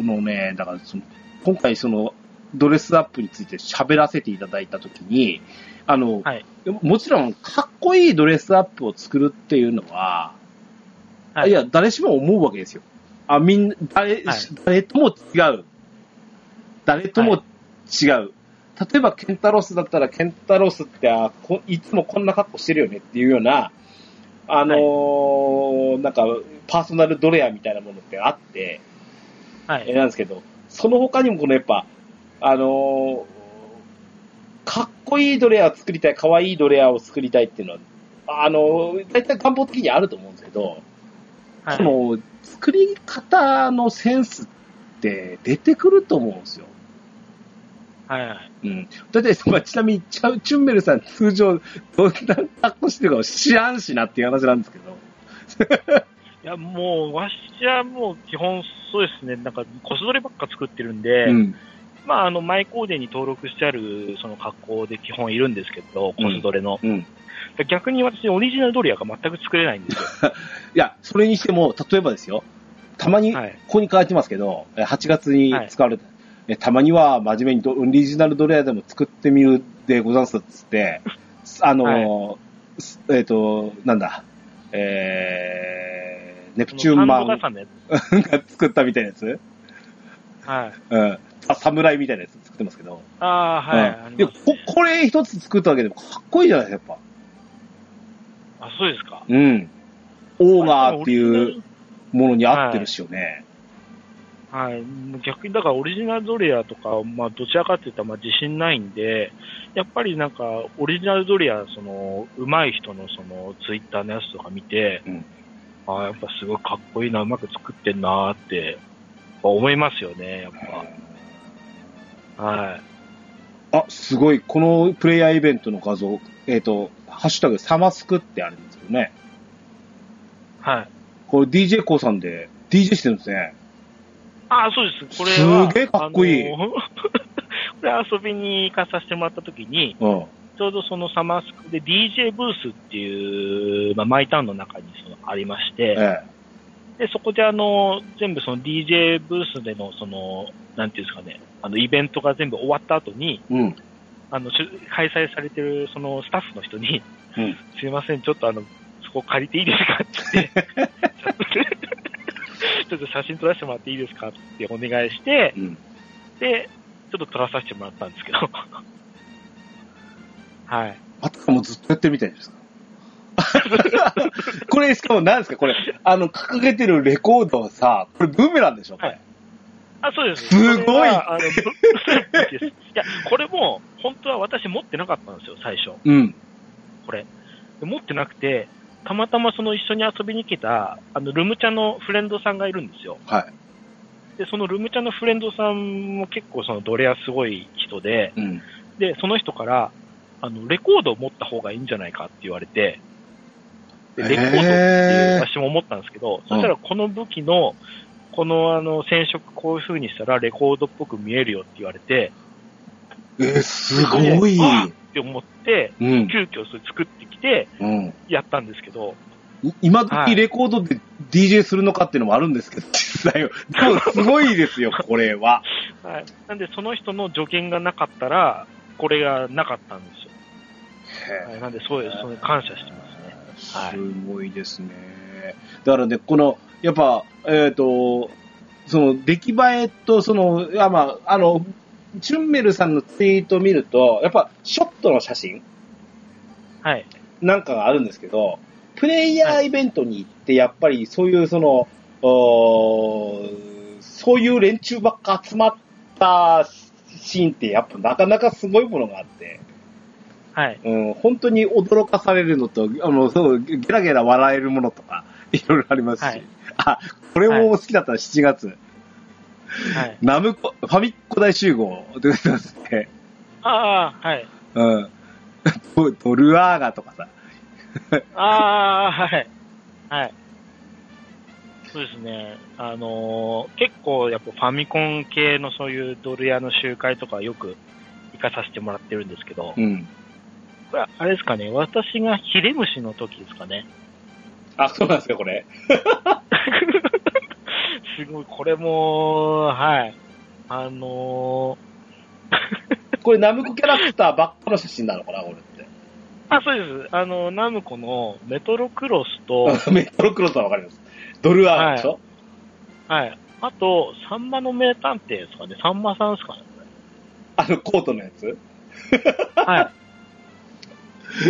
Speaker 1: のね、だからその、今回その、ドレスアップについて喋らせていただいたときに、あの、
Speaker 2: はい
Speaker 1: もちろん、かっこいいドレスアップを作るっていうのは、
Speaker 2: はい
Speaker 1: い、や、誰しも思うわけですよ。あ、みんな、誰、
Speaker 2: はい
Speaker 1: 誰とも違う。誰とも違う。例えば、ケンタロスだったら、ケンタロスって、あこいつもこんな格好してるよねっていうような、あのーなんか、パーソナルドレアみたいなものってあって、
Speaker 2: は
Speaker 1: え
Speaker 2: い。
Speaker 1: なんですけど、その他にもこのやっぱ、あのーかっこいいドレアを作りたい、かわいいドレアを作りたいっていうのは、あのー大体願望的にあると思うんですけど、
Speaker 2: はい。
Speaker 1: その、作り方のセンスって出てくると思うんですよ。
Speaker 2: は
Speaker 1: う
Speaker 2: い。
Speaker 1: ん。だって、まあちなみに、チャウ・チュンベルさん通常、どんな格好してるか知らんしなっていう話なんですけど。
Speaker 2: いや、もう、わしはもう基本そうですね、なんか、コスどればっか作ってるんで、
Speaker 1: うん。
Speaker 2: まあ、あの、マイコーデに登録してある、その格好で基本いるんですけど、コスどれの。
Speaker 1: うん。
Speaker 2: 逆に私、オリジナルドリアが全く作れないんですよ。
Speaker 1: いや、それにしても、例えばですよ、たまに、
Speaker 2: はい
Speaker 1: ここに書いてますけど、え8月に使われた、えたまには真面目にドオリジナルドレアでも作ってみるでござんすっつって、すあのー、すえっ、と、なんだ、えー、ネプチューンマン
Speaker 2: そのサンド重ね
Speaker 1: が作ったみたいなやつ、
Speaker 2: はい。
Speaker 1: うん、あ侍みたいなやつ作ってますけど、
Speaker 2: ああ、はい。あ
Speaker 1: うん
Speaker 2: り
Speaker 1: で
Speaker 2: ま
Speaker 1: こ
Speaker 2: すね
Speaker 1: これ一つ作っただけでもかっこいいじゃないですか、やっぱ。
Speaker 2: あ、そうですか。
Speaker 1: うん。オーガーって
Speaker 2: まあ
Speaker 1: いうものに合ってるしよね。
Speaker 2: はい、もう逆にだからオリジナルドレアとか、まあ、どちらかというとまあ自信ないんで、やっぱりなんか、オリジナルドレア、その、上手い人のその、ツイッターのやつとか見て、
Speaker 1: うん
Speaker 2: ああ、やっぱすごいかっこいいな、うまく作ってんなーって、まあ思いますよね、やっぱ。はい。
Speaker 1: あ、すごい。このプレイヤーイベントの画像、えっ、と、ハッシュタグサマスクってあるんですけどね。
Speaker 2: はい。
Speaker 1: これ DJ コウさんで DJ してるんですね。
Speaker 2: ああ、そうです。これは。
Speaker 1: すげえかっこいい
Speaker 2: あの (laughs) これ遊びに行かさせてもらった時に、
Speaker 1: うん。
Speaker 2: ちょうどそのサマースクで DJ ブースっていう、まあ、マイタウンの中にそのありまして、
Speaker 1: え
Speaker 2: で、そこであの、全部その DJ ブースでの、その、なんていうんですかね、あの、イベントが全部終わった後に、
Speaker 1: え。うん。
Speaker 2: あの、しゅ開催されてる、その、スタッフの人に、 (laughs)
Speaker 1: うん
Speaker 2: すいません、ちょっとあの、そこ借りていいですかって (laughs) 言って、ちょっと写真撮らせてもらっていいですかってお願いして、
Speaker 1: うん。
Speaker 2: で、ちょっと撮らさせてもらったんですけど、 (laughs) はい。
Speaker 1: あたかもずっとやってるみたいですか。 (laughs) これ、しかも何ですかこれ、あの、掲げてるレコードはさ、これブーメランでしょこれ。
Speaker 2: はいあ、そうです。
Speaker 1: すごい
Speaker 2: これ
Speaker 1: (laughs)
Speaker 2: はあのですいや、これも、本当は私持ってなかったんですよ、最初。
Speaker 1: うん。
Speaker 2: これ。で持ってなくて、たまたまその一緒に遊びに来た、あの、ルムチャのフレンドさんがいるんですよ。
Speaker 1: は
Speaker 2: で、そのルムチャのフレンドさんも結構そのドレアすごい人で、
Speaker 1: い。うん。
Speaker 2: で、その人から、あの、レコードを持った方がいいんじゃないかって言われて、でレコードっていう
Speaker 1: へ
Speaker 2: 私も思ったんですけど、そしたらこの武器の、このあの、染色こういう風にしたらレコードっぽく見えるよって言われて、
Speaker 1: えー、すごい。
Speaker 2: あって思って、
Speaker 1: うん。
Speaker 2: 急遽それ作ってきて、
Speaker 1: うん。
Speaker 2: やったんですけど、
Speaker 1: い今
Speaker 2: は
Speaker 1: 時
Speaker 2: い
Speaker 1: レコードで DJ するのかっていうのもあるんですけど、実際は。でもすごいですよ、これは。
Speaker 2: はい、なんで、その人の助言がなかったら、これがなかったんですよ。はい、なんで、そういう、そういう感謝してますね。はい
Speaker 1: すごいですね。だからね、この、やっぱ、えっ、と、その、出来栄えと、その、いやまあ、あの、チュンメルさんのツイートを見ると、やっぱ、ショットの写真
Speaker 2: はい。
Speaker 1: なんかがあるんですけど、プレイヤーイベントに行って、やっぱりそういうその、おーそういう連中ばっか集まったシーンって、やっぱなかなかすごいものがあって、
Speaker 2: はい。
Speaker 1: うん、本当に驚かされるのと、あの、そう、ゲラゲラ笑えるものとか、 (laughs) いろいろありますし、
Speaker 2: はい
Speaker 1: あ、これも好きだったら7月、
Speaker 2: はい。
Speaker 1: ナムコ、ファミコ大集合って言ってますね。
Speaker 2: ああ、はい。
Speaker 1: うん。 (laughs) ドドルアーガとかさ、
Speaker 2: ああ、はい。はい。そうですね。あのー結構やっぱファミコン系のそういうドル屋の集会とかよく行かさせてもらってるんですけど、
Speaker 1: うん。
Speaker 2: これあれですかね、私がヒレムシの時ですかね。 (laughs)
Speaker 1: あ、そうなんですか、これ。
Speaker 2: すごい、これも、はい。あの
Speaker 1: これナムコキャラクターばっかの写真なのかな、これって。
Speaker 2: ーあ、そうです。あの、ナムコのメトロクロスと、
Speaker 1: メトロクロスはわかります。ドルアーガでしょ、
Speaker 2: はい。あと、サンマの名探偵ですかね。サンマさんですかね。
Speaker 1: あのコートのやつ
Speaker 2: はい。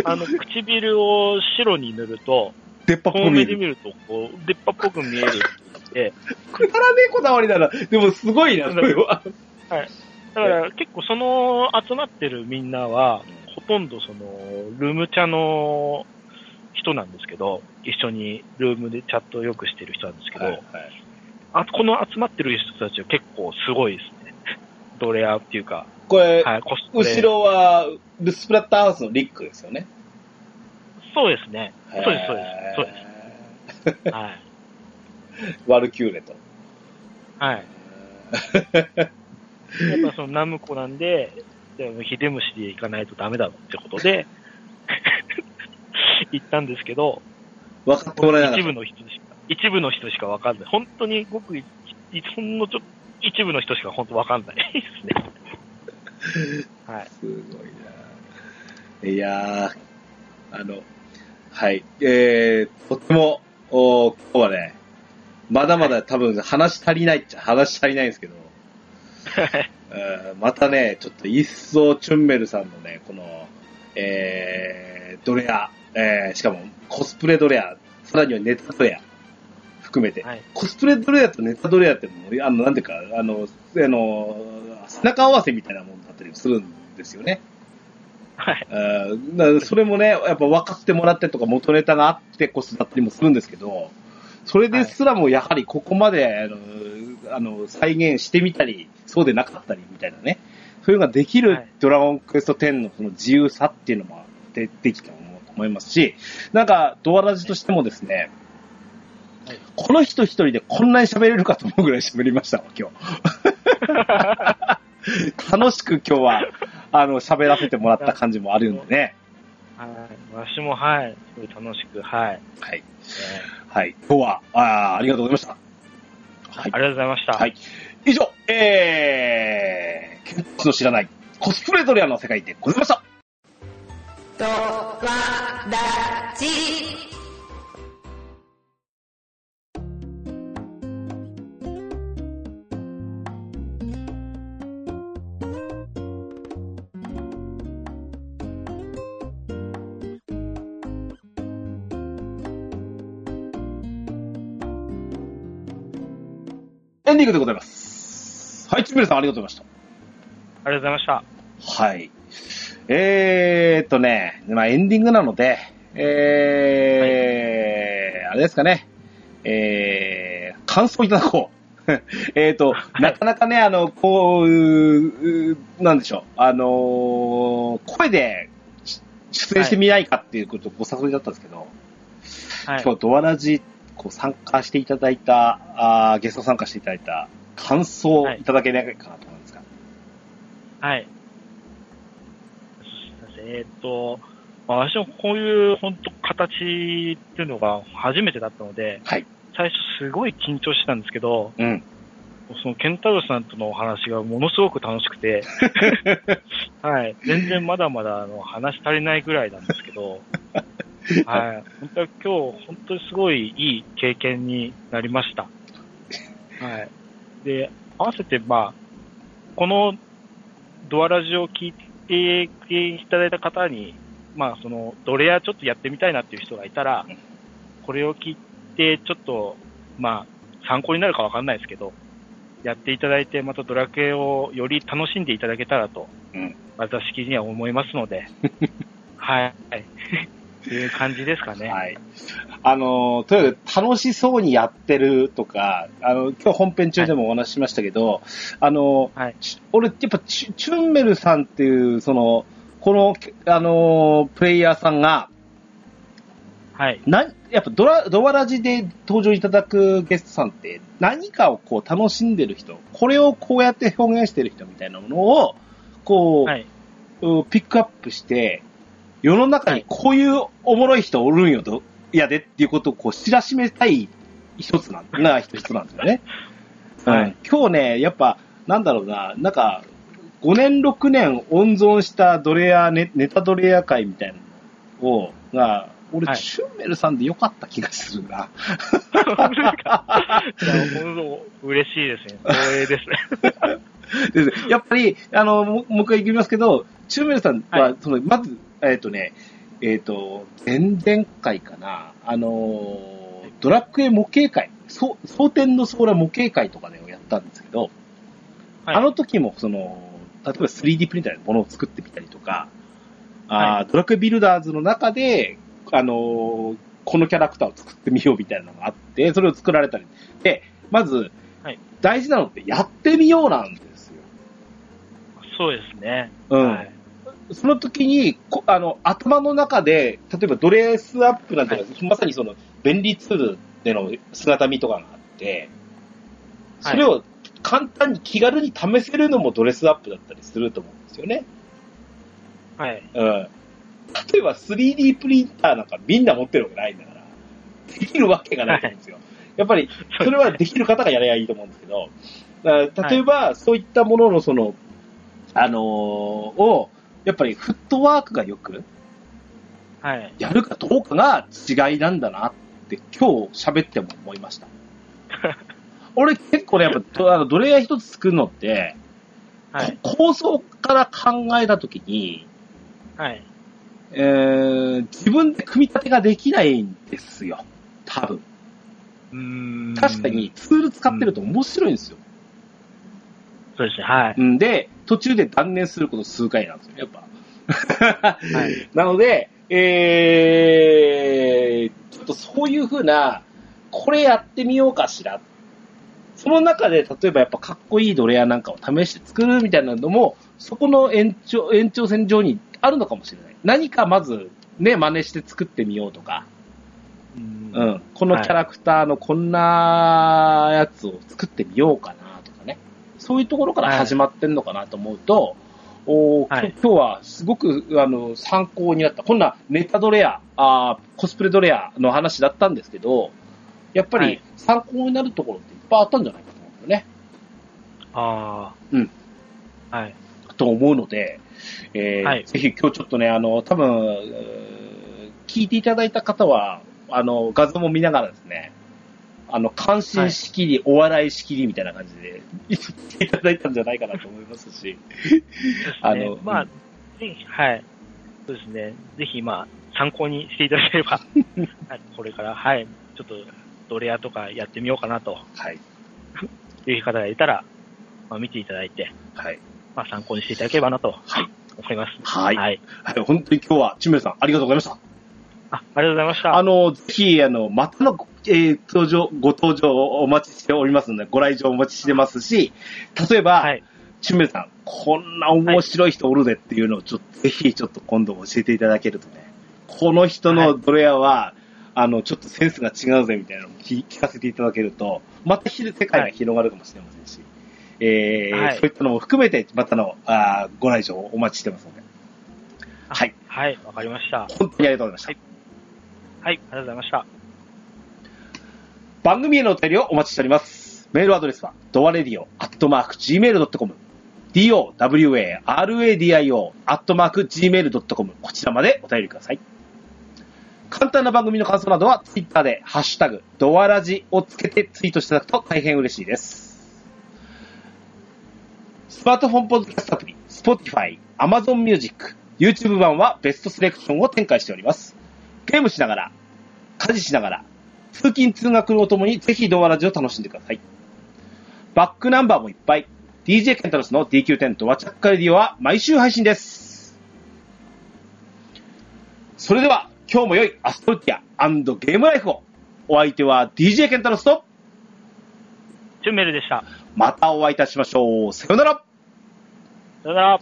Speaker 2: (laughs) あの、唇を白に塗ると、
Speaker 1: 出っ歯っぽ
Speaker 2: 遠
Speaker 1: 見え
Speaker 2: 目で
Speaker 1: る。
Speaker 2: 見ると、こう、出っ歯っぽく見えるって
Speaker 1: くだらねえこだわりだな。でもすごいな、それは。
Speaker 2: だから、結構その、集まってるみんなは、ほとんどその、ルームチャの人なんですけど、一緒にルームでチャットをよくしてる人なんですけど、
Speaker 1: はい
Speaker 2: あこの集まってる人たちは結構すごいですね。ドレアっていうか、
Speaker 1: これ、
Speaker 2: はい、コスプレ
Speaker 1: 後ろは、ルスプラッターハウスのリックですよね。
Speaker 2: そうですね。そうです、そうです。そうで
Speaker 1: です。
Speaker 2: す。はい。
Speaker 1: ワルキューレと。
Speaker 2: はい。
Speaker 1: (laughs)
Speaker 2: やっぱそのナムコなんで、でもヒデムシで行かないとダメだろうってことで、 (laughs) 行ったんですけど、
Speaker 1: 分かってもらえなか
Speaker 2: 一
Speaker 1: った
Speaker 2: 部の人しか、一部の人しかわかんない。本当にごくい、いほんのちょ一部の人しか本当わかんないですね。
Speaker 1: (laughs)
Speaker 2: はい。
Speaker 1: すごいな。いやー、あの、はい、えー、とっても、おー今日はね、まだまだ多分話足りないっちゃ話足りないんですけど、えーまたね、ちょっと一層チュンメルさんのね、この、えー、ドレア、えー、しかもコスプレドレア、さらにはネタドレア、含めて、
Speaker 2: はい。
Speaker 1: コスプレドレアとネタドレアってもう、あの、なんていうか、あの、あの、背中合わせみたいなものだったりするんですよね。
Speaker 2: はい。
Speaker 1: あーなそれもね、やっぱ分かってもらってとか元ネタがあってこそだったりもするんですけど、それですらもやはりここまで、あのあの、再現してみたり、そうでなかったりみたいなね、そういうのができ
Speaker 2: は
Speaker 1: る
Speaker 2: い
Speaker 1: ドラゴンクエスト10のその自由さっていうのも出てきたと思いますし、なんか、ドアラジとしてもですね、
Speaker 2: はい
Speaker 1: この人一人でこんなに喋れるかと思うぐらい喋りましたわ、今日。楽しく今日は、あの、喋らせてもらった感じもあるんでね。
Speaker 2: はい。わしも、はい。すごい楽しく、はい。
Speaker 1: はい。
Speaker 2: ね
Speaker 1: はい。今日は、あーありがとうございました。
Speaker 2: あ
Speaker 1: は
Speaker 2: り
Speaker 1: い
Speaker 2: が。とうございました。
Speaker 1: はい。以上、えー、ケンプスの知らないコスプレドレアの世界でございました。
Speaker 6: とわだち。
Speaker 1: エンディングでございます。はい、チムルさんありがとうございま
Speaker 2: ありがとうございました。
Speaker 1: した。はい。えーっとね、まあエンディングなので、えー、あれですかね、えー、感想いただこう。 (laughs) えーっと、
Speaker 2: い
Speaker 1: なかなかね、あの、こううう、なんでしょう、あのー声でし出演してみないかっていうことご誘いだったんですけど、
Speaker 2: はい。
Speaker 1: 今日ドアラジこう参加していただいたあー、ゲスト参加していただいた感想をいただけないかなと思うんですが。
Speaker 2: はい。すいませんえーっと、まあ私もこういう本当形っていうのが初めてだったので、
Speaker 1: はい
Speaker 2: 最初すごい緊張してたんですけど、
Speaker 1: うん。
Speaker 2: そのケンタロウさんとのお話がものすごく楽し
Speaker 1: (laughs)
Speaker 2: くて、はい、全然まだまだあの話し足りないぐらいなんです
Speaker 1: (laughs)
Speaker 2: けど、はい、本当は今日本当にすごいいい経験になりました。はい、で、合わせて、まあ、このドアラジオを聞いていただいた方に、まあ、その、ドレアちょっとやってみたいなっていう人がいたら、これを聞いて、ちょっと、まあ、参考になるかわかんないですけど、やっていただいて、またドラクエをより楽しんでいただけたらと、
Speaker 7: うん
Speaker 2: 私的には思いますので、はい。 (laughs) という感じですかね。
Speaker 1: はい。あの、とにかく楽しそうにやってるとか、あの、今日本編中でもお話ししましたけど、あの、
Speaker 2: はい
Speaker 1: ち俺、やっぱチュ、チュンメルさんっていう、その、この、あの、プレイヤーさんが、
Speaker 2: はい。
Speaker 1: なんやっぱドラ、ドワラジで登場いただくゲストさんって、何かをこう楽しんでる人、これをこうやって表現してる人みたいなものを、こう、
Speaker 2: はい。 (laughs)
Speaker 1: うんピックアップして、世の中にこういうおもろい人おるんよと、やでっていうことをこう知らしめたい一つなんな一つなんですよね。
Speaker 2: はい
Speaker 1: うん今日ね、やっぱ、なんだろうな、なんか、5年6年温存したドレアネ、ネタドレア会みたいなのを、が、俺、
Speaker 2: はい
Speaker 1: シュンメルさんでよかった気がする
Speaker 2: (laughs)
Speaker 1: な。
Speaker 2: 本当ですかいや、本当、嬉しいですね。光栄ですね。
Speaker 1: でやっぱり、あの、ももう一回言いますけど、チューメルさんは、
Speaker 2: はい
Speaker 1: その、まず、えっ、とね、えっ、と、前々回かな、あのードラクエ模型会、そう蒼天のソーラー模型会とかね、をやったんですけど、
Speaker 2: はい
Speaker 1: あの時も、その、例えば 3D プリンターで物を作ってみたりとか、あードラクエビルダーズの中で、あのーこのキャラクターを作ってみようみたいなのがあって、それを作られたり。で、まず、
Speaker 2: はい
Speaker 1: 大事なのってやってみようなんですよ。
Speaker 2: (laughs) そうですね。
Speaker 1: うん
Speaker 2: はい。
Speaker 1: その時にこあの、頭の中で、例えばドレスアップなんていうのは、まさにその便利ツールでの姿見とかがあって、
Speaker 2: はい
Speaker 1: それを簡単に気軽に試せるのもドレスアップだったりすると思うんですよね。
Speaker 2: はい。
Speaker 1: うん。例えば 3D プリンターなんかみんな持ってるわけないんだから、できるわけがないと思うんですよ。やっぱり、それはできる方がやればいいと思うんですけど、だから例えば、そういったもののその、あのーを、やっぱりフットワークがよく、
Speaker 2: はい。
Speaker 1: やるかどうかが違いなんだなって今日喋っても思いました。俺結構ね、やっぱドあのドレイヤー一つ作るのって、
Speaker 2: はい。
Speaker 1: こ構想から考えたときに、
Speaker 2: はい。
Speaker 1: えー自分で組み立てができないんですよ。多分。
Speaker 2: うーん。
Speaker 1: 確か。にツール使ってると面白いんですよ。
Speaker 2: そうですね。はい。
Speaker 1: うん、で、途中で断念すること数回なんですよ、やっ
Speaker 2: (laughs)
Speaker 1: ぱ。
Speaker 2: はい
Speaker 1: なので、えー、ちょっとそういうふうな、これやってみようかしら。その中で、例えばやっぱかっこいいドレアなんかを試して作るみたいなのも、そこの延長、延長線上にあるのかもしれない。何かまず、ね、真似して作ってみようとか、
Speaker 2: う。
Speaker 1: うんん、このキャラクターのこんなやつを作ってみようかなとかね、そういうところから始まってんのかなと思うと、おー
Speaker 2: はい
Speaker 1: 今日はすごくあの参考になった、こんなネタドレアあー、コスプレドレアの話だったんですけど、やっぱ
Speaker 2: は
Speaker 1: り
Speaker 2: い
Speaker 1: 参考になるところっていっぱいあったんじゃないかと思うんだよね、
Speaker 2: ああ。
Speaker 1: うん。
Speaker 2: はい。
Speaker 1: と思うので、えー
Speaker 2: はい
Speaker 1: ぜひ今日ちょっとね、あの多分えー聞いていただいた方は、あの画像も見ながらですね、あの関心しきり、お笑いしきりみたいな感じで、聞いていただいたんじゃないかなと思いますし、あ
Speaker 2: あ
Speaker 1: の
Speaker 2: の、ま
Speaker 1: う
Speaker 2: あ、
Speaker 1: ん
Speaker 2: ぜひ、はい。そうですね。ぜひ、まあ、参考にしていただけ (laughs) れば、はい、これから、はい、ちょっと、ドレアとかやってみようかなと
Speaker 1: はい、
Speaker 2: いう方がいたら、まあ、見ていただいて、
Speaker 1: はい、
Speaker 2: まあ、参考にしていただければなと、
Speaker 1: はい
Speaker 2: 思います。
Speaker 1: はい
Speaker 2: はい。
Speaker 1: はい、本当に今日は、ちむるさん、ありがとうございました。
Speaker 2: あ、ありがとうございました。
Speaker 1: あの、ぜひ、あの、またの、えー登場、ご登場をお待ちしておりますので、ご来場お待ちしてますし、例えば、
Speaker 2: はい。
Speaker 1: ちむるさん、こんな面白い人おるでっていうのを、ちょっと、ぜひ、ちょっと今度教えていただけるとね、この人のドレアは、あの、ちょっとセンスが違うぜみたいなのを聞聞かせていただけると、またひ世界が広がるかもしれませんし、えー
Speaker 2: はい
Speaker 1: そういったのも含めて、またのあーご来場をお待ちしてますので、はい、
Speaker 2: はい、わかりました。はい、
Speaker 1: 本当にありがとうございました。
Speaker 2: はいありがとうございました。
Speaker 1: 番組へのお便りをお待ちしております。メールアドレスは、ドワレディオ、アットマーク、gmail.com、dowaradio、アットマーク、gmail.com、こちらまでお便りください。簡単な番組の感想などは、ツイッターで、ハッシュタグ、ドワラジをつけてツイートしていただくと大変嬉しいです。スマートフォンポッドキャストアプリ、Spotify、Amazon Music、YouTube 版はベストセレクションを展開しております。ゲームしながら、家事しながら、通勤通学のおともにぜひドアラジを楽しんでください。バックナンバーもいっぱい。DJ ケンタロスの DQ10 とワチャッカレディオは毎週配信です。それでは、今日も良いアストルティアゲームライフを。お相手は DJ ケンタロスと、
Speaker 2: チュンメルでした。
Speaker 1: またお会いいたしましょう。さようなら
Speaker 2: さよなら。